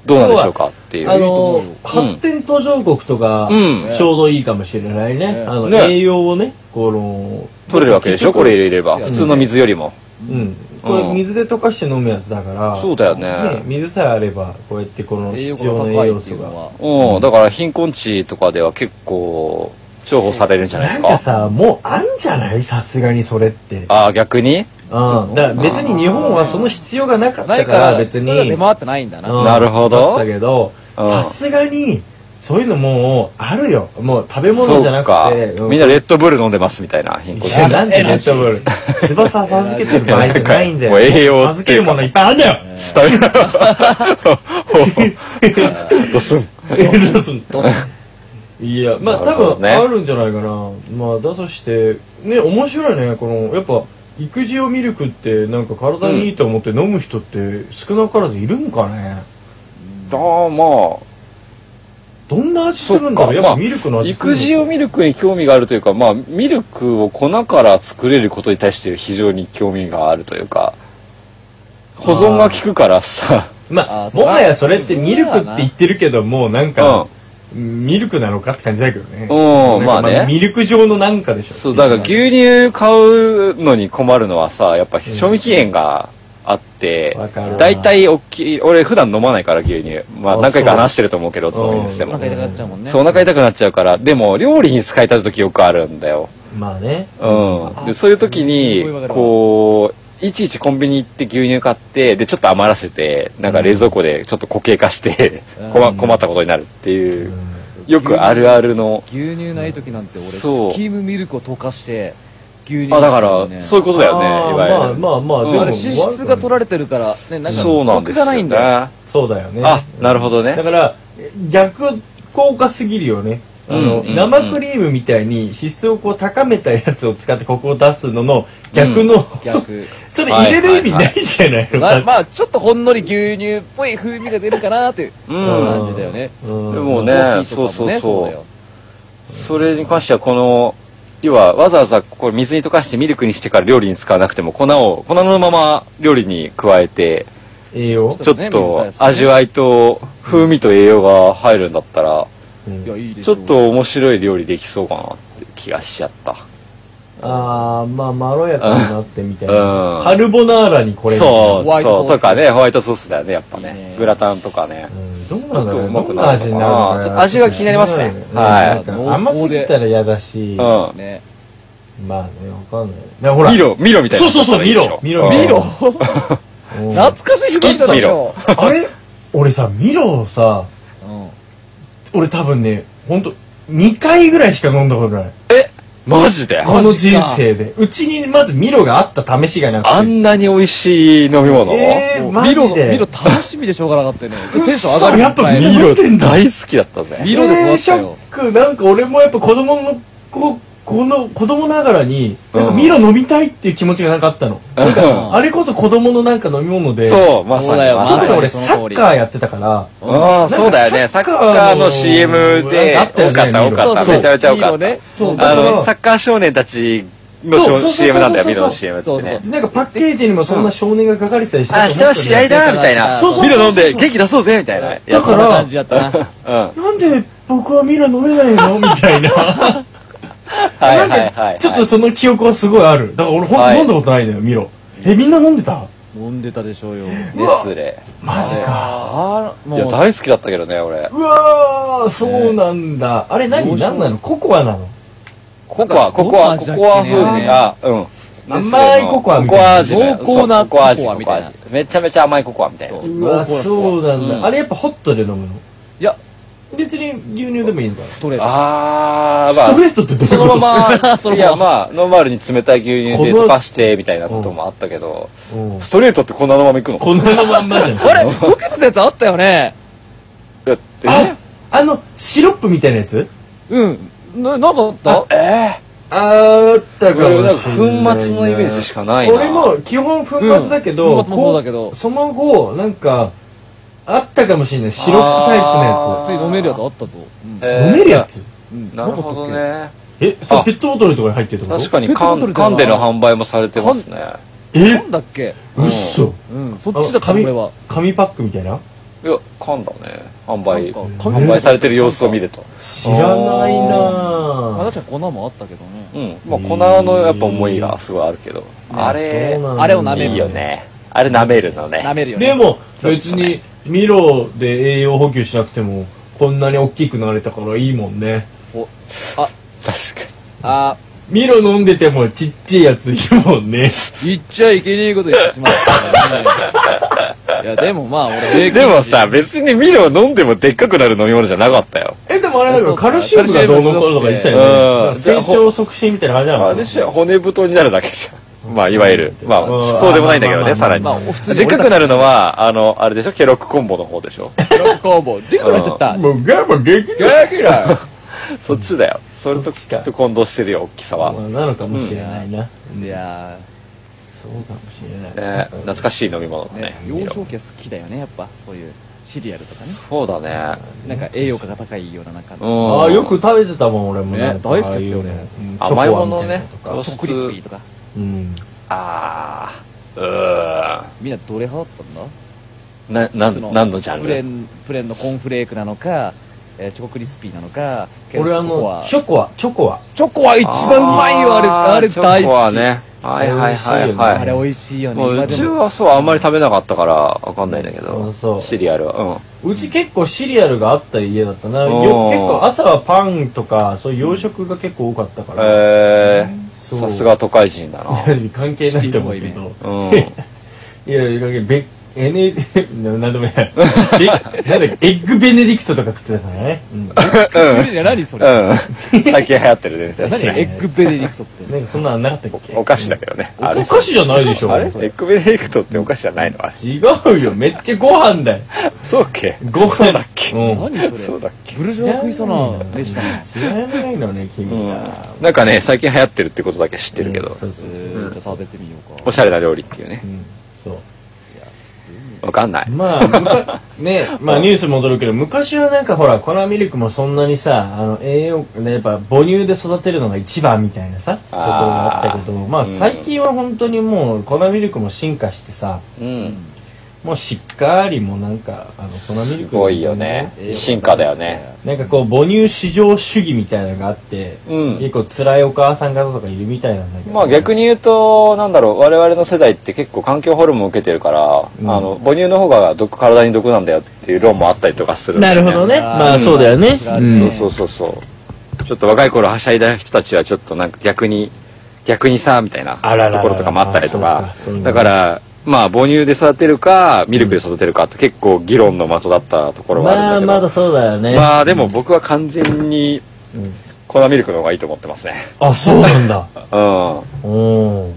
D: どうなんでしょうかってい
F: あ
D: う。う
F: の
D: ん
F: 発展途上国とか
D: うん
F: ちょうどいいかもしれないね
E: ね
F: あの
D: ね
F: 栄養をねこの
D: 取れるわけでしょこれ入れれば。
E: そう
D: 普通の水よりも。
F: うんこれ水で溶かして飲むやつだから
D: そうだよね
F: 水さえあればこうやってこの
E: 栄養
F: 必
E: 価が
F: 要な
E: 高
F: 栄
E: い
F: 養
E: ってい
F: 素
E: うの
F: が
E: は
D: うん、だから貧困地とかでは結構重宝されるんじゃないで
F: な
D: す
F: ん
D: か。
F: かさもうあんじゃないさすがにそれってうんだか
D: ああ、逆に
F: ら別に日本はその必要がなかっ
E: な
F: た
E: い
F: か
E: からら
F: 別
E: 別に
F: に
E: それが出回ってないんだな
F: うん
D: なるほど
F: だったけど、
D: うん
F: さすがに、そういうのもう、あるよ。もう食べ物じゃなくて。
D: そううんみんなレッドブル飲んでますみたいな貧困
F: い
D: 地。
F: や、なんでレッドブル。翼授けてる場合じゃないんだよ。
D: もう栄養
F: 授けるものいっぱいあるん だよ。
D: スタミ ナ。ドスン。
F: どうすんいや、まあ
D: なるほど
F: 多分
D: ね
F: あるんじゃないかな。まあだとして、ね、面白いね。この、やっぱ、育児用ミルクってなんか体にいいと思って飲む人って少なからずいるんかね。
D: ああ、ま
F: どんな味するんだろう
D: そ
F: や
D: っか
F: っぱミルクの
D: あ、
F: 味する
D: 育
F: の
D: 児用ミルクに興味があるというか、まあ、ミルクを粉から作れることに対して非常に興味があるというか、保存が効くからさ、
F: ま
E: あ
F: あ、
E: ーそう
F: も
E: だ
F: はやそれって
E: そうだ
F: ミルクって言ってるけど、もうなんか、ミルクなのかって感じだけどね。
D: うん
F: なんか
D: まあね
F: ミルク状のなんかでしょ。
D: そう、だから牛乳買うのに困るのはさ、やっぱ賞味期限があって
F: わかる、わ
D: 大体大きい、俺普段飲まないから牛乳。ま
F: あ
D: あ何回か話してると思うけど、そういうで
E: お
D: も
E: 腹。痛くなっちゃうもんね
D: そう、お腹痛くなっちゃうから、でも料理に使いたい時よくあるんだよ。
F: まあね。
D: うん。で、そういう時に
E: すごいわか、るわ
D: こう、いちいちコンビニ行って牛乳買って、で、ちょっと余らせて、なんか冷蔵庫でちょっと固形化して、困困ったことになるっていう、よくあるあるの。
E: 牛乳ない時なんて俺スキ
D: そう
E: ームミルクを溶かして牛乳
D: あ、だから、そういうことだよね、い
F: あー
D: わゆる。
F: まあまあまあ、
D: うん
F: でも
E: あれ脂質が取られてるからねなんか
D: そうなんです
E: コクが
D: よ
E: ないん
D: ね。
E: だよ
D: あ、
F: そうだよね。
D: なるほど
F: だ
D: ね。
F: から、逆効果すぎるよね。あの、
D: うんうんうん
F: 生クリームみたいに脂質をこう高めたやつを使ってここを出すのの逆の、
E: 逆
F: それ入れる意味ないじゃないの
E: ま
F: か。
E: あまあちょっとほんのり牛乳っぽい風味が出るかなっていう
D: うん。
E: 感じだよね
F: うん
D: でも
E: コー
D: ね、
E: ヒー
D: そ
E: と
D: う
E: か
D: そ
E: も
D: う
E: ね
D: そ
E: だよ
D: う。それに関しては、この、要はわざわざこれ水に溶かしてミルクにしてから料理に使わなくても粉を粉のまま料理に加えて
F: 栄養
D: ちょ
E: ちょっとね
D: っと
E: 水足してね
D: 味わいと風味と栄養が入るんだったら
F: うん
E: いやいいでし
D: ち
E: ょ
D: ょっと面白い料理できそうかなって気がしちゃった
F: ああまあまろやかになってみたいな、
D: うん
F: カルボナーラにこれみたいな
D: そ
E: ホワ
D: う
E: イトソー
D: そ
E: ス
D: うとかねホワイトソースだよねやっぱね
E: いいね
D: グラタンとかね
F: うんどうなんだろうね
D: もっと
F: ど
D: うんまく
F: な
D: なるのかな
F: 味になるのかな
D: ちょっと味が気になりますねはい
F: なんか甘すぎたら嫌だし、
D: うん。
E: ね。
F: まあね、わかんない。ね、ほら、
D: ミロ、ミロみたい
A: そ
D: な。
A: うそうそうミロ
F: ミロ
D: うん
F: ミロうん
E: 懐かしい
D: 好き
E: だ
D: ミロ。
F: あれ俺さ、ミロをさ、
E: うん。
F: 俺多分ね、ほんと、2回ぐらいしか飲んだことない。
D: マジで
F: この人生で。うちにまずミロがあった試しがなくて。
D: あんなに美味しい飲み物
F: えー、マジ
E: ミロ、
F: で。
E: ミロ楽しみでしょうがなかったよね。テンション上が
F: 嘘
E: る。
F: やっぱミ
D: ミ
F: ロ
D: ロ
F: ってんだ。
D: 大好きだったぜ。
E: ミロで育
F: えー
E: っ
F: シ
E: た
F: ョ
E: よ。
F: ック。なんか俺もやっぱ子供の、ここの子供ながらに、なんか
D: うん
F: ミロ飲みたいっていう気持ちがなかったの。
D: うん
F: あれこそ子供のなんか飲み物で。
D: そう、まさ
E: そうだよ
D: に。まさ
F: 特
D: に
F: に俺
E: その
F: サ
E: 通
F: ッ
E: り
F: カーやってたから、
D: ああ、そうだよね。サッカーの CM で、
F: あったよ
D: 多
F: ね
D: かった、多かった。
F: そうそう
D: めちゃめちゃ多か
E: ミロ
D: った
E: ね。
F: そう
D: あ
F: だから
D: の、サッカー少年たち
F: そうそうそうそ
D: の
F: う
D: CM なんだよ、ミロの
F: そう
D: CM って
E: そうそう
D: ね。
F: なんかパッケージにもそんな少年が書かれてたりして
D: あ、明日は試合だみたいな
E: そうそう。
F: そう
D: ビール飲んで元気出そうぜみたいな。
F: だ
E: そ
F: か
E: んな
F: ら
E: 感じだったな。
D: うん。はい
F: なんで僕はミラ飲めないのみたいな
D: はいはいはい。
F: ちょっとその記憶はすごいあるだから俺ほんと
D: はい
F: 飲んだことないのよミロえみんな飲んでた
E: 飲んでたでしょうよ。
D: ネスレ。
F: マジか
E: ああ、
D: いや、
E: もう、
D: 大好きだったけどね、俺。
F: うわーそうなんだあれ何
E: 洋酒
F: 何なのココアなの
D: ココア、ココア、ココア風味が、うん。
F: 甘いココアみ
D: ココア
F: たい
D: 味だよ。
E: 濃厚な
D: そうココア味、
E: ココア
D: コ
E: み
D: コア
E: たいな
D: 味。めちゃめちゃ甘いココアみたいな。
F: うわそうなんだ、
E: うん
F: あれやっぱホットで飲むの
E: いや
F: 別に牛乳でもいいのかな
E: ストレート。
D: あー、
F: スト
D: まあ、
F: レートってど う
D: そ
F: いう
D: の
F: こと
D: ま
E: そのまま
D: ま、いや、まあ、ノーマルに冷たい牛乳で溶かして、みたいなこともあったけど、
F: うん
D: ストレートってこんなのままいくの
F: こんなまんまじゃん
E: あれ溶けてたやつあったよね。
D: いやえ
F: ああのシロップみたいなやつ
E: うん。な、なんかあった
D: え
F: あった
D: ー、これなんか粉末のイメージしかないな。
F: 俺も基本粉末だけど、
E: うん粉末もそうだけど
F: こその後なんかあったかもしれないシロップタイプの
E: つい飲めるやつあったぞ。うん
D: え
F: や
D: ー
F: つ飲めるやつ
E: うん。
D: なるほどね。
F: えそれペットボトルとかに入ってるってこと
D: 確かに
E: ペットボ
D: 缶
E: トルだな
D: 缶での販売もされてますね
F: え
E: なんだっけ
F: うっそ
E: うん、そっちだった俺は。
F: 紙パックみたいない
D: や缶だね販売
E: なんか
D: 販売されてる様子を見ると
F: 知らないな
E: あ確
F: ぁ
E: かに粉もあったけどね。
D: うんまあ粉のやっぱ思いがすごいあるけどあれ
F: そうなんだ
E: あれを舐め
D: い
E: る
D: いよねあれ舐めるの
E: 舐
D: ね
E: めるよね。
F: でも
D: ちょっとね
F: 別にミロで栄養補給しなくてもこんなに大きくなれたからいいもんね
D: 確かに
E: あ
F: ミロ飲んでてもちっちゃいやついるもんね
E: ー、言っちゃいけねえこと言ってしまったからね。いや、でもまあ俺、
D: でもさ別にミロを飲んでもでっかくなる飲み物じゃなかったよ
F: えでもあれだからカルシウムがどうのこうのとか言ってたよね
D: うん
F: なんか成長促進みたいな感じ
D: あ
F: なん
D: れ
F: で
D: っ
F: す
D: しょ骨太になるだけじゃ んまあいわゆるまあそうでもないんだけど
F: う
D: ね
F: ん
D: さらに
E: まあ、普通に
D: でっかくなるのはあのあれでしょケロックコンボの方でし ょ
E: ロコンボ。でかくなっちゃ った。
F: もう我慢できない
D: そっちだよそれときっと混同してるよ大きさは
F: まあなのかもしれないな、
E: いや
F: そうかもしれない、
D: ね、懐かしい飲み物だ
E: ー、
D: ね
E: ね、幼少期は好きだよね、やっぱ。そういう、シリアルとかね。
D: そうだね
E: なんか栄養価が高いような、なんか。
D: うん
F: ああよく食べてたもん俺も
E: ね
F: なんか
E: 大好きだっ
F: ああ
E: た
F: い
E: よ
F: う
E: ね
F: ねうんチョコ
D: 甘いもの
F: みたい
D: ね
F: なとか
D: 糖
E: チョ
D: 質
E: コクリスピーとか。
F: うん
D: ああうー
E: みんなどれ派だったんだ
D: んなな
E: そ
D: ん何のジャン
E: プレ
D: ル
E: ーンプレーンのコーンフレークなのか、えーチョコクリスピーなのか
F: 俺
E: チ
F: あ
E: ョコ
F: の
E: は
F: チョコはチョコは
E: チョコは一番うまいよあれあれ
D: チョ
E: 大
D: コは
E: 好き、
D: ねはいはいはい
E: あ
D: は
E: れ
D: い
E: 美味しいよね
D: もう
E: 今
D: う
E: で
D: ち
E: も
D: はそうあんまり食べなかったからわかんないんだけ
F: う
D: ど
F: んそう
D: シリアルは
F: うち結構シリアルがあった家だったなよ
D: うん
F: 結構朝はパンとかそういう洋食が結構多かったか
D: うん
F: ら、
D: え
F: そ
D: ー
F: う
D: さすが都会人 だな
F: 関係ないと思うけど
D: うん
F: いやいや、べ、エネ、なんでもない。べなんだっけエッグベネディクトとか食ってたからね。うん。な
E: ね何それ、
D: うん最近流行ってるね
E: 何エッグベネディクトって
F: んかそんなのなかったっけ
D: お菓子だけどねあ
F: お
D: れ
F: 菓子じゃないでしょ。
D: あれエッグベネディクトってお菓子じゃないのあれ
F: 違うよ。めっちゃご飯だよ。
D: そうっけ
F: ご飯だっ
D: け
F: うん。
E: 何それ
D: そうだっけ
E: ブルジョワ食いそうなでしたね
F: 知らないのね、君は。
D: なんかね最近流行ってるってことだけ知ってるけ
F: うん
D: ど
F: そうそう
E: え
F: そう。
E: ーじゃあ食べてみようか
D: おしゃれな料理っていうね
F: うんそう。
D: わかんない
F: まあ、むか ね、まあニュース戻るけど、昔はなんかほら、粉ミルクもそんなにさ、あの、栄養、ね、やっぱ母乳で育てるのが一番みたいなさ、ところがあったけど、まあ最近は本当にもう粉ミルクも進化してさ、
D: うん
F: もうしっかりもうなんかあの粉ミルク
D: すごいよね進化だよね
F: なんかこう母乳至上主義みたいなのがあって、
D: うん
F: 結構辛いお母さん方とかいるみたいなんだけど、
D: まあ逆
F: に
D: に言うとなんだろう我々の世代って結構環境ホルモン受けてるから、
F: うん
D: あの母乳の方が毒体に毒なんだよっていう論もあったりとかするんだ
H: な
D: よ
H: るほどね。まあそうだよね。うん。
D: そうそうそうそうちょっと若い頃はしゃいだ人たちはちょっとなんか逆に逆にさみたいな
F: あららら
D: と
F: ら
D: ころとかもあったりとか
F: あそうかそういうのね
D: だからまあ母乳で育てるかミルクで育てるかって結構議論の的だったところはあるん
H: ま
D: だ
H: あ
D: けど、
H: まだそうだよね。
D: まあでも僕は完全に粉ミルクの方がいいと思ってますね。
F: あそうなんだ
D: うん。
F: うん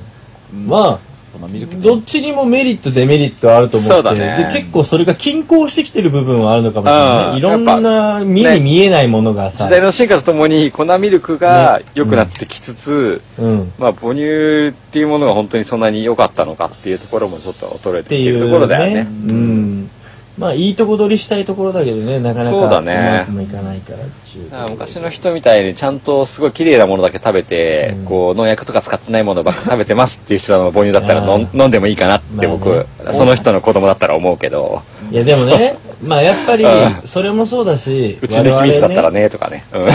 F: まあ
E: このミルク
F: どっちにもメリットデメリットあると思って
D: そうだね
F: で結構それが均衡してきてる部分はあるのかもしれない、
D: うん
F: いろんな目
D: ね
F: に見えないものがさ、
D: 時代の進化とともに粉ミルクが良くなってきつつ、
F: うん、
D: まあ母乳っていうものが本当にそんなに良かったのかっていうところもちょっと衰え
F: ってて
D: きて
F: い
D: る
F: う
D: ところだよね。
F: うんまあいいとこ取りしたいところだけどねなかなか
D: そうだね
F: うまくもいかないからっていう
D: だから昔の人みたいにちゃんとすごい綺麗なものだけ食べて、
F: うん
D: こう農薬とか使ってないものばっか食べてますっていう人の母乳だったら飲ん
F: あ
D: 飲んでもいいかなって僕、
F: まあね
D: その人の子供だったら思うけど
F: いやでもねまあやっぱり
D: うん
F: それもそうだし
D: うちの秘密だったらねとかね。うん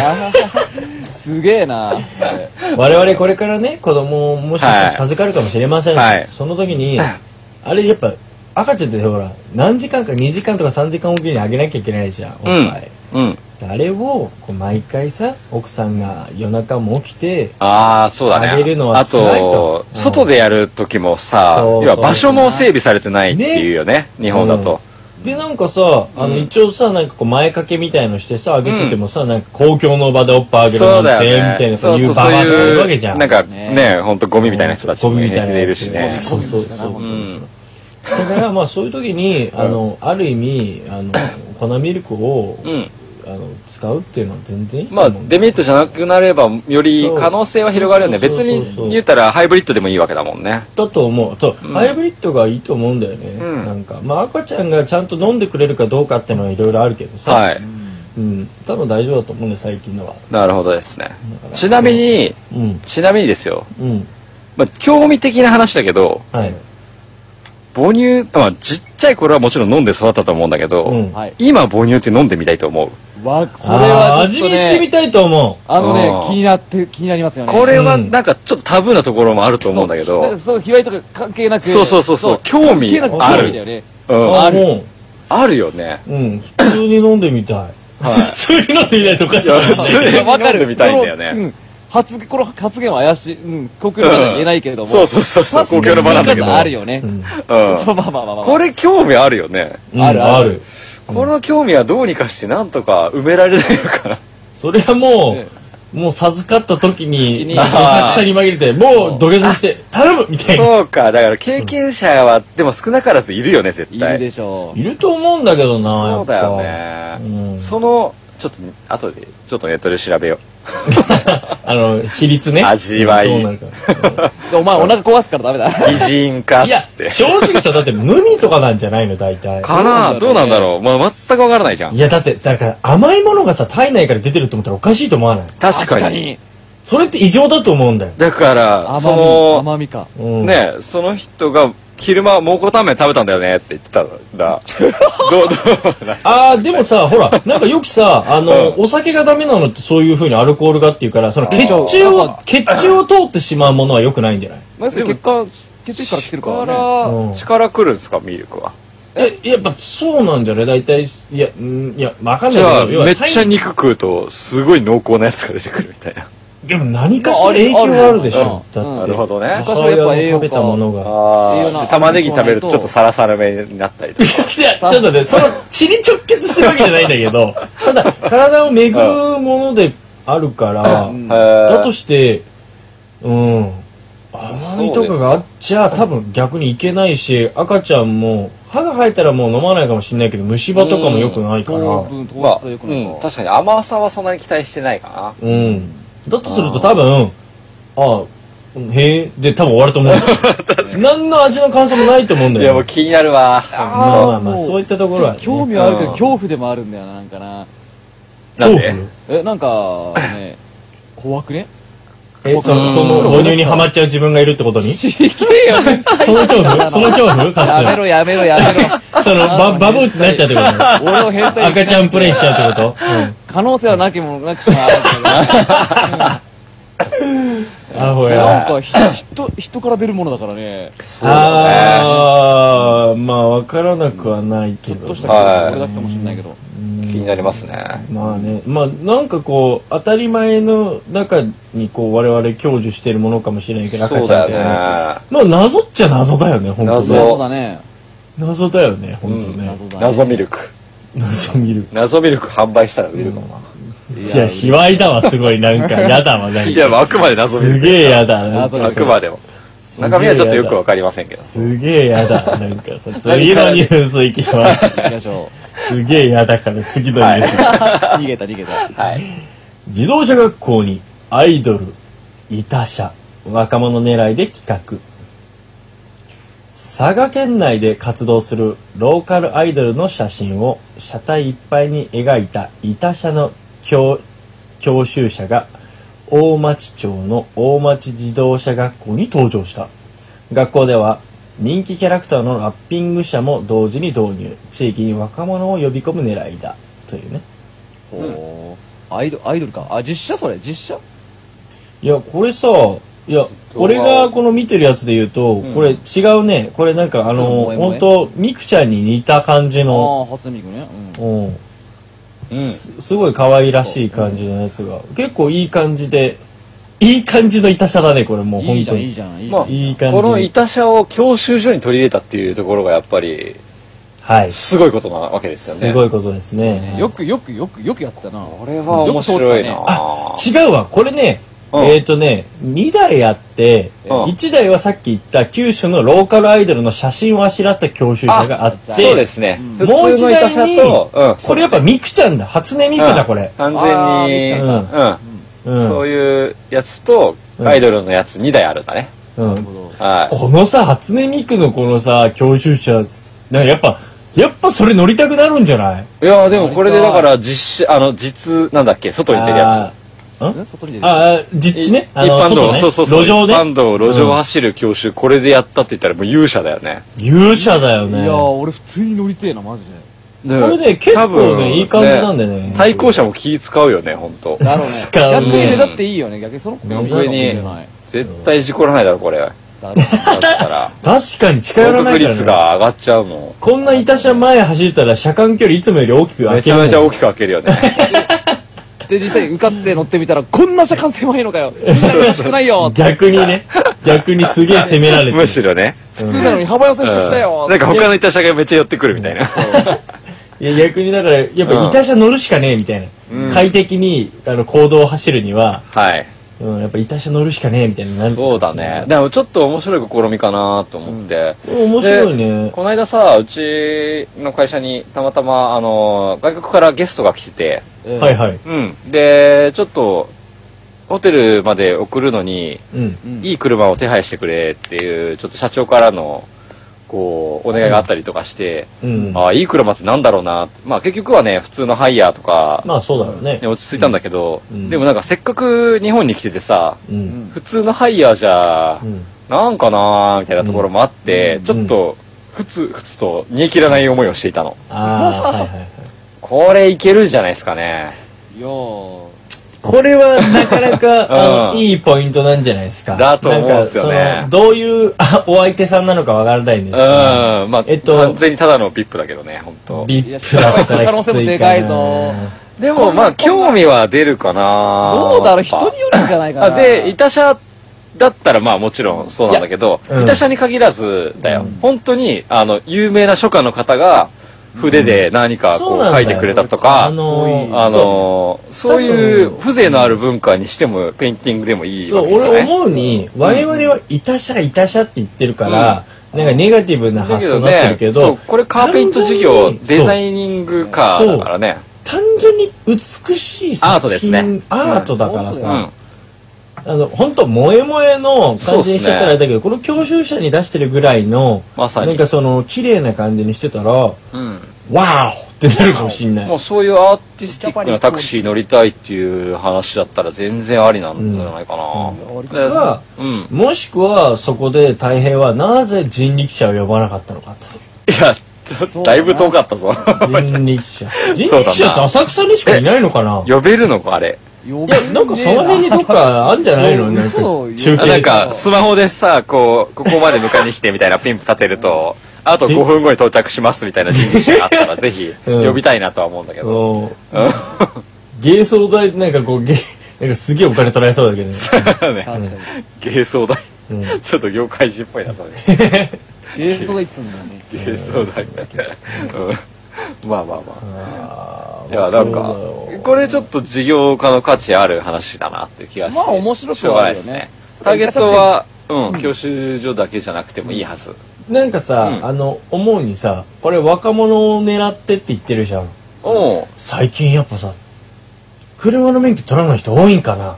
E: すげえな
F: 我々これからね子供をもしかしたら
D: はい
F: 授かるかもしれません、
D: はい
F: その時にあれやっぱ赤ちゃんってほら何時間か2時間とか3時間おきにあげなきゃいけないじゃんおっ
D: うん
F: ぱい、
D: うん、
F: あれをこう毎回さ奥さんが夜中も起きて
D: ああそうだね
F: あげるのは
D: あ
F: 辛いと
D: と、
F: うん
D: 外でやる時もさ
F: そう
D: 要は
F: そう
D: 場所も整備されてないっていうよね日本だと、
F: でなんかさあの一応さなんかこう前掛けみたいのしてさあげててもさ、なんか公共の場でおっぱいあげるな
D: そ
F: ん
D: う
F: て
D: だよね
F: みたいな
D: そ
F: そう
D: う
F: いう
D: そう
F: バ
D: そう
F: バアとかいるわ
D: い
F: けじゃ
D: うんなんかね本当ゴミみたいな人たち
F: ゴ
D: も
F: ミみた
D: 平気
F: いな
D: でい
F: や
D: る
F: つ
D: しね
F: そうそうそう、
D: うん
F: だからまあそういう時にあのある意味あの粉ミルクを、
D: うん
F: あの使うっていうのは全然いいと
D: ま
F: 思
D: あ、
F: うんだ
D: デメリットじゃなくなれば、より可能性は広がるよね。
F: そう
D: 別
F: そうそうそう
D: に言ったらハイブリッドでもいいわけだもんね。
F: だと思うそう、
D: うん
F: ハイブリッドがいいと思うんだよね、
D: うん
F: なんかまあ赤ちゃんがちゃんと飲んでくれるかどうかっていうのはいろいろあるけどさ、
D: はい。
F: うん、多分大丈夫だと思うんだよ最近のは
D: なるほどですね。ちなみに、
F: うん
D: ちなみにですよ。
F: うん
D: まあ、興味的な話だけど、
F: はい
D: 母乳、まあ、ちっちゃい頃はもちろん飲んで育ったと思うんだけど、
F: うん
E: はい
D: 今母乳って飲んでみたいと思う。
E: わそれ
F: あー
E: は
F: 味
E: ちょっと
F: 見してみ
E: ね
F: たいと思
E: あの
D: う
E: ね
D: ん
E: 気になって気になりますよね
D: これは
F: うん
D: なんかちょっとタブーなところもあると
E: そ
D: 思うんだけど、
E: なんかそう卑猥とか関係なく
D: そうそうそうそう興味
E: 関係なく
D: あ
E: 興
D: る
E: 味だよね
F: う
D: うん、
F: あ
D: ある
F: も
D: あるよね。
F: うん普通に飲んでみたい、 普通に飲んでみたいとおかしくない
D: 普通
E: わ
D: に
E: か
D: 飲んで
E: る
D: みたいんだよね
E: そのうん発言この発言は怪しい、うん、国民は言えないけれども、
D: そうそうそうそう、公
E: 確かに
D: 共の場なんだけど。
E: あるよね、
F: うん
D: うん
E: そうまあまあまあまあ
D: これ興味あるよね。
F: うん
E: あるある
D: この興味はどうにかしてなんとか埋められないのかな。
F: それはもう、
E: え
F: もう授かった時に
E: に
F: どさくさに紛れてもう土下座して頼むみたいな
D: そうか、だから経験者は、でも少なからずいるよね、絶
E: い
D: 対。
E: るでしょ
F: いると思うんだけどな
D: そうだよ
F: やっぱ
D: ね。
F: うん、
D: その、ちょっと、後で、ちょっとネットで調べよ
F: あの比率ね
D: 味わい
F: どうなるか
E: うお前お腹壊すからダメだ
D: う。擬人化っ
F: いや
D: つって。
F: 正直さだって無味とかなんじゃないの大体
D: かなどうなんだろう。まあ、全くわからないじゃん
F: い。やだってだから甘いものがさ体内から出てると思ったらおかしいと思わない
D: 確かに。
E: に
F: それって異常だと思うんだよ、
D: だから、
E: 甘
D: そ
E: み
D: の、
E: 甘みか
F: うん、
D: ね、その人が、昼間、蒙古タンメン食べたんだよねって言ってたんだ。どう、どう
F: あーでもさほらなんかよくさあの、
D: う
F: お酒がダメなのってそういうふうにアルコールがっていうからその血中
E: あ
F: を
E: ー
F: 血中を通ってしまうものはよくないんじゃない
E: まず結果血液から来てるからね
F: うん
D: 力、力くるんですか、ミルクは。
F: えやっぱそうなんじゃない大体いやうんいやわかん
D: じ
F: ないけど
D: ゃあ
F: 要は
D: めっちゃ
F: 体
D: 肉食うとすごい濃厚なやつが出てくるみたいな
F: でも何かしら影響があるでしょ、
E: うん
F: だ
E: うん
F: って、
D: なるほどね
F: 母親の食べたものが
E: ー
D: あ玉ねぎ食べるとちょっとサラサラめになった りとか
F: いや いやちょっとねその血に直結してるわけじゃないんだけどただ体を巡るものであるから、だ
D: だ
F: としてうん甘いとかがあっちゃ多分逆にいけないし赤ちゃんも歯が生えたらもう飲まないかもしれないけど虫歯とかも良くないから
E: 糖分糖
D: まあ、
E: 質
D: う
E: はよくない
D: ん、確かに甘さはそんなに期待してないか
F: うん、だとすると多分ああへえで多分終わると思う何の味の感想もないと思うん
D: な
F: だ
D: いや
F: よ
D: もう気になるわ
F: まあまあまあ
E: もう
F: そういったところはね、
E: 興味はあるけど恐怖でもあるんだよななんかな
D: なんで
F: 恐
E: えなんかね怖くね
F: え、その、その母乳にハマっちゃう自分がいるってことにそ
E: ちげえよ。
F: の恐怖その恐怖
E: やめ
F: か
E: ろやめろやめろ。
F: つ。その、ば、バブーってなっちゃうってこ
E: 俺を変
F: と
E: 態にしな
F: 赤
E: い
F: ちゃんプレイしちゃうってことう
E: 可能性はなきもなくしもあるけど。
F: ん。アホ
E: なん
F: や。
E: か人人人から出るものだからね。
F: あー、まあ、わからなくはないけ
E: ど
F: ど
E: う。したら俺だけかもしれないけど。
D: 気になりますね。
F: まあね、まあ、なんかこう、当たり前の中にこう、我々享受してるものかもしれないけど、
D: そ
F: 赤
D: う
F: ちゃんっ
D: だ
F: て。
D: よね。
F: まあ、謎っちゃ謎だよね、本当
D: 謎
F: ね。
E: そうだね。
F: 謎だよね、本当ね。
E: 謎だね。
D: 謎ミルク。
F: 謎見る。
D: 謎ミルク販売したら売れるかも
F: いや、卑猥だわ、すごい。なんか、やだわ、なん
D: な。
F: か。
D: いや、あくまで謎ミ
F: す
D: ルク。
F: げえやだ。なんか
D: あくまでも。
F: すげえ
D: 中身はちょっとよくわかりませんけど。
F: すげえやだ。なんかさ、次のニュース行き ます。
E: 行きましょ
F: すげえやだから、次のニュース。
E: う。逃げた逃げた。
F: 自動車学校にアイドル、いた車、若者狙いで企画。佐賀県内で活動するローカルアイドルの写真を車体いっぱいに描いた板車の教教習車が大町町の大町自動車学校に登場した学校では人気キャラクターのラッピング車も同時に導入地域に若者を呼び込む狙いだというね
E: おーアイドアイドルか。あ、実写それ実写
F: いやこれさいや
D: 画
F: 俺がこの見てるやつで言うと、
E: ん
F: これ違うねこれなんか
E: そう
F: あ
E: 萌
F: の
E: え萌え
F: 本当ミクちゃんに似た感じ
E: あ
F: の
E: あ、初見くね。うん
F: うん
D: うん。
F: すすごい可愛らしい感じのやつが、結構いい感じでいい感じの痛さだねこれもう
E: いい
F: 本
E: じゃ
F: 当
E: ん、い
F: に
E: いじゃん、いいじゃ
D: まあ、
E: ん。
F: いい感じ
D: この板車を教習所に取り入れたっていうところがやっぱり、
F: はい
D: すごいことなわけですよね。
F: すごいことですね
E: よくよくよくよくやったな。
D: これは面白いな、
E: よく
D: あ
F: 違うわこれね
D: うん
F: えっ、ー、とね2台あって、
D: うん
F: 1台はさっき言った九州のローカルアイドルの写真をあしらった教習車があって
D: そうですね。普
F: もう
D: 通
F: 一
D: の板車
F: 台に、
D: と、うん
F: これやっぱミクちゃんだ初音ミクだこれ、
D: 完
E: あ
D: 全に、
E: ー
D: う
F: 見ち
D: ん、
F: うん
D: そういうやつと、
F: うん
D: アイドルのやつ2台あるんだね。
F: うん、
D: はい。
F: このさ、初音ミクのこのさ、教習車、なんかやっぱ、やっぱそれ乗りたくなるんじゃない
D: いやーでもこれでだから実写、あの、実、なんだっけ、外に出るや
E: ん外に出
F: あー
E: る。
F: あー、
D: つ。
F: 実地ね。
D: い
F: あ
D: 一
F: の、
D: 般道、
F: 外ね。
D: そうそうそう。
F: 路上
D: 一
F: ね。
D: 般道、路上を走る教習、これでやったって言ったらもう勇者だよね。
F: 勇者だよ
E: い
F: ね。
E: やー、
F: こ
E: 俺普通に乗りてえな、マジで。
D: こ
F: れね、結構ね、いい感じなんだよね。
D: 対向車も気使うよね、本当。
E: だろうね。
F: 使う
E: 逆
F: ね
E: に目立っていいよね、逆にその子がいいかもしれない。
D: 絶対事故らないだろ、こ れ。だ
E: だろうね
D: ったら。
F: 確かに近寄ら
D: 報
F: な
D: 告
F: いから
D: 率
F: ね。
D: が上がっちゃうもん。
F: こんな板車前走ったら車間距離いつもより大きく開
D: め
F: け
D: ちゃ
F: るもん
D: めちゃ大きく開けるよ ね。
E: で、実際受かって乗ってみたら、こんな車間狭いのかよ。そんなのらしくないよ。
F: 逆にね、逆にすげえ攻められて
D: む
F: る。
D: しろね。
E: 普通なのに幅寄せしてきたよ。
D: なんか他のいた車がめっちゃ寄ってくるみたいな。
F: いや逆にだから、やっぱ板車乗るしかねえみたいな。快適に、あの、行動を走るには、
D: はい。
F: うん、やっぱ板車乗るしかねえみたいになる。
D: そうだね。。でもちょっと面白い試みかなと思って。
F: 面白いね。
D: この間さ、うちの会社にたまたま、あの、外国からゲストが来てて、
F: はいはい。
D: うん。で、ちょっと、ホテルまで送るのに、
F: うん。
D: いい車を手配してくれっていう、ちょっと社長からの、こう、お願いがあったりとかして、
F: うん。
D: ああ、いい車ってなんだろうな。まあ結局はね、普通のハイヤーとか、
F: まあそうだろうね
D: ね、。落ち着いたんだけど、
F: うん
D: でもなんかせっかく日本に来ててさ、
F: うん。
D: 普通のハイヤーじゃ、
F: うん。
D: なんかなーみたいなところもあって、ちょっと、ふつふつと煮え切らない思いをしていたの。
F: ああ、はいはいはい。
D: これいけるんじゃないですかね。
E: いやー
F: これはなかなか、あ
D: うん
F: の、いいポイントなんじゃないですか。
D: だと思うんすよね
F: なんかそのどういうあお相手さんなのかわからない
D: うん、
F: んですけど、
D: まあ、
F: えっと
D: 完全にただのビップだけどね、本当
F: ビップだった
E: いや
F: らきついか
E: 失敗する可能性も
F: な。
E: でかいぞ
D: でもまあ、興味は出るかな
E: どうだろう、
D: やっ
E: 人
D: ぱ
E: によるんじゃないか
D: あ
E: な。
D: で、イタ車だったらまあもちろんそうなんだけど、
F: いやうん
D: イタ車に限らずだよ。本当に、あの、有名な書家の方が筆で何か
F: そ
D: こう
F: うなん
D: 書
F: だ
D: い
F: よ
D: てくれたとか、
F: あのー
D: あのーそうい
F: 多
D: う
F: 分
D: 風情のある文化にしても、ペインティングでもいい
F: そ
D: わ
F: う、
D: けですよ
F: 俺
D: ね。
F: 思うに、我々は、いたしゃ、いたしゃって言ってるから、なんかネガティブな
D: だ
F: 発
D: けど
F: 想になってる
D: ね
F: け、
D: そう
F: ど、
D: これカーペイント事業、
F: 単純に
D: デザイニングカーだからね。
F: 単純に美しい作品
D: アートですね
F: アートだから
D: う
F: さ、
D: ん。
F: あの、本当萌え萌えの感じにしちゃったらあれだけど、この教習者に出してるぐらいの、
D: まさに
F: なんかその、綺麗な感じにしてたら、
D: うん。
F: ワーオっってなるかもしんない
D: もうそういうアーティスティックなタクシー乗りたいっていう話だったら全然ありなんじゃないかな。で
F: が
D: うん
F: もしくはそこで大平はなぜ人力車を呼ばなかったのか
D: いや、ちょっとだいぶ遠かったぞ。
F: と人力車人力車って浅草にしかいないのかな
D: 呼べるのか、あれ。
E: 呼
F: いやなんかその辺にどっかあんじゃないのなんか
E: 嘘
F: 中
E: よ
F: 継
D: あなんか、スマホでさ、こう、ここまで迎えに来てみたいなピンプ立てると、あと5分後に到着しますみたいな人事があったら、ぜひ、
F: うん
D: 呼びたいなとは思うんだけど。
F: うん芸装代なんかこう芸なんかすげえお金取られそうだけどね
D: ね芸装代。
F: うん
D: ちょっと業界人っぽいな、それ。
E: えー、そうだいっつうんだよね。
D: 芸装代。うんまあまあまあ。いや、なんか、これちょっと事業家の価値ある話だなっていう気がして。
E: まあ面白
D: し
E: く
D: ょうが
E: はあ
D: ない
E: る
D: で
E: よ
D: すね
E: ね。。
D: ターゲットは、うん、教習所だけじゃなくてもいいはず。
F: なんかさ、
D: うん
F: あの思うにさこれ若者を狙ってって言ってるじゃん
D: うん。
F: 最近やっぱさ車の免許取らない人多いんかな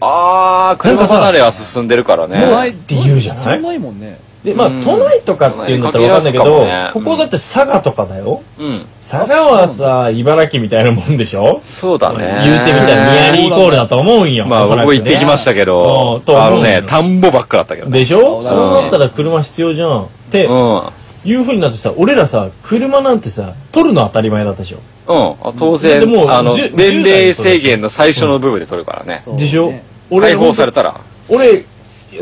D: あー、車離れは進んでるからね。
F: 前って言うじゃ
E: そ
F: なんい
E: ないもんね。
F: でまあ
D: うん
F: 都内とかっていうんだったら分かんないけど、
D: 都内に限らずか
F: こ
D: もね
F: こだって佐賀とかだよ
D: うん。
F: 佐賀はさ茨城みたいなもんでしょ
D: そうだ
F: 言う
D: ね。
F: てみたらニアリーイコールだと思うんよ
D: まあ
F: おそら
D: 僕
F: くね
D: 行ってきましたけ
F: う
D: ど
F: ん、と
D: あ
F: 思う
D: の
F: よ
D: ね、田んぼばっかだったけどね。
F: でしょ
D: だね
F: そうなったら車必要じゃんって
D: うん。
F: いうふうになってさ俺らさ車なんてさ取るの当たり前だったでしょ
D: うん、当
F: だっ
D: 然
F: てもう、
D: あの、
F: じゅ
D: 年齢制限の最初の部分で取るからね。
E: そう
F: でしょ
E: ね
F: 俺
D: 解放されたら。
F: 俺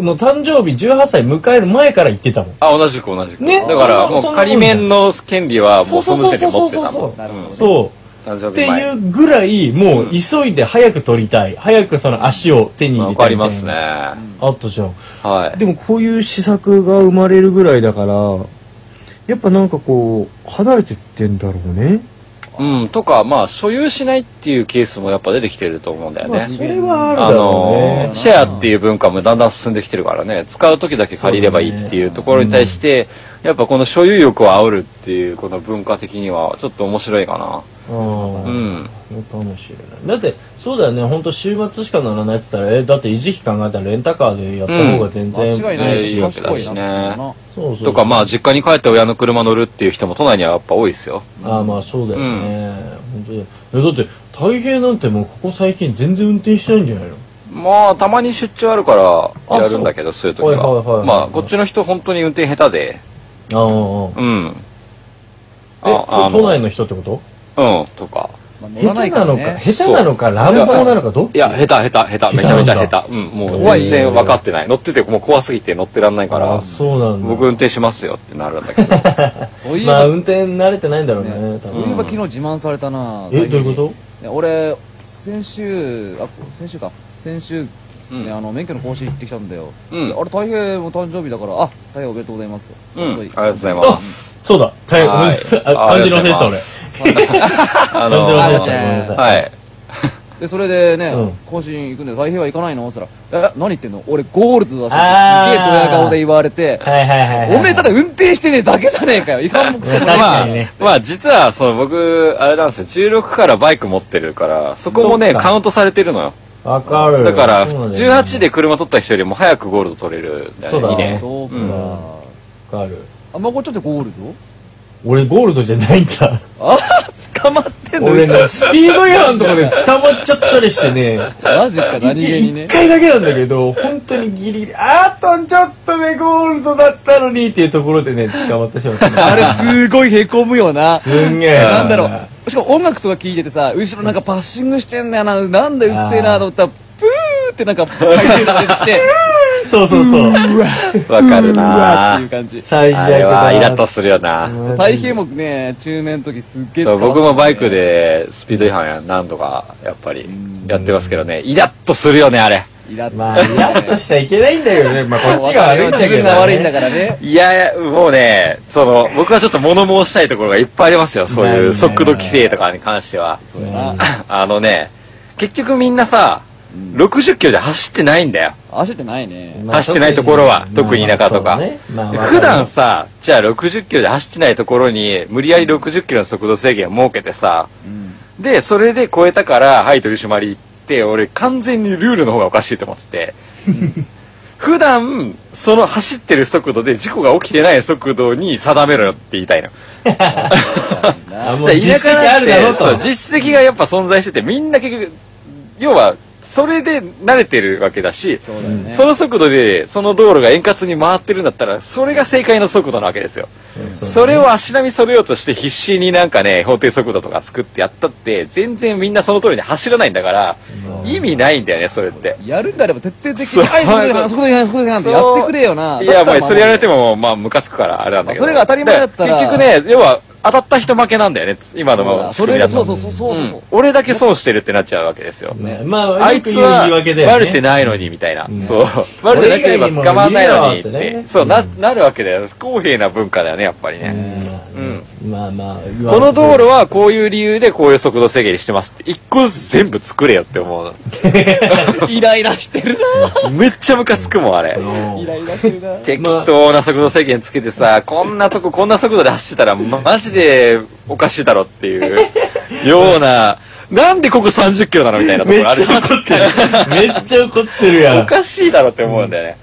F: の誕生日18歳迎える前から言ってたもん
D: あ、同じく同じく。
F: ね
D: だから、
F: そんな
D: も
F: そ
D: うん
F: なもん
D: 仮
F: じゃん
D: 免の権利はもうその時点で持って
F: そう
D: た
F: そ
D: も
F: うそうそうそう
D: う
E: なるほど
D: ん。
F: そう
D: 誕生
F: って
D: 日前。
F: いうぐらいもう急いで早く撮りたい早くその足を手に入
D: わ
F: れ
D: か
F: た
D: り
F: いみたいな
D: ますね。
F: あったじゃん
D: はい。
F: でもこういう施策が生まれるぐらいだからやっぱなんかこう離れてってんだろうね
D: うん、とか、まあ、所有しないっていうケースもやっぱ出てきてると思うんだよ
F: まあ
D: ね。
F: それはある
D: あ
F: だろう
D: の
F: ね
D: シェアっていう文化もだんだん進んできてるからね使う時だけ借りればいいっていうところに対して、やっぱこの所有欲を煽るっていうこの文化的にはちょっと面白いか
F: うん
D: なうん
F: かもしれないだってそうだよね本当週末しかならないって言ったらえだって維持費考えたらレンタカーでやった方が全然、
E: 間違いない
D: いい
E: し、
D: わけだ
E: 賢い
D: しね
E: な。な
F: そうそう
D: とかまあ実家に帰って親の車乗るっていう人も都内にはやっぱ多いですよ
F: ああまあそうだよね、本当だよえだって大平なんてもうここ最近全然運転してないんじゃないの
D: まあたまに出張あるからやるんだけど
F: あ
D: そ
F: そうう
D: いう時
F: はいはいはい
D: は
F: はい
D: まあこっちの人本当に運転下手で
F: ああああ
D: うん
F: え都都内の人ってこと
D: のうんとか
E: まあ乗ら
F: 下
E: ない
F: 手
E: から
F: なのか
E: ね。
F: 下手なのか乱暴なのかどっ
D: い
F: ち
D: や下手下手下手めちゃめちゃ下手うんもう全然分かってない乗っててもう怖すぎて乗ってらんないか
F: あ
D: ら
F: あそうなんだ
D: 僕運転しますよってなるんだけど
E: そういえ
F: まあ
E: ば、
F: 運転慣れてないんだろうね
E: ね
F: 多
E: そうい
F: 分
E: えば昨日自慢されたな。
F: えどういうこと
E: ね俺、先週、あ、先週か。先週、
D: うん
E: ね、あの、免許の更新行ってきたんだよ。
D: うん
E: であれ、大平も誕生日だから、あ、大平おめでとうございます。
D: うんあ
E: 本当
D: り
E: に
D: がとうござい
F: あ
D: ます
F: そうだ大変
D: はい
F: あ
D: あ
F: 感
D: り
F: じ
D: が
F: の
D: とうござい
F: せた
D: ま
F: 俺
D: すあ
F: 感じのせ
E: あ
F: たご
E: の
F: めんなさい
D: はい
E: で、それでね、
F: うん
E: 更新行くんだよ。大平は行かないのって言ったら、え、何言ってんの俺、ゴールズだし、すげ
F: あー
E: えドヤ顔で言われて、
F: はいはいはいはい
E: おめえただ運転してねえだけじゃねえかよ。違反もクソも
F: 確
E: ない。
D: ま
F: か
D: あ
F: にね、
D: まあ実はその僕あれなんですよ16からバイク持ってるからそこもね
F: そっか
D: カウントされてるのよ
F: わかる
D: だから
F: そうなんだよね
D: 18で車取った人よりも早くゴールド取れるんだ
F: そうだ
D: よね
F: ね
D: いいね
E: そうか。
D: うん
F: わかる
E: あ、まこちょっとゴールド
F: 俺ゴールドじゃないんだ
E: あー捕まってんの
F: 俺ね、スピード違反とかで捕まっちゃったりしてね、
E: マジか、何気に
F: 一
E: ね。
F: 回だけなんだけど、本当にギリギリ、あとちょっとでゴールドだったのにっていうところでね、捕まってしまった。
E: あれ、すごい凹むよな。
F: すんげえ。
E: なんだろう。しかも音楽とか聴いててさ、後ろなんかバッシングしてんだよな。なんだ、うっせえなと思ったら、プーってなんか、回転が出てきて、
F: そうそうそう。
D: わかる
E: うわー
D: な
E: っていう感じ。
F: 最
D: あ
F: 悪
D: れは
F: だ。
D: イラッとするよな
E: 大平もね、中年の時すっげえ
D: そう
E: 捕まって
D: 僕もバイクでスピード違反や何度かやっぱりやってますけどねイラッとするよねあれ
E: イラッと
F: まあ、イラッとしちゃいけないんだけど ね。まあ、こっちが悪いんだけど、ね。
E: 自分が悪いんだからね。
D: いやいやもうねその僕はちょっと物申したいところがいっぱいありますよそう
F: ない
D: い
F: ね
D: う速度規制とかに関しては
E: な
D: あのね結局みんなさ60キロで走ってないんだよ
E: 焦ってないね。
D: 走ってないところは特に田舎とか、 普段さじゃあ60キロで走ってないところに無理やり60キロの速度制限を設けてさ、でそれで超えたからはい取り締まりって俺完全にルールの方がおかしいと思ってて 普段その走ってる速度で事故が起きてない速度に定めろよって言いたいの
F: あもう
D: で田
F: 実
D: 舎
F: 績
D: な
F: あ
D: ん
F: る
D: て
F: だろう
D: そう
F: と。
D: 実績がやっぱ存在しててみんな結局要はそれで慣れてるわけだしその速度でその道路が円滑に回ってるんだったらそれが正解の速度なわけですよ、それを足並み揃えようとして必死になんかね法定速度とか作ってやったって全然みんなその通りに走らないんだから意味ないんだよねそれって
E: やるんであれば徹底的
D: そう
E: に、はい、そこで違反、そこで違反、そこで違反ってやってくれよな。
D: いや、
E: だ
D: も
E: った
D: うそれやられて
E: も。
D: も、まあ、ムカつくから、あれなんだけど。
E: それが当たり前だったら
D: で結局ね、要は、当たった人負けなんだよね、今のまま。
E: それが、そう
D: う。
E: そうそうそうそうそう。
D: 俺だけ損してるってなっちゃうわけですよ。
F: ねまあ、
D: あ
F: よ
D: い
F: く
D: つ
F: 言う
D: は
F: 言い訳だよね。
D: 悪てないのにみたいな、
F: ん
D: そう悪てなければ捕まんないのにって
F: 俺以外にもいるよってね
D: そうななるわけだよ不公平な文化だよねやっぱりね、
F: うんまあまあ、
D: この道路はこういう理由でこういう速度制限してますって一個ずつ全部作れよって思う
E: イライラしてる
D: のめっちゃムカつくもんあれ
E: な。イライラしてるな。
D: 適当な速度制限つけてさ、こんなとここんな速度で走ってたら、ま、マジでおかしいだろっていうよう な、なんでここ30キロなのみたいなとこ
F: めっ
D: ろある
F: ちゃ怒ってる。めっちゃ怒ってるや
D: お
F: ん。
D: かしいだろって思うんだよね。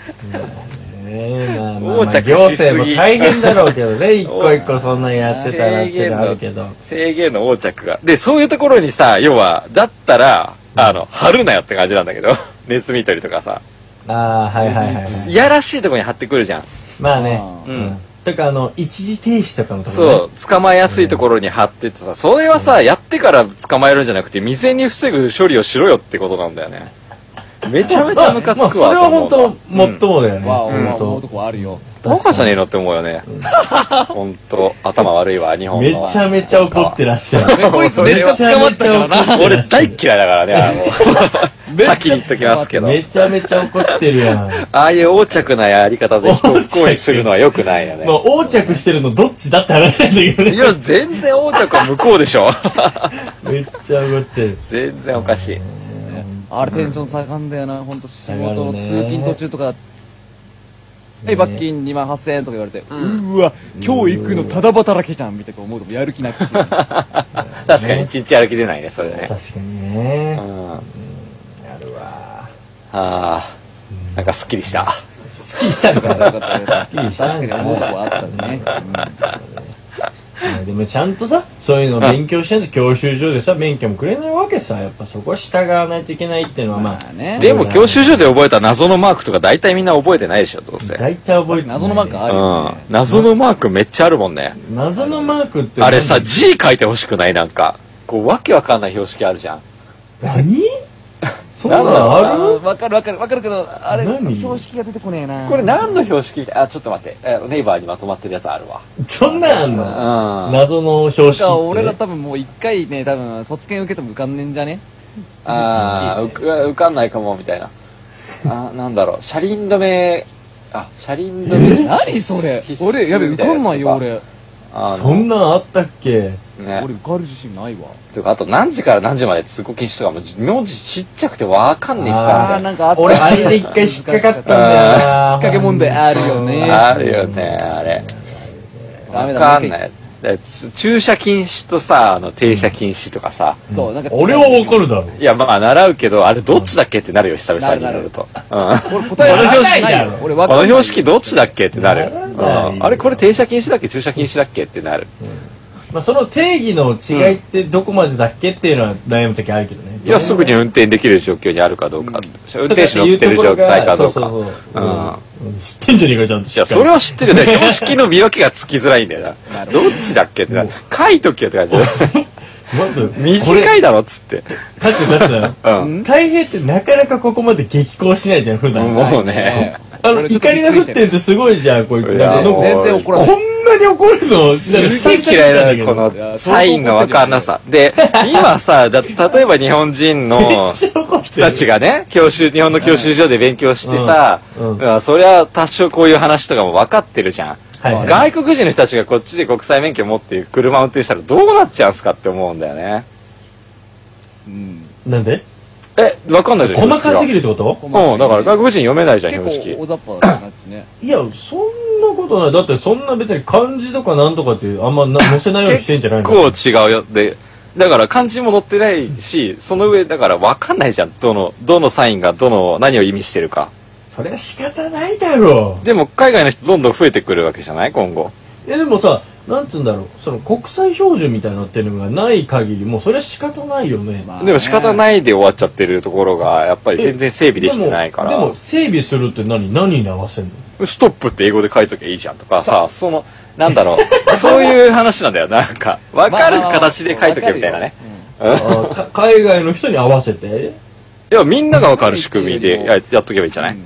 F: ねえまあまあ
D: 横着
F: ま
D: しす
F: あ、
D: ぎ
F: 行政も大変だろうけど ね、一個一個そんなんやってたらっ
D: 制限
F: てのある
D: の
F: けど。
D: 制限の横着が。で、そういうところにさ、要は、だったら、あの、貼るなよって感じなんだけど、 ネズミ取りとかさ、
F: ああ、はいはいはいはい。
D: いやらしいとこに貼ってくるじゃん。
F: まあね。
D: う
F: うんん。とか、あの、一時停止とかのところ、ね。
D: そう、捕まえやすいところに貼ってってさ、それはさ、やってから捕まえるんじゃなくて、未然に防ぐ処理をしろよってことなんだよね。めちゃめちゃムカつくわ。
F: まあまあそれは本当、もっ
D: と
F: ともだよね。
E: まあ、思
F: 本
E: うと
F: 当
E: こはあるよ。
D: 当。バカじゃねえのって思うよね。本当、頭悪いわ、日本は。
F: めちゃめちゃ怒ってらっしゃ る。
E: こいつめっちゃ捕まったからな。
D: 俺大嫌いだからね、あ の、先に言っときますけど。
F: めちゃめちゃ怒ってるやん。ま
D: ああいう横着なやり方で人を不幸にするのは良くないよ
F: あ、
D: ね。
F: 横着してるのどっちだって話なんだけど
D: い
F: ね。
D: や、全然横着は向こうでし ょ。
F: めっちゃ怒ってる。
D: 全然おかしい。
E: あれテンション下がんだよな、ほんと仕事の
F: 下がる
E: 通
F: ね
E: 勤途中とかだはい、罰金2万8000円とか言われて、うーわ、今日行くのただ働きじゃんみたいな思うともやる気なくする。
D: 確かに、一日歩き出ないね、それね。
F: 確かにね。
D: うん。あるわ。ああ。なんかすっきりした。
F: すっきりしたのかな
E: よかった よかった確かに思うとこはあったね。
F: うんでもちゃんとさそういうのを勉強しないと教習所でさ免許もくれないわけさやっぱそこは従わないといけないっていうのはま
E: まあ
F: あ
E: ね。
D: でも教習所で覚えた謎のマークとか大体みんな覚えてないでしょ、どうせ。
F: 大体覚えてない
E: 謎のマークあるよね。
D: うん。謎のマークめっちゃあるもんね。
F: 謎のマークって
D: あれさ、字書いてほしくないなんか。こう、わけわかんない標識あるじゃん。
F: 何そん
D: な
F: な
D: んだ
F: のある
E: ーわかるわかるわかるけど、あれ、
F: 何
E: 標識が出てこねえな。
D: これ何の標識みたいあ、ちょっと待って。えネイバーにまとまってるやつあるわ。
F: そんなんあんの
D: うん。
F: 謎の標
E: だ
F: 識
E: から俺ら
F: って
E: 多分もう一回ね、多分卒検受けても浮かんねえんじゃね
D: ああ、うか浮かんないかも、みたいな。あ、なんだろう。車輪止め、あ、車輪止め。
E: 何それ
D: 必須
E: 俺、やべ、
D: み
E: 浮
D: たい
E: か
D: なん
E: ないよ、
D: やつとか
E: 俺。
D: あの
F: そんなんあったっけ
D: ね
E: 俺、受かる自信ないわ。
D: というか、あと何時から何時まで通行禁止とかも、名字ちっちゃくてわかんねえし
E: あ
D: さ
E: ー、。なんかあった。
F: 俺あれで一回引っかかったんだよな
E: 引っ掛け問題あるよね。
D: あるよね、あれ。
E: ダメだ
D: わかんない。だつ駐車禁止とさ、あの、停車禁止とかさ。
E: そう、なんか違う。
F: 俺は怒るだろ
D: いや、まあ、習うけど、あれどっちだっけってなるよ、久々に
E: なる
D: な
E: なる
D: ると。うん。
E: 俺答え
F: 俺
E: わ
F: の
E: かん
F: 標識
E: ないよ。俺わ
D: こ
E: かん
D: の
E: ない。
D: 標識どっちだっけってなる。
F: なら
D: う
F: ない
D: ん。あれこれ停車禁止だっけ駐車禁止だっけってなる。
F: まあその定義の違いってどこまでだっけっていうのは悩む時あるけどね
D: いや、すぐに運転できる状況にあるかどうか。運
F: とか
D: 転
F: って
D: 手乗
F: い
D: っ
F: うと
D: てる
F: こ
D: 状
F: ろ
D: 態か
F: がそ
D: ど
F: う
D: う
F: そう
D: か。
F: そう
D: うん。
F: うん知ってんじゃねえかちゃんと
D: いや、それは知ってるよね。標識の見分けがつきづらいんだよ な。どっちだっけってな。書いとけよって感じだ。
F: なんだよ
D: 短いだろっつって。
F: だってだってだ
D: う
F: よ太平ってなかなかここまで激高しないじゃん普段
D: もうね。
F: あの
E: 俺ちょっと
F: 怒りの沸点ってすごいじゃんこいつ
D: い
F: な
D: や
F: んか
D: もう
E: 全然怒らない。
F: こんなに怒るの
D: すげえ嫌いだね、このサインのわかんなさ。で、今さ、だ例えば日本人 の人た
F: た
D: ちがね、教習、日本の教習所で勉強してさ、
F: うんうん
D: だからそりゃ多少こういう話とかも分かってるじゃん。
F: はいは
D: 外
F: い
D: 国人の人たちがこっちで国際免許持って車運転したらどうなっちゃうんすかって思うんだよね。
F: なんで
D: え、わかんないじゃん。
F: 細かすぎ
D: る。
F: るってこと
D: うん、だから外国人読めないじゃん、標
E: 結
D: 識
E: 構。大雑把だったなってね。
F: いやそんなことないだってそんな別に漢字とかなんとかっていうあんまな載せないようにしてんじゃないの
D: 結構違うよでだから漢字も載ってないしその上だから分かんないじゃんどのどのサインがどの何を意味してるか
F: それは仕方ないだろ
D: でも海外の人どんどん増えてくるわけじゃない今後
F: ういやでもさなんつうんだろうその国際標準みたいなのっていうのがない限りもうそれは仕方ないよね、
D: でも仕方ないで終わっちゃってるところが、やっぱり全然整備できてないか
F: でもで
D: ら
F: も、整備するって何何に合わせるの
D: ストップって英語で書いときゃいいじゃんとかさ、その、なんだろ う、そういう話なんだよ。なんか、わかる形で書いとけみたいなね。
F: あーか海外の人に合わせて
D: いや、みんながわかる仕組みでややっとけばいいんじゃない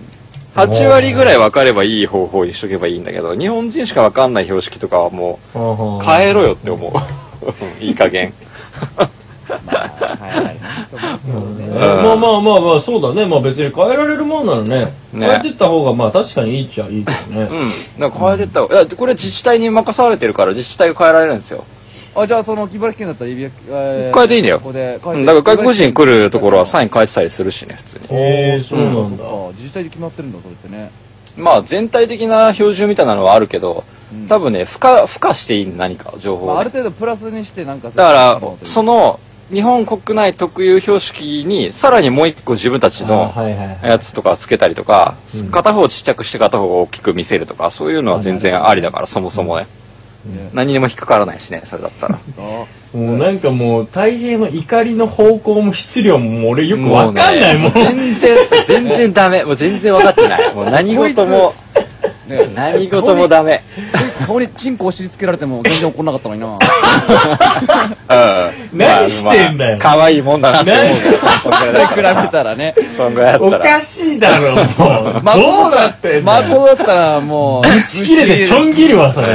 D: ?8 割ぐらいわかればいい方法にしとけばいいんだけど、日本人しかわかんない標識とかはもう、変えろよって思う。 いい加減。
F: えまあまあまあまあそうだねまあ別に変えられるもんならね
D: ね
F: 変えてった方がまあ確かにいいっちゃいいけどね、
D: うん。なんか変えてった方が、いやこれ自治体に任されてるから自治体が変えられるんですよ。
E: あじゃあその茨城県だったら指輪え
D: 変えていいんだよ
E: ここで
D: う
E: 変え
D: ん
E: て
D: だから外国人来るところはサ
E: イ
D: イン変えてたりするしね、普通に。
F: へえそうなんだ、
E: 自治体で決まってるんだそれってね
D: まあ全体的な標準みたいなのはあるけど、多分ね、付加、付加していい何か、情報
E: ま
D: を
E: あ
D: ね
E: ある程度プラスにしてなんか
D: だから、そ
E: の
D: の、日本国内特有標識に、さらにもう一個自分たち
F: あ
D: の
F: はいはいはい
D: やつとかつけたりとか、片方ちっちゃくして片方を大きく見せるとか、そういうのは全然ありだから、そもそもね。何にも引っかからないしね、それだったら。
F: もうなんかもう太平の怒りの方向も質量ももう俺よくわかんないもん
D: うね全然、全然ダメ。もう全然分かってない。もう何事も、何事もダメ。
E: こいつ顔にチンコ押し付けられても全然怒んなかったのに な
D: うん
F: 何してん
D: まあ
F: だよ
D: まあ可愛いもんだなって思うけど、そんぐらいだ
E: 比
D: か
E: べ
D: ら。
E: たらね
D: そんぐらいだ
F: お
D: ったら。
F: かしいだろもうどうだってんだよ
E: 孫だったらもう
F: ぶち切れてちょん切るわそれ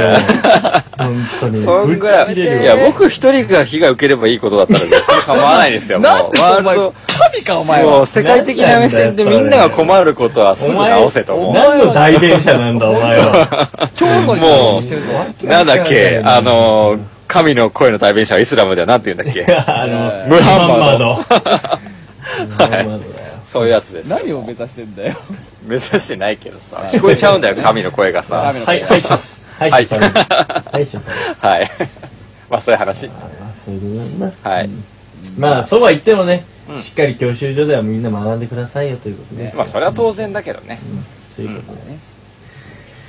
F: 本当に
D: そん
F: ぶ
D: ぐら
F: ち
D: い。
F: 切
D: い
F: れる
D: や、僕一人が被害受ければいいことだったら別に構わないですよ。もう
E: なんで
D: ワー
E: お
D: ルド
E: 前神かお前
D: も
E: は
D: う世界的な目線でみんなが困ることはすぐ直せと
F: わ
D: 思
F: 何の代弁者なんだお前は
E: 教祖になろうとしてるぞ
D: う。なんだっけ、あのー、神の声の代弁者はイスラムではなんて言うんだっけ
F: あの
D: ムハン
F: ハンマ
D: マー
F: ー
D: ド。
F: ド
D: そういうやつです。
E: 何を目指してんだよ
D: 目指してないけどさ、聞こえちゃうんだよ、神の声がさ。
E: 神の
F: は
E: 声
F: い、敗者です。敗者される。敗者される。
D: はい。 まあそういう話。
F: あそういうことなんだ
D: はい。
F: まあ、そうは言ってもね、しっかり教習所ではみんな学んでくださいよということです。
D: まあそれは当然だけどね。
F: そういうことね。
D: はい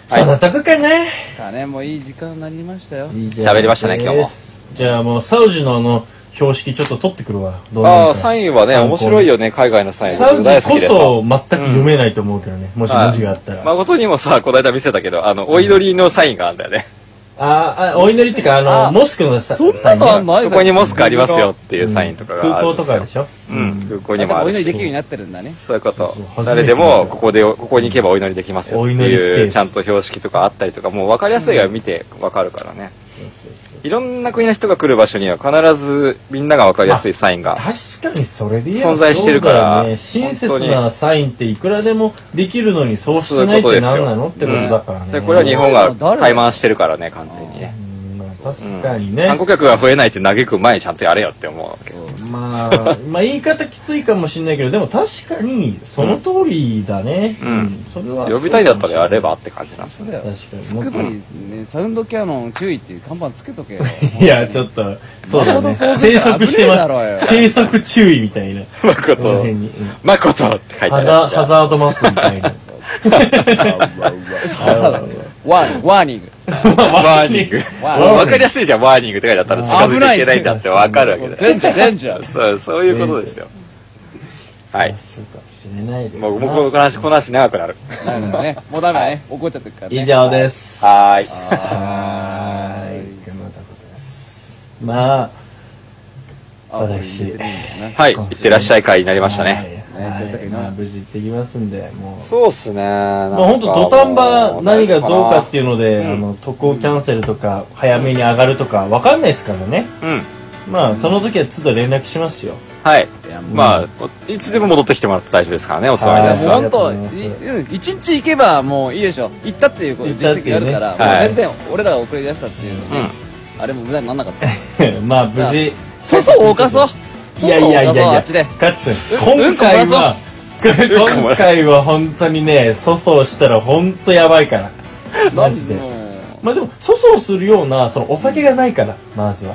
F: そんなとこかね。
E: かねもういい時間になりましたよ
F: いいじゃん
D: 喋りましたね今日も。
F: じゃあもう、サウジのあの、標識ちょっと取ってくるわ。どうな
D: あ
F: る
D: あ、
F: か
D: サインはね、面白いよね、海外のサイン。
F: サウジ
D: 大好
F: こ
D: きでさ。
F: そ全く読めないと思うけどね。もし文字があったら。あ
D: 誠にもさ、この間見せたけど、あの、お祈りのサインがあるんだよね。
F: あ、お祈りっていうか、あの、モスクのさ、
E: そんなのあんの
D: ここにモスクありますよっていうサインとかがある
F: 空港
D: んで
F: と
D: すよ
F: かでしょ
D: うん、空港
E: あ
D: にもあ
E: お
D: る
E: 祈りできる
D: し。
E: ようになってるんだね
D: そういうこと
F: そうそう。
D: 誰でも、ここで、ここに行けばお祈りできますよって
F: お祈りスペ
D: い
F: ー
D: う、
F: ス
D: ちゃんと標識とかあったりとか、もう分かりやすいから見て分かるからね。いろんな国の人が来る場所には必ずみんなが分かりやすいサインが。
F: 確かにそれで言えば
D: 存在してるから
F: そうだよね、親切なサインっていくらでもできるのにそうし
D: そう
F: ないいうっ
D: こ
F: て
D: ですよ
F: 何なのってことだからね
D: で、これは日本が怠慢してるからね、完全にね。
F: まあ確かにね、
D: 観光客が増えないって嘆く前にちゃんとやれよって思うわけ。
F: まあ、まあ言い方きついかもしれないけどでも確かにその通りだね、
D: ん
F: それは
D: 呼びたいんだったらやればって感じなんですよ。
E: そうだよ
F: 確かに
E: つくばにねサウンドキャノン注意っていう看板つけとけよ
F: いやちょっとそうだね
E: なるほど
F: 生息して
E: 危ね
F: ま
E: えだろうよ
F: す生息注意みたいな
D: 誠
F: この辺に、うん
D: 誠って書いてあ
F: ハ
D: る
F: ザ
D: やつ
F: ハザードマップみたいな
E: ワーニングワーニング
D: ワーニング。
E: ワーニング
D: わかりやすいじゃん、ワーニングって書いてあったら近づいちゃいけないんだってわかるわけだ
E: レ
D: よ。
E: ンジャーレンジャー
D: そう、そういうことですよ。はい。
F: そうかもしれないですな
D: もう、もうこの話、この話長くなる。
E: なるほどね もうダメだね怒っちゃってるからね
F: 以上です
D: はーい
F: はーいということですまあ私
D: はい。いってらっしゃい会になりましたね。
F: はいはいまあ無事行ってきますんでもう
D: そうっすね。まあ
F: まあ本当土壇場何がどうかっていうので、あの渡航キャンセルとか早めに上がるとかわかんないですからね
D: うん。
F: まあその時は都度連絡しますよ
D: はい。まあ、おいつでも戻ってきてもらって大丈夫ですからね、おつまみです
E: も
D: わ。
E: う本当
F: ありがとうございま
E: いうん一日行けばもういいでしょ行ったっていうこと
F: 行っ
E: 実
F: たって
E: 績
F: い
E: が
F: う
E: ある
F: ね
E: からもう
D: はい
E: 全然俺らが送り出したっていうの
D: う
E: ねあれも無駄にならなかった
F: まあ無事
E: そうそう犯そう
F: いやいやいやい
E: あ
F: や
E: っちで
F: かつ
E: うん
F: 今回は
D: こ漏らそう
F: 今回は本当にね粗相したら本当やばいからマジでまあでも粗相するようなそのお酒がないからまずは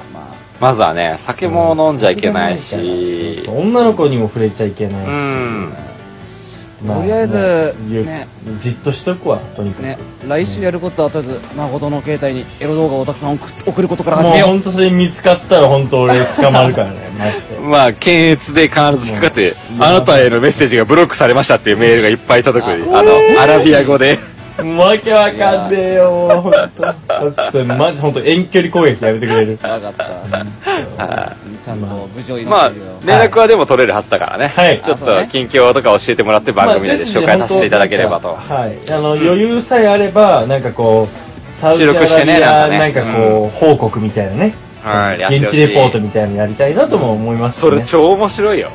D: まずはね、酒も飲んじゃいけない
F: そう
D: し
F: そう、女の子にも触れちゃいけないし、
D: うん。
F: ま
E: とりあえず
F: ゆ
E: ね
F: じっとしとくわとにかく、
E: ね来週やることはとりあえず誠の携帯にエロ動画をたくさん送送ることから始
F: もう
E: めよう
F: 本当それ見つかったら本当俺捕まるから ねマジで
D: まあ、検閲で必ず引っかかって、あなたへのメッセージがブロックされましたっていうメールがいっぱい届く。あの、アラビア語で。
F: わけわかんねえよ本当それマジ本当遠距離攻撃やめてくれ
E: 分
F: る
E: かった ちゃんと無事を祈っ
D: まあ
E: てるよ、
D: 連絡はでも取れるはずだからね。
F: はい
D: ちょっと近況とか教えてもらって 番組内で紹介させていただければと。
F: はい、あの余裕さえあればなんかこうサウジア
D: 収録して
F: ラビ
D: ね
F: ア
D: な
F: なんん
D: かね
F: かこう、報告みたいなね
D: はい、やって
F: 現
D: ほし
F: 地
D: い
F: レポートみたいなのやりたいなとも思います
D: そ
F: しね
D: れ超面白いよ。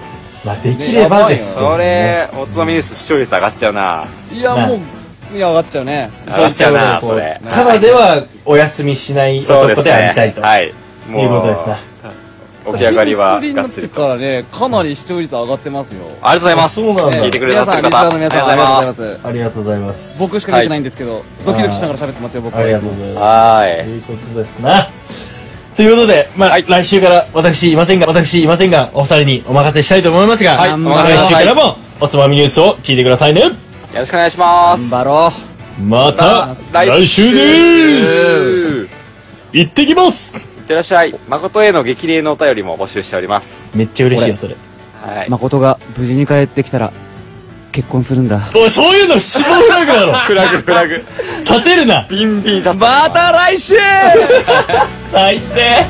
F: まあ、できればですけど
D: そ
F: ね
D: れ、おつまみニュース視聴率上がっちゃうな。
E: いやもういや上がっちゃうね
D: 上がっちゃうな、 それ。
F: ただではお休みしない
D: そうで
F: 男
D: す
F: であ
D: ね
F: りたい。と
D: はい。
F: いうことですな
D: 起き上がりはがっつ
E: シーズン3になって
D: り
E: か
D: と。
E: らねかなり視聴率上がってますよ
D: ありがとうございます。
F: あそうなんだ
D: 聞いてくれたってる
E: 皆
D: 方。
E: さんリスナーの皆さんありがとうございま。す
F: ありがとうございます
E: 僕しか見てないんですけど、ドキドキしながら喋ってますよ僕
F: あ
E: は
F: り
E: い
F: が
E: つ
F: とう
E: も
F: ございます
D: は
F: と
D: ーい。
F: いうことですなということで、まあ、来週から私いませんが、私いませんが、お二人にお任せしたいと思いますが、
D: はい
E: お任せ
F: 来
E: くださ
F: 週
E: い
F: からもおつまみニュースを聞いてくださいね。
D: よろしくお願いします。
E: 頑張ろう
F: また来週です。
D: す。
F: 行ってきます
D: いってらっしゃい。誠への激励のお便りも募集しております。
F: めっちゃ嬉しいよ、それ。
D: はい。
E: 誠が無事に帰ってきたら結婚するんだ
F: おい、そういうの死亡フラグだ
D: フラグフラグ。
F: ろ立てるな
D: ビンビンだった。
E: また来週
F: 最低